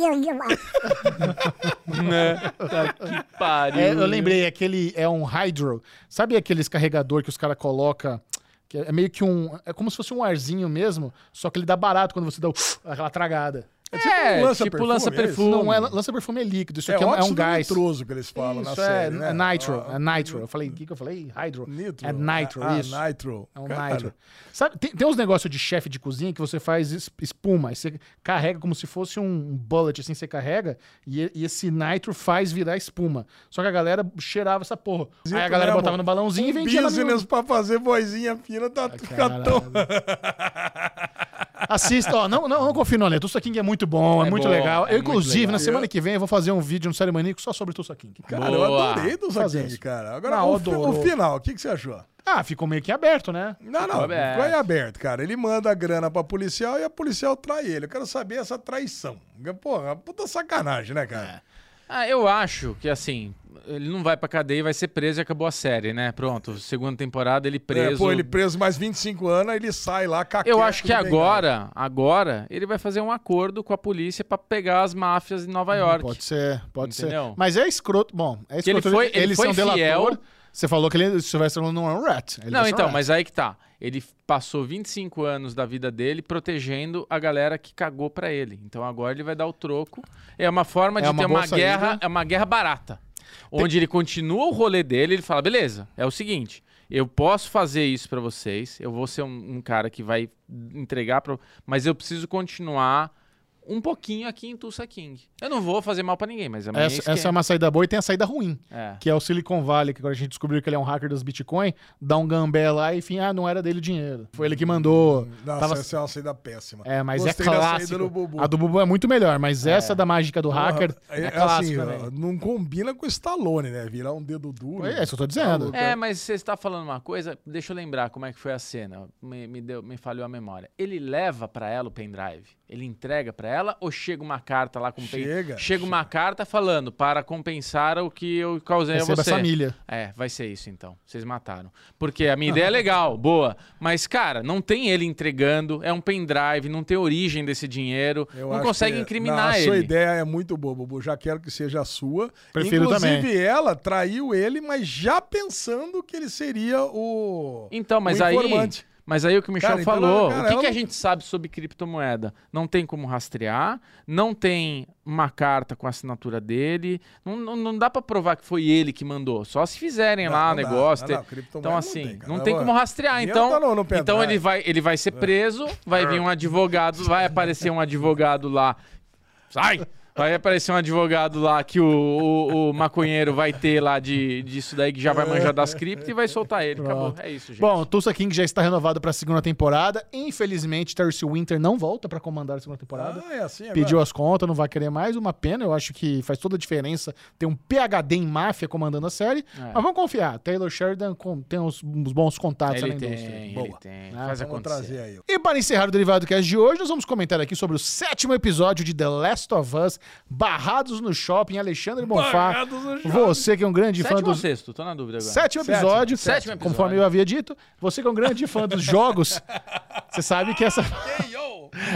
D: Tá Que pariu.
C: É, eu lembrei, aquele é um hydro. Sabe aqueles carregador que os caras colocam? Que é meio que um. É como se fosse um arzinho mesmo, só que ele dá barato quando você dá o- aquela tragada.
D: É,
A: um
D: tipo,
A: lança-perfume,
D: lança-perfume.
C: Não, é, lança perfume é líquido, isso aqui é, um- é um
A: óxido
C: gás.
A: nitroso que eles falam na
C: Isso,
A: série,
C: é,
A: né?
C: é nitro,
A: Ah,
C: é nitro. Eu falei, o que, que eu falei? Hydro.
A: Nitro.
C: É nitro,
A: Ah,
C: isso.
A: nitro.
C: É um
A: Cara,
C: nitro. Sabe, tem, tem uns negócios de chefe de cozinha que você faz es- espuma, aí você carrega como se fosse um bullet, assim, você carrega, e, e esse nitro faz virar espuma. Só que a galera cheirava essa porra. Aí a
A: Zito
C: galera
A: mesmo.
C: botava no balãozinho e
A: Um
C: vendia na
A: business pra fazer vozinha fina
C: Ah,
A: tá
C: Caralho.
A: tão...
C: Assista, ó, não, não, não confio no Aleto. Tussa King é muito bom, é,
D: É
C: muito
D: bom,
C: legal.
D: é
C: eu,
D: muito
C: inclusive,
D: legal.
C: na semana que vem eu vou fazer um vídeo no Série Maníaco só sobre Tussa King.
A: Cara, eu
D: Boa.
A: adorei do
C: Fazer
A: Zaquini,
C: isso.
A: cara. Agora,
C: Não,
A: o, fi- o
C: adorou.
A: final, o que, que você achou?
C: Ah, ficou meio que aberto, né?
A: Não, não, ficou
D: aberto.
A: em aberto, cara. Ele manda a grana pra policial e a policial trai ele. Eu quero saber essa traição. Porra, puta sacanagem, né, cara?
D: Ah, eu acho que assim, ele não vai pra cadeia, vai ser preso e acabou a série, né? Pronto, segunda temporada ele preso.
A: É, pô, ele preso mais 25 anos, aí ele sai lá caquete
D: Eu acho que
A: do Bengala.
D: agora, agora, ele vai fazer um acordo com a polícia pra pegar as máfias em Nova York.
C: Pode ser, pode
D: Entendeu?
C: ser. Mas é escroto. Bom, é
D: Que ele
C: escroto.
D: foi- ele
C: eles
D: foi
C: são
D: fiel.
C: delator. Você falou que ele, o Sylvester Stallone não é um rat. Ele
D: não,
C: vai ser um
D: então,
C: rat.
D: mas aí que tá. Ele f- passou 25 anos da vida dele protegendo a galera que cagou pra ele. Então agora ele vai dar o troco. É uma forma
C: É
D: de
C: uma
D: ter
C: boa
D: uma guerra,
C: saída.
D: é uma guerra barata. Onde ele continua o rolê dele, ele fala: "Beleza, é o seguinte, eu posso fazer isso pra vocês, eu vou ser um, um cara que vai entregar pra... mas eu preciso continuar um pouquinho aqui em Tulsa King. Eu não vou fazer mal pra ninguém, mas amanhã
C: Essa, essa é uma saída boa e tem a saída ruim.
D: É.
C: Que é o Silicon Valley, que agora a gente descobriu que ele é um hacker dos Bitcoin, dá um gambé lá e, enfim, ah, não era dele o dinheiro. Foi ele que mandou.
A: Nossa,
C: Tava-
A: essa é uma saída péssima.
C: É, mas
A: Gostei
C: é
A: da saída
C: clássico.
A: do Bubu.
C: a do Bubu é muito melhor, mas essa da mágica do hacker
A: É,
C: é,
A: assim,
C: clássica,
A: ó,
C: velho.
A: não combina com o Stallone, né? Virar um dedo duro.
C: É isso que eu tô dizendo.
D: É, mas você está falando uma coisa, deixa eu lembrar como é que foi a cena. Me, me deu, me falhou a memória. Ele leva pra ela o pendrive? Ele entrega pra ela ou chega uma carta lá com pen-
A: Chega,
D: Chega uma carta falando para compensar o que eu causei a
C: Receba
D: você.
C: a família.
D: É, vai ser isso então. Vocês mataram. Porque a minha ideia
A: [laughs]
D: é legal, boa. Mas, cara, não tem ele entregando, é um pendrive, não tem origem desse dinheiro.
A: Eu
D: é, não
A: acho
D: consegue
A: que- é-
D: incriminar
A: não, A
D: ele.
A: sua ideia é muito boa, Bubu. Já quero que seja a sua.
C: Prefiro
A: Inclusive,
C: também.
A: ela traiu ele, mas já pensando que ele seria o.
D: Então, mas
A: o
D: aí.
A: Um informante.
D: Mas aí o que o Michel
A: Cara, então,
D: falou,
A: cara,
D: o que,
A: eu
D: que a
A: não-
D: gente sabe sobre criptomoeda? Não tem como rastrear, não tem uma carta com a assinatura dele, não, não, não dá pra provar que foi ele que mandou, só se fizerem
A: Não,
D: lá
A: não
D: o
A: dá,
D: negócio.
A: não dá,
D: ter-
A: criptomoeda
D: então
A: não
D: assim,
A: tem,
D: não
A: cara.
D: tem,
A: Agora,
D: como rastrear,
A: dinheiro
D: então.
A: tá no- no
D: então
A: pendrive.
D: ele vai, ele vai
A: É.
D: ser preso, vai vir um advogado, vai aparecer um advogado lá. Sai! Vai aparecer um advogado lá que o, o- o maconheiro vai ter lá de, disso daí que já vai manjar das cripto e vai soltar ele. Acabou. É isso, gente.
C: Bom, Tulsa King já está renovado para a segunda temporada. Infelizmente, Terce Winter não volta para comandar a segunda temporada.
A: Ah, é assim agora.
C: Pediu as contas, não vai querer mais. Uma pena, eu acho que faz toda a diferença ter um PHD em máfia comandando a série.
D: É.
C: Mas vamos confiar, Taylor Sheridan com- tem uns, uns bons contatos ali
D: Ele
C: na indústria.
D: tem, ele
A: Boa.
D: tem.
C: Ah,
D: Faz
A: Vamos trazer
D: acontecer.
A: aí.
C: E para encerrar o Derivado Cast de hoje, nós vamos comentar aqui sobre o sétimo episódio de The Last of Us, Barrados no Shopping, Alexandre Bonfá.
A: Barrados no Shopping.
C: Você que é um grande fã
D: Sétimo ou
C: dos...
D: sexto? Tô na dúvida agora.
C: Sétimo episódio,
D: Sétimo episódio.
C: conforme eu havia dito. Você que é um grande fã
D: [laughs]
C: dos jogos, você sabe que essa,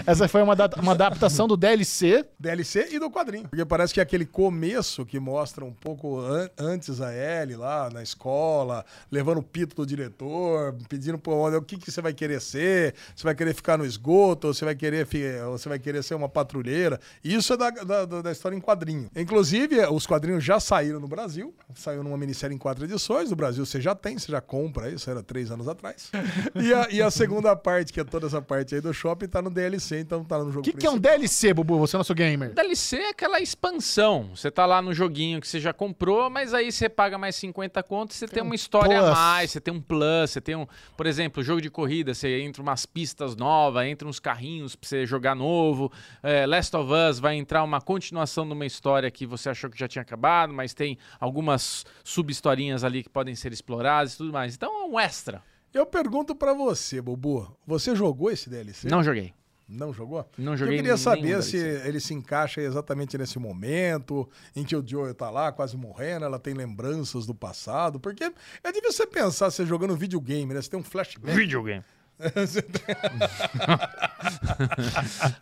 C: essa foi uma, da- uma adaptação do DLC.
A: DLC e do quadrinho. Porque parece que é aquele começo que mostra um pouco an- antes a Ellie lá na escola, levando o pito do diretor, pedindo pô, olha, o que, que você vai querer ser, você vai querer ficar no esgoto, ou você vai querer, fi- ou você vai querer ser uma patrulheira. Isso é da, da, da- da história em quadrinho. Inclusive, os quadrinhos já saíram no Brasil, saiu numa minissérie em quatro edições. No Brasil você já tem, você já compra isso, era três anos atrás. E a, e a segunda [laughs] parte, que é toda essa parte aí do shopping, tá no DLC, então tá no jogo
C: O que, que é um
A: principal.
C: DLC, Bubu? Você é nosso gamer.
D: DLC é aquela expansão. Você tá lá no joguinho que você já comprou, mas aí você paga mais 50 conto e você tem, um uma história a
C: plus.
D: mais, você tem um plus, você tem um. Por exemplo, jogo de corrida, você entra umas pistas novas, entra uns carrinhos pra você jogar novo. É, Last of Us vai entrar uma continuação de uma história que você achou que já tinha acabado, mas tem algumas sub-historinhas ali que podem ser exploradas e tudo mais. Então é um extra.
A: Eu pergunto pra você, Bubu, você jogou esse DLC?
D: Não joguei.
A: Não jogou?
D: Não joguei
A: Eu queria
D: nenhum da
A: saber
D: lista.
A: se ele se encaixa exatamente nesse momento em que o Joel tá lá quase morrendo, ela tem lembranças do passado. Porque é difícil você pensar você jogando videogame, né? Você tem um flashback. [laughs]
D: Videogame.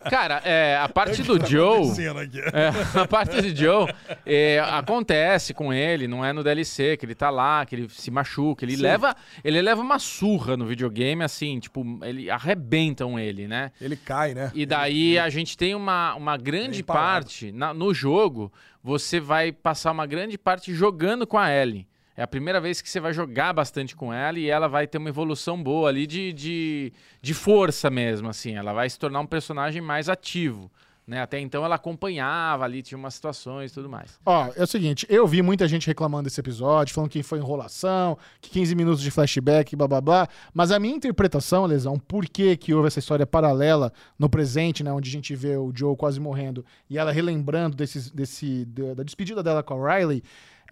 D: Cara, é, a parte do Joe.
A: acontecendo aqui?
D: É, [laughs] a parte de Joe é, acontece com ele, não é no DLC, que ele tá lá, que ele se machuca, ele leva, ele leva uma surra no videogame, assim, tipo, ele arrebentam ele, né?
A: Ele cai, né?
D: E daí a gente tem uma, uma grande
A: Bem parado.
D: parte na- no jogo. Você vai passar uma grande parte jogando com a Ellie. É a primeira vez que você vai jogar bastante com ela e ela vai ter uma evolução boa ali de, de, de força mesmo, assim. Ela vai se tornar um personagem mais ativo. Né? Até então ela acompanhava ali, tinha umas situações e tudo mais.
C: Ó, é o seguinte, eu vi muita gente reclamando desse episódio, falando que foi enrolação, que 15 minutos de flashback, blá blá blá. Mas a minha interpretação, Lesão, por que, que houve essa história paralela no presente, né? Onde a gente vê o Joe quase morrendo e ela relembrando desses, desse, da da despedida dela com a Riley,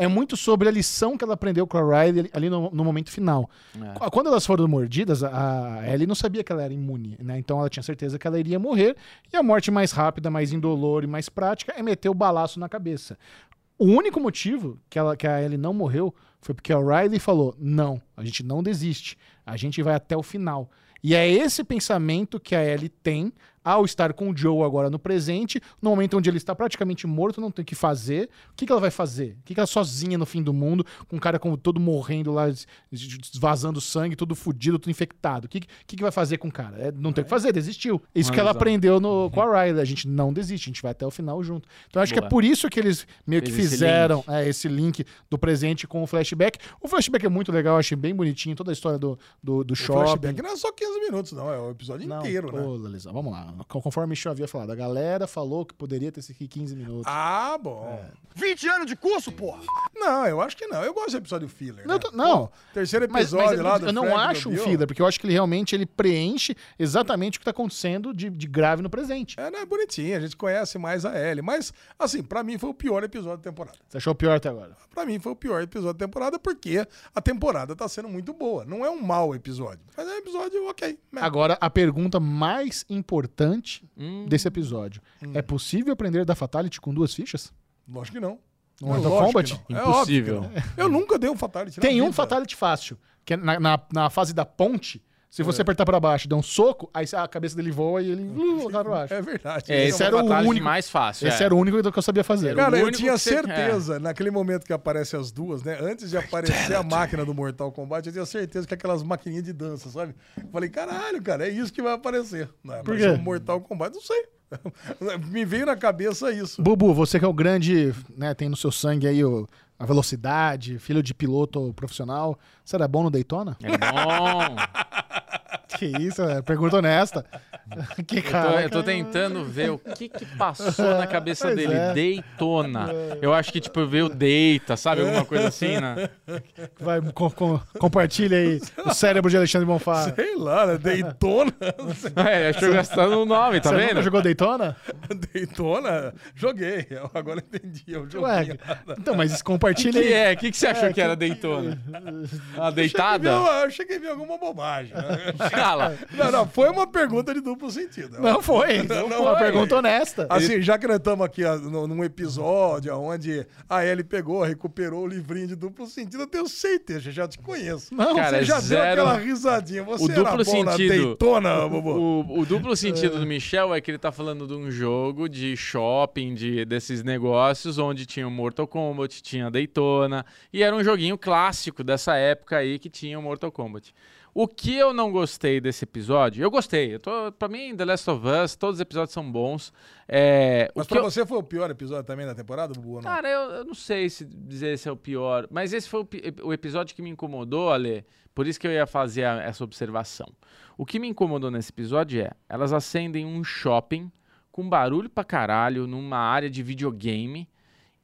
C: é muito sobre a lição que ela aprendeu com a Riley ali- ali no, no momento final. Qu- Quando elas foram mordidas, a a Ellie não sabia que ela era imune, né? Então ela tinha certeza que ela iria morrer. E a morte mais rápida, mais indolor e mais prática é meter o balaço na cabeça. O único motivo que, ela, que a Ellie não morreu foi porque a Riley falou: não, a gente não desiste, a gente vai até o final. E é esse pensamento que a Ellie tem ao estar com o Joe agora no presente, no momento onde ele está praticamente morto, não tem o que fazer. O que, que ela vai fazer? O que, que ela sozinha no fim do mundo, com o cara como todo morrendo lá, des- des- des- vazando sangue, todo fudido, todo infectado? O que, que, que vai fazer com o cara? É, não tem o que fazer, desistiu. Isso que ela
D: é Exato. Uhum.
C: aprendeu no, com a Riley. A gente não desiste, a gente vai até o final junto. Então acho que é
D: Boa.
C: por isso que eles meio que
D: Fez esse
C: fizeram
D: link.
C: é, esse link do presente com o flashback. O flashback é muito legal, eu achei bem bonitinho, toda a história do, do, do
A: O
C: shopping.
A: flashback não é só 15 minutos, não. É o episódio
C: Não,
A: inteiro, né?
C: pô, Lalisa, vamos lá. Co- Conforme o Michel havia falado, a galera falou que poderia ter esse aqui 15 minutos.
A: Ah, bom.
C: É.
H: 20 anos de curso, porra!
A: Não, eu acho que não. Eu gosto do episódio filler.
C: Não,
A: né?
C: tô- não.
A: Pô, terceiro
C: mas,
A: episódio
C: mas eu,
A: lá do
C: eu não
A: Fred, do
C: acho um
A: Bill.
C: filler, porque eu acho que ele realmente ele preenche exatamente o que tá acontecendo de, de grave no presente.
A: É, não é bonitinho, a gente conhece mais a Ellie. Mas, assim, pra mim foi o pior episódio da temporada.
C: Você achou pior até agora?
A: Pra mim foi o pior episódio da temporada, porque a temporada tá sendo muito boa. Não é um mau episódio, mas é um episódio ok. né?
C: Agora, a pergunta mais importante
A: Hum.
C: desse episódio. É possível aprender da Fatality com duas fichas?
A: Lógico que não.
C: No Mortal
A: lógico
C: Kombat?
A: que não. É óbvio que
D: Impossível.
A: não. Eu nunca dei um fatality. na
C: Tem um
A: vida.
C: fatality fácil, que é na, na, na fase da ponte, se
D: É.
C: você apertar pra baixo e der um soco, aí a cabeça dele voa e ele uh, lá pra baixo.
A: É verdade.
D: Uhum. É, esse
C: esse
D: era
C: era o
D: o
C: único-
D: mais fácil.
C: Esse
D: é.
C: era o único que eu sabia fazer.
D: Era
A: Cara,
D: o
A: eu
D: único
A: tinha
D: que você- É.
A: certeza, naquele momento que aparece as duas, né? Antes de aparecer a máquina do Mortal Kombat, eu tinha certeza que aquelas maquininhas de dança, sabe? Eu Falei, caralho, cara, é isso que vai aparecer. Não,
C: Por
A: apareceu
C: quê?
A: um Mortal Kombat, não sei. [laughs] Me veio na cabeça
C: [laughs]
A: isso.
C: Bubu, você que é o grande, né, tem no seu sangue aí o- a velocidade, filho de piloto profissional, você era bom no Daytona?
D: [laughs] É bom.
C: Que isso, é, pergunta
D: [laughs]
C: honesta. que
D: Eu tô,
C: cara.
D: eu tô tentando ver o que que passou na cabeça
C: Pois
D: dele.
C: é.
D: Deitona. Eu acho que, tipo, veio deita, sabe? Alguma coisa assim,
C: [laughs]
D: né?
C: Vai, com- com- compartilha aí o cérebro de Alexandre Bonfá.
A: Sei lá, né? [laughs] Deitona.
D: É, acho que eu gastando o nome, tá
C: você
D: vendo?
C: nunca jogou Daytona?
A: Deitona? Joguei. Eu agora entendi. Eu joguei.
C: Ué, então, mas
D: que
C: compartilha aí.
D: é? O que, que você achou que
C: [laughs]
D: era Deitona? A deitada?
A: Eu cheguei a ver alguma bobagem. né? [laughs]
D: Cala.
A: Não, não, foi uma pergunta de duplo sentido.
C: Não foi.
A: Não
C: Não, foi.
A: foi.
C: Uma pergunta honesta.
A: Assim, já que nós estamos aqui ah, no- num episódio onde a Ellie pegou, recuperou o livrinho de duplo sentido, eu tenho certeza, já te conheço.
C: Não,
D: Cara,
A: você já
D: zero-
A: deu aquela risadinha. Você
D: O
A: era
D: duplo
A: bom na
D: sentido-
A: Daytona, bobo.
D: O,
A: [laughs]
D: o
A: É.
D: duplo sentido do Michel é que ele tá falando de um jogo de shopping, de, desses negócios, onde tinha o Mortal Kombat, tinha a Daytona, e era um joguinho clássico dessa época aí que tinha o Mortal Kombat. O que eu não gostei desse episódio, eu gostei. Eu tô, pra mim, The Last of Us, todos os episódios são bons. É, o
A: Mas
D: que
A: pra
D: eu-
A: você foi o pior episódio também da temporada, Bubu? ou não?
D: Cara, eu, eu não sei se dizer esse é o pior, mas esse foi o, pi- o episódio que me incomodou, Ale. Por isso que eu ia fazer a- essa observação. O que me incomodou nesse episódio é: elas acendem um shopping com barulho pra caralho numa área de videogame.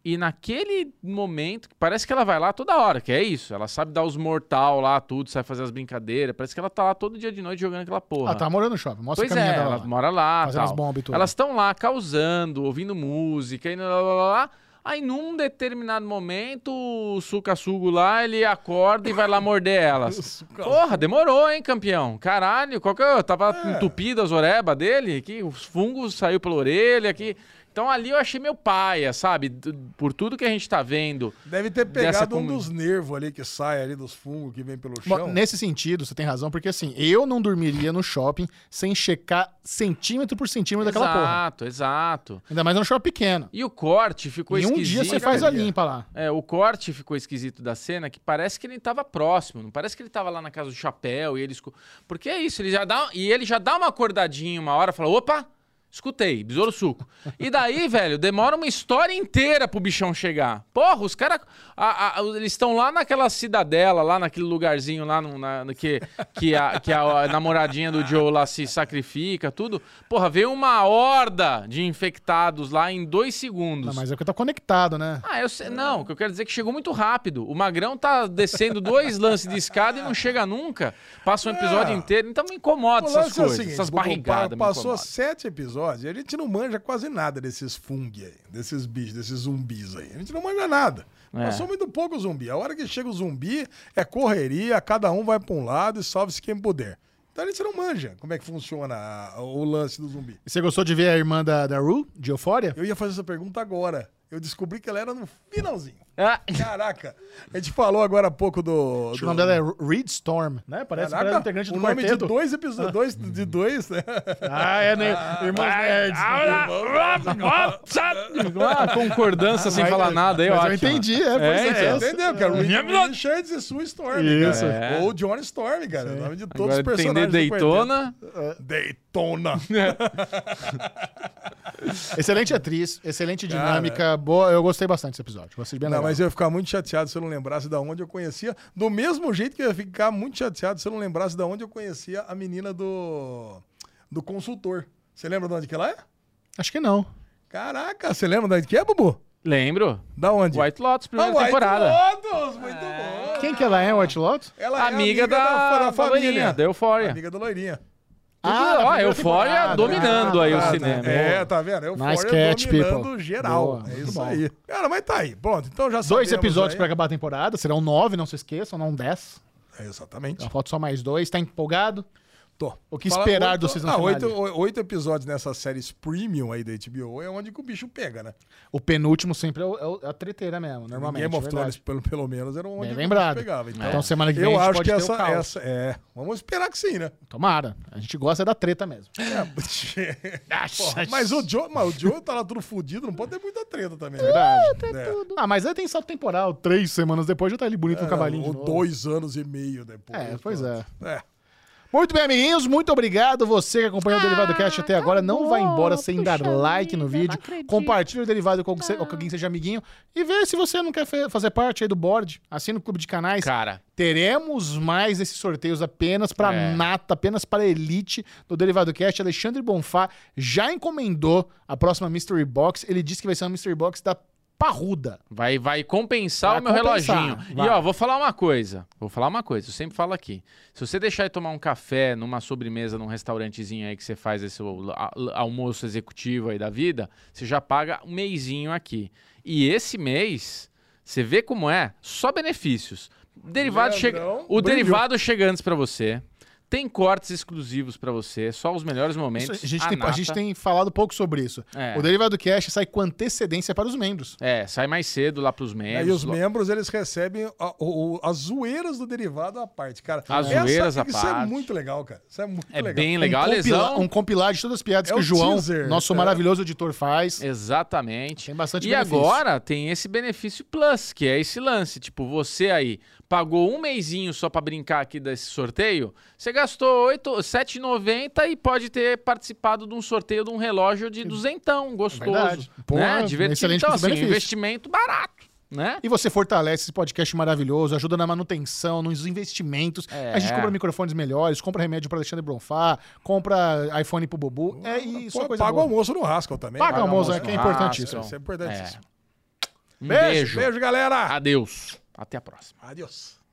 D: E naquele momento, que parece que ela vai lá toda hora, que é isso. Ela sabe dar os mortal lá, tudo, sabe fazer as brincadeiras. Parece que ela tá lá todo dia de noite jogando aquela porra.
C: Ah, tá morando no shopping. Mostra
D: Pois
C: a caminha
D: é,
C: dela
D: ela
C: lá.
D: mora lá.
C: Fazendo
D: tal.
C: as bombas e tudo.
D: Elas estão lá causando, ouvindo música e lá, lá, lá, lá. Aí num determinado momento, o suca-sugo lá, ele acorda e vai lá
C: [laughs]
D: morder elas. Porra, demorou, hein, campeão? Caralho, qual que é? Tava entupida as oreba dele, que os fungos saiu pela orelha, que... Então ali eu achei meu paia, sabe? D- Por tudo que a gente tá vendo.
A: Deve ter
D: Dessa
A: pegado um
D: comu-
A: dos nervos ali que sai ali dos fungos que vem pelo
C: Mo-
A: chão.
C: Nesse sentido, você tem razão, porque assim, eu não dormiria no shopping sem checar centímetro por centímetro daquela porra.
D: exato, exato.
C: Ainda mais num shopping pequeno.
D: E o corte ficou
C: Em um
D: esquisito.
C: dia você faz a
A: Porcaria.
C: limpa lá.
D: É, o corte ficou esquisito da cena, que parece que ele tava próximo, não parece que ele tava lá na casa do chapéu e ele escu... Porque é isso, ele já dá e ele já dá uma acordadinha uma hora, fala: "Opa, escutei, besouro suco". E daí, [laughs] velho, demora uma história inteira pro bichão chegar. Porra, os caras eles estão lá naquela cidadela, lá naquele lugarzinho lá no, na- no que que a, que a namoradinha do Joe lá se sacrifica, tudo. Porra, veio uma horda de infectados lá em dois segundos.
C: Não, mas é porque tá conectado, né?
D: Ah, eu sei. Não, o que eu quero dizer é que chegou muito rápido. O Magrão tá descendo dois lances de escada e não chega nunca. Passa um episódio
A: É.
D: inteiro. Então me incomoda
A: O
D: essas
A: lance é o
D: coisas,
A: seguinte,
D: essas
A: Bubu, pa-
D: barrigadas. me
A: Passou
D: incomoda.
A: sete episódios e a gente não manja quase nada desses fungi aí, desses bichos, desses zumbis aí. A gente não manja nada.
D: É.
A: Passou muito pouco zumbi. A hora que chega o zumbi é correria, cada um vai pra um lado e salve-se quem puder. Então a gente não manja como é que funciona a- o lance do zumbi.
C: E Você gostou de ver a irmã da, da Rue, de Eufória?
A: Eu ia fazer essa pergunta agora. Eu descobri que ela era no finalzinho.
D: Ah,
A: Caraca, a gente falou agora há pouco do.
C: Acho que
A: do-
C: o nome dela é Ru- Reed Storm, né? Parece,
A: Caraca,
C: parece um integrante do
A: o nome
C: quarteto.
A: de dois episódios, dois, de dois,
C: [laughs]
A: né?
C: Ah, é, né? Irmãos nerds.
D: uma concordância sem
C: Mas-
A: é,
D: falar nada aí, ó.
C: Mas eu entendi, é, pois
D: É,
C: é.
D: então.
C: essa.
A: Entendeu? Que era o Reed Richards e Sue Storm,
C: Isso.
A: cara. Ou Johnny Storm, cara. O nome de todos
D: Agora
A: os
D: entender
A: personagens do
D: Daytona.
A: quarteto. Daytona.
D: [laughs]
C: Excelente atriz, excelente dinâmica, boa. Eu gostei bastante desse episódio. Gostei bem
A: Não,
C: legal.
A: mas eu ia ficar muito chateado se eu não lembrasse da onde eu conhecia. Do mesmo jeito que eu ia ficar muito chateado se eu não lembrasse da onde eu conhecia a menina do, do consultor. Você lembra de onde que ela é?
C: Acho que não.
A: Caraca, você lembra de onde que é, Bubu?
D: Lembro.
A: Da onde?
D: White Lotus,
A: Ah,
D: primeira temporada. Ah.
A: Lotus, muito bom.
C: Quem que ela é, White Lotus?
A: Ela é
D: Amiga, da, da loirinha, da Eufória.
A: Amiga da loirinha.
D: Ah, ó,
C: da primeira
D: Eufória
A: né?
C: temporada.
D: dominando aí o
C: tá,
A: Ah,
C: tá.
D: cinema. né?
A: É, tá vendo? Eu
C: Nice catch,
A: dominando
C: people.
A: geral.
C: é tipo. Boa,
A: é
C: muito
A: isso
C: bom.
A: aí. Cara, mas tá aí. Pronto, então já
C: Dois
A: sabemos
C: episódios
A: aí.
C: pra acabar a temporada, serão nove, não se esqueçam, não dez.
A: É, Exatamente.
C: Já falta só mais dois. Tá empolgado?
A: Tô.
C: O que esperar do season
A: ah,
C: finale?
A: oito, o- oito episódios nessas séries premium aí da HBO é onde que o bicho pega, né?
C: O penúltimo sempre é, o, é o- é a treteira mesmo, normalmente.
A: é
C: é
A: Game of
C: verdade.
A: Thrones, pelo, pelo menos, era onde
C: Bem
A: que
C: lembrado.
A: o bicho pegava. Então,
C: Então semana que vem
A: eu
C: a gente
A: acho
C: pode
A: que
C: ter o
A: essa,
C: caos.
A: essa... É, vamos esperar que sim, né?
C: Tomara. A gente gosta é da treta mesmo.
A: É. [laughs] Porra, mas o Joe, mas o Joe tá lá tudo fudido, não pode ter muita treta também. né?
C: Verdade.
A: É.
C: Ah, mas aí tem salto temporal. Três semanas depois já tá ele bonito no cavalinho de
A: Ou
C: novo.
A: dois anos e meio depois.
C: É, pois é.
A: É.
C: Muito bem, amiguinhos. Muito obrigado você que acompanhou o Derivado Cast até agora. Não vai embora sem dar
E: Ah, puxa
C: like no
E: vida,
C: vídeo.
E: não acredito. Tá.
C: Compartilha o Derivado com, alguém- com alguém que seja amiguinho. E vê se você não quer fe- fazer parte aí do board. Assina o Clube de Canais.
D: Cara,
C: Teremos mais esses sorteios apenas para
D: É.
C: nata, apenas para elite do Derivado Cast. Alexandre Bonfá já encomendou a próxima Mystery Box. Ele disse que vai ser uma Mystery Box da Parruda.
D: Vai, vai
C: Vai
D: compensar o meu
C: compensar,
D: reloginho.
C: vai.
D: E ó, vou falar uma coisa. Vou falar uma coisa. Eu sempre falo aqui. Se você deixar de tomar um café numa sobremesa, num restaurantezinho aí que você faz esse al- al- almoço executivo aí da vida, você já paga um mêsinho aqui. E esse mês, você vê como é, só benefícios. Derivado chega,
A: Leandrão,
D: o
A: brilhou.
D: derivado chega antes pra você. Tem cortes exclusivos pra você, só os melhores
C: Isso,
D: momentos.
C: a, gente tem, a
D: nata.
C: gente tem falado pouco sobre isso.
D: É.
C: O Derivado Cast sai com antecedência para os membros.
D: É, sai mais cedo lá pros
A: Aí
D: membros.
A: os
D: lo-
A: membros, eles recebem a- o- o- as zoeiras do derivado à parte, cara.
D: As
A: Essa-
D: zoeiras à
A: isso é
D: parte.
A: muito legal, cara. Isso é muito
D: É
A: legal.
D: bem legal. a
C: um, compila-
D: lesão.
C: um compilar de todas as piadas
A: É
C: que o
A: o
C: João,
A: teaser,
C: nosso
A: é.
C: maravilhoso editor, faz.
D: Exatamente.
C: Tem bastante
D: É. E
C: benefício.
D: agora tem esse benefício plus, que é esse lance. Tipo, você aí pagou um mêsinho só pra brincar aqui desse sorteio, você gastou oito- 7,90 e pode ter participado de um sorteio de um relógio de duzentão, gostoso.
C: É Verdade. Pô,
D: né?
C: um
D: Divertido.
C: excelente
D: Então, assim,
C: custo-benefício.
D: investimento barato, né?
C: E você fortalece esse podcast maravilhoso, ajuda na manutenção, nos investimentos.
D: É.
C: A gente compra microfones melhores, compra remédio para Alexandre Bronfá, compra iPhone pro Bobu. É
A: Pô,
C: isso, coisa
A: paga um o
C: boa.
A: almoço no Rascal também.
C: Paga o almoço,
D: almoço
C: é que é
D: no
C: importantíssimo.
A: Isso é importantíssimo.
D: Um
A: Beijo,
D: beijo.
A: beijo, galera.
D: Adeus. Até a próxima.
A: Adiós.